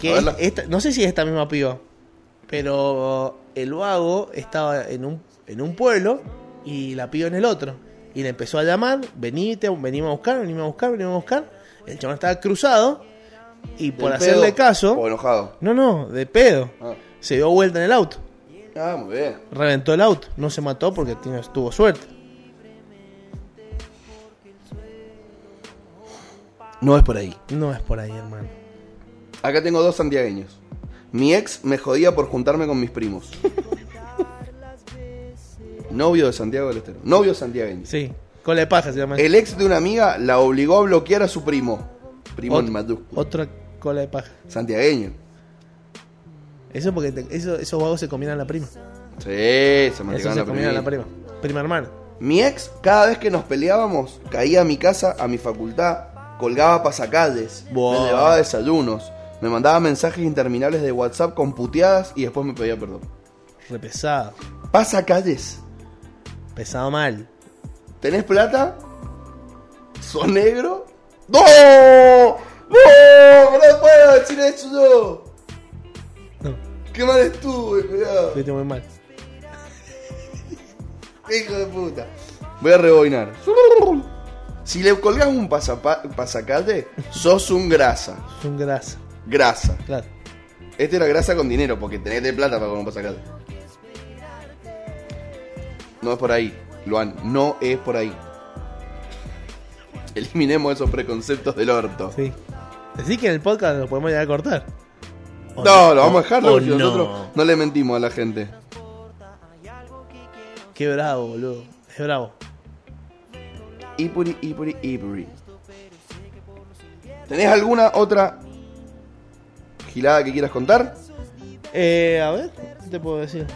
S2: Que
S1: A verla.
S2: es- esta- no sé si es esta misma piba. Pero el vago estaba en un, en un pueblo y la piba en el otro. Y le empezó a llamar, venite, venimos a buscar, venimos a buscar, venimos a buscar. El chabón estaba cruzado y
S1: Del
S2: por
S1: pedo
S2: hacerle caso...
S1: O enojado.
S2: No, no, de pedo.
S1: Ah.
S2: Se dio vuelta en el auto.
S1: Ah, muy bien.
S2: Reventó el auto. No se mató porque tiene- tuvo suerte.
S1: No es por ahí.
S2: No es por ahí, hermano.
S1: Acá tengo dos santiagueños. Mi ex me jodía por juntarme con mis primos. Novio de Santiago del Estero. Novio santiagueño.
S2: Sí. Con la paja se llama.
S1: El ex de una amiga la obligó a bloquear a su primo. Primo en
S2: Ot-
S1: mayúscula.
S2: Otra cola de paja.
S1: Santiagueño.
S2: Eso porque te- eso, esos vagos se comían a la prima.
S1: Sí, se
S2: Eso
S1: mantecaban
S2: se
S1: la
S2: comían a la
S1: primera.
S2: prima. Prima hermana.
S1: Mi ex, cada vez que nos peleábamos, caía a mi casa, a mi facultad, colgaba pasacalles,
S2: Buah.
S1: me llevaba desayunos, me mandaba mensajes interminables de WhatsApp con puteadas y después me pedía perdón.
S2: Re pesado.
S1: Pasacalles,
S2: Pesado mal.
S1: ¿tenés plata? ¿Sos negro? ¡No! ¡No! ¡No puedo decir eso yo!
S2: No,
S1: ¡Qué mal estuve, cuidado!
S2: fuiste muy mal.
S1: ¡Hijo de puta! Voy a reboinar. Si le colgás un pasapa- pasacalle, sos un grasa.
S2: Es un grasa.
S1: Grasa.
S2: Claro.
S1: Este era grasa con dinero, porque tenés de plata para comprar sacar. No es por ahí, Luan, no es por ahí. Eliminemos esos preconceptos del orto.
S2: Sí. Así que en el podcast lo podemos llegar a cortar. ¿O
S1: No, lo vamos a dejar,
S2: ¿O
S1: porque nosotros
S2: Oh, no?
S1: no le mentimos a la gente.
S2: Qué bravo, boludo. Es bravo.
S1: Ipuri, Ipuri, Ipuri. ¿Tenés alguna otra gilada que quieras contar?
S2: Eh, a ver, ¿qué te puedo decir?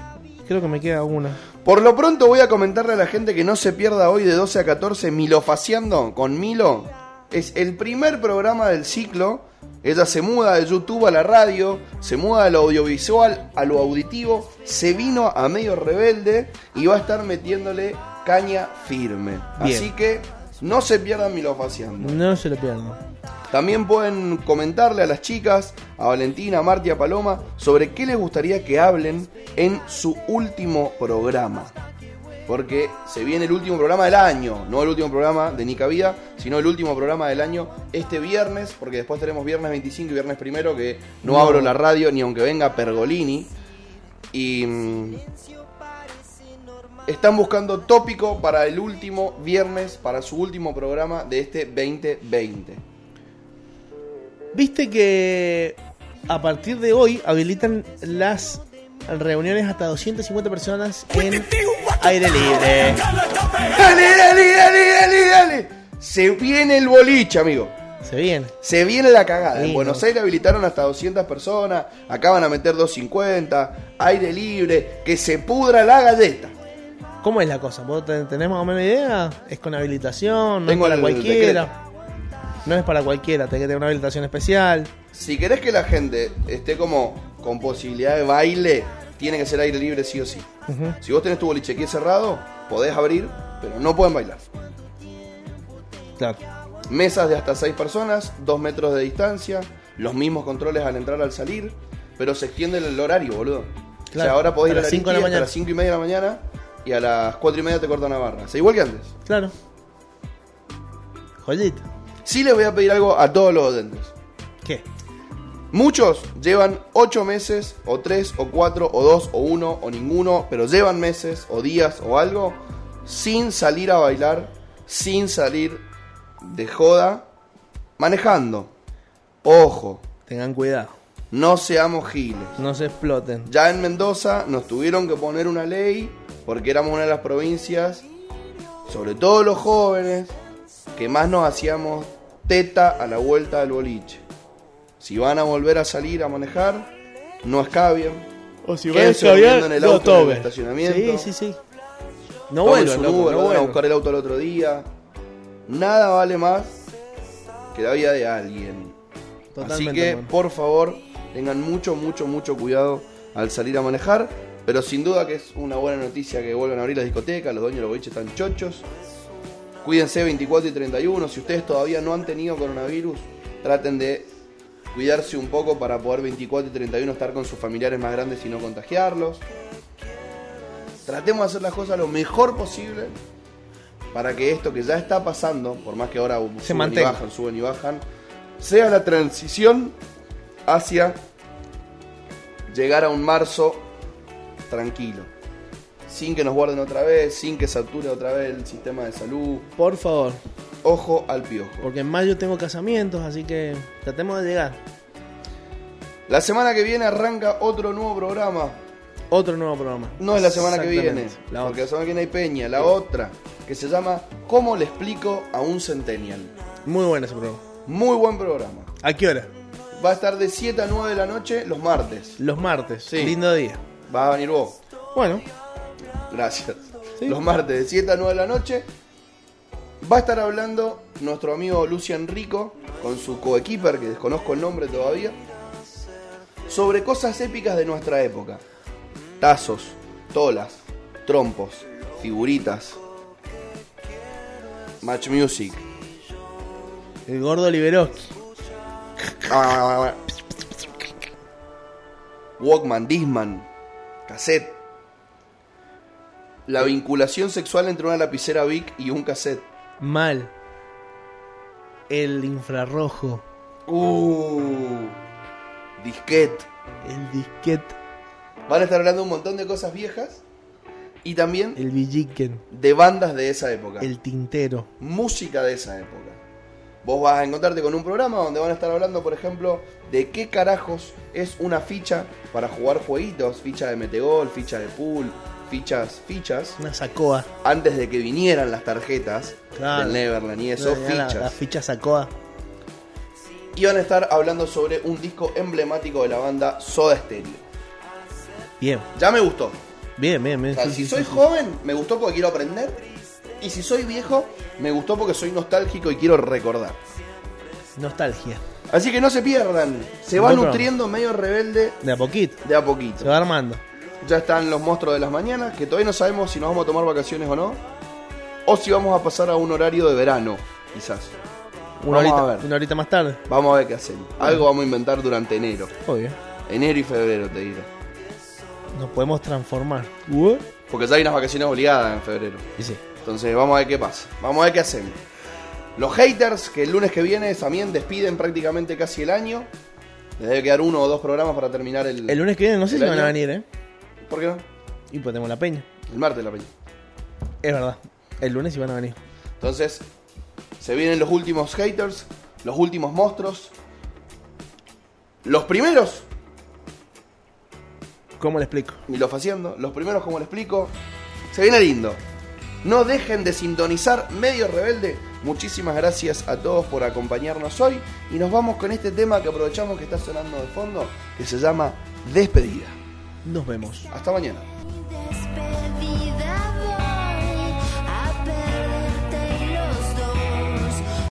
S2: Creo que me queda una.
S1: Por lo pronto voy a comentarle a la gente que no se pierda hoy de 12 a 14 Milofaciando con Milo. Es el primer programa del ciclo. Ella se muda de YouTube a la radio, se muda de lo audiovisual a lo auditivo, se vino a medio rebelde y va a estar metiéndole caña firme.
S2: Bien.
S1: Así que no se pierdan Milofaciando.
S2: No se lo pierdan.
S1: También pueden comentarle a las chicas, a Valentina, a Marti, a Paloma, sobre qué les gustaría que hablen en su último programa. Porque se viene el último programa del año, no el último programa de Nica Vida, sino el último programa del año este viernes, porque después tenemos viernes 25 y viernes primero, que no,
S2: No.
S1: abro la radio ni aunque venga Pergolini. Y mm, están buscando tópico para el último viernes, para su último programa de este 2020.
S2: Viste que a partir de hoy habilitan las reuniones hasta 250 personas en aire libre.
S1: Dale, dale, dale, dale, dale. Se viene el boliche, amigo.
S2: Se viene.
S1: Se viene la cagada. En
S2: Sí,
S1: Buenos
S2: no.
S1: Aires habilitaron hasta 200 personas. Acá van a meter 250. Aire libre. Que se pudra la galleta.
S2: ¿Cómo es la cosa? ¿Vos ten- tenés más o menos idea? ¿Es con habilitación? ¿No
S1: Tengo
S2: es para
S1: el
S2: cualquiera? No es para cualquiera, tenés que tener una habilitación especial.
S1: Si querés que la gente esté como con posibilidad de baile, tiene que ser aire libre sí o sí.
S2: Ujú.
S1: Si vos tenés tu boliche aquí cerrado, podés abrir, pero no pueden bailar.
S2: Claro.
S1: Mesas de hasta 6 personas, 2 metros de distancia, los mismos controles al entrar al salir, pero se extiende el horario, boludo. o sea,
S2: Claro,
S1: ahora podés
S2: a
S1: ir a
S2: las
S1: las
S2: cinco de la
S1: hasta
S2: mañana.
S1: las 5 y media de la mañana y a las 4 y media te cortan la barra. O sea, igual que antes.
S2: Claro. Joyita.
S1: Sí les voy a pedir algo a todos los oyentes.
S2: ¿Qué?
S1: Muchos llevan 8 meses, o 3, o 4, o 2, o 1, o ninguno, pero llevan meses, o días, o algo, sin salir a bailar, sin salir de joda, manejando. Ojo,
S2: Tengan cuidado.
S1: no seamos giles.
S2: No se exploten.
S1: Ya en Mendoza nos tuvieron que poner una ley porque éramos una de las provincias, sobre todo los jóvenes, que más nos hacíamos teta a la vuelta del boliche. Si van a volver a salir a manejar, no escabien.
S2: O si
S1: van a escabiar, no tomen.
S2: Sí, sí, sí. No
S1: tomen su
S2: vuelvan, loco,
S1: Uber,
S2: no
S1: vayan a
S2: vuelvan.
S1: buscar el auto al otro día. Nada vale más que la vida de alguien. Así
S2: Totalmente,
S1: que,
S2: hermano.
S1: por favor, tengan mucho, mucho, mucho cuidado al salir a manejar. Pero sin duda que es una buena noticia que vuelvan a abrir las discotecas, los dueños de los boliches están chochos. Cuídense 24 y 31. Si ustedes todavía no han tenido coronavirus, traten de cuidarse un poco para poder 24 y 31 estar con sus familiares más grandes y no contagiarlos. Tratemos de hacer las cosas lo mejor posible para que esto que ya está pasando, por más que ahora suben
S2: mantenga.
S1: y bajan, suben y bajan, sea la transición hacia llegar a un marzo tranquilo. Sin que nos guarden otra vez, sin que sature otra vez el sistema de salud.
S2: Por favor,
S1: Ojo al piojo.
S2: porque en mayo tengo casamientos, así que tratemos de llegar.
S1: La semana que viene arranca otro nuevo programa.
S2: Otro nuevo programa.
S1: No es la semana que viene,
S2: Exactamente, La
S1: porque
S2: otra.
S1: la semana que viene hay Peña. La otra, que se llama ¿Cómo le explico a un centennial?
S2: Muy bueno ese programa.
S1: Muy buen programa.
S2: ¿A qué hora?
S1: Va a estar de 7 a 9 de la noche los martes.
S2: Los martes.
S1: Sí.
S2: Lindo día.
S1: Vas a venir vos.
S2: Bueno,
S1: Gracias.
S2: Sí.
S1: Los martes de 7 a 9 de la noche va a estar hablando nuestro amigo Lucian Rico con su coequiper, que desconozco el nombre todavía, sobre cosas épicas de nuestra época. Tazos, tolas, trompos, figuritas, match music.
S2: el gordo Liberoski.
S1: <laughs> Walkman, Disman, cassette. La vinculación sexual entre una lapicera Vic y un cassette.
S2: Mal. El infrarrojo.
S1: Uh, disquete.
S2: El disquete.
S1: Van a estar hablando un montón de cosas viejas y también
S2: El villiquen.
S1: de bandas de esa época.
S2: El tintero.
S1: Música de esa época. Vos vas a encontrarte con un programa donde van a estar hablando, por ejemplo, de qué carajos es una ficha para jugar jueguitos, ficha de metegol, ficha de pool, fichas, fichas,
S2: Una sacoa.
S1: antes de que vinieran las tarjetas
S2: Claro.
S1: del Neverland y eso,
S2: Mirá la-
S1: fichas.
S2: La ficha sacoa.
S1: Y van a estar hablando sobre un disco emblemático de la banda Soda Stereo.
S2: Bien,
S1: Ya me gustó.
S2: bien, bien. bien.
S1: O sea,
S2: Sí,
S1: si
S2: sí,
S1: soy
S2: sí.
S1: joven, me gustó porque quiero aprender. Y si soy viejo, me gustó porque soy nostálgico y quiero recordar.
S2: Nostalgia.
S1: Así que no se pierdan. Se va
S2: Buen programa.
S1: nutriendo medio rebelde
S2: De a poquito.
S1: de a poquito.
S2: Se va armando.
S1: Ya están los monstruos de las mañanas, que todavía no sabemos si nos vamos a tomar vacaciones o no. O si vamos a pasar a un horario de verano, quizás.
S2: Una
S1: Vamos a
S2: horita,
S1: ver.
S2: una horita más tarde.
S1: Vamos a ver qué hacemos. Algo vamos a inventar durante enero.
S2: Obvio.
S1: Enero y febrero, te digo.
S2: Nos podemos transformar.
S1: Porque ya hay unas vacaciones obligadas en febrero.
S2: Y sí.
S1: Entonces vamos a ver qué pasa. Vamos a ver qué hacemos. Los haters que el lunes que viene también despiden prácticamente casi el año. Les debe quedar uno o dos programas para terminar el...
S2: El lunes que viene no sé
S1: ¿El
S2: si van a
S1: año?
S2: venir, ¿eh?
S1: ¿Por qué no?
S2: Y pues tenemos la peña.
S1: El martes la peña.
S2: Es verdad. El lunes sí van a venir.
S1: Entonces, se vienen los últimos haters, los últimos monstruos. Los primeros,
S2: ¿Cómo le explico?
S1: y los haciendo, los primeros, como le explico, se viene lindo. No dejen de sintonizar Medio Rebelde. Muchísimas gracias a todos por acompañarnos hoy. Y nos vamos con este tema que aprovechamos que está sonando de fondo, que se llama Despedida.
S2: Nos vemos.
S1: Hasta mañana.
S6: Despedida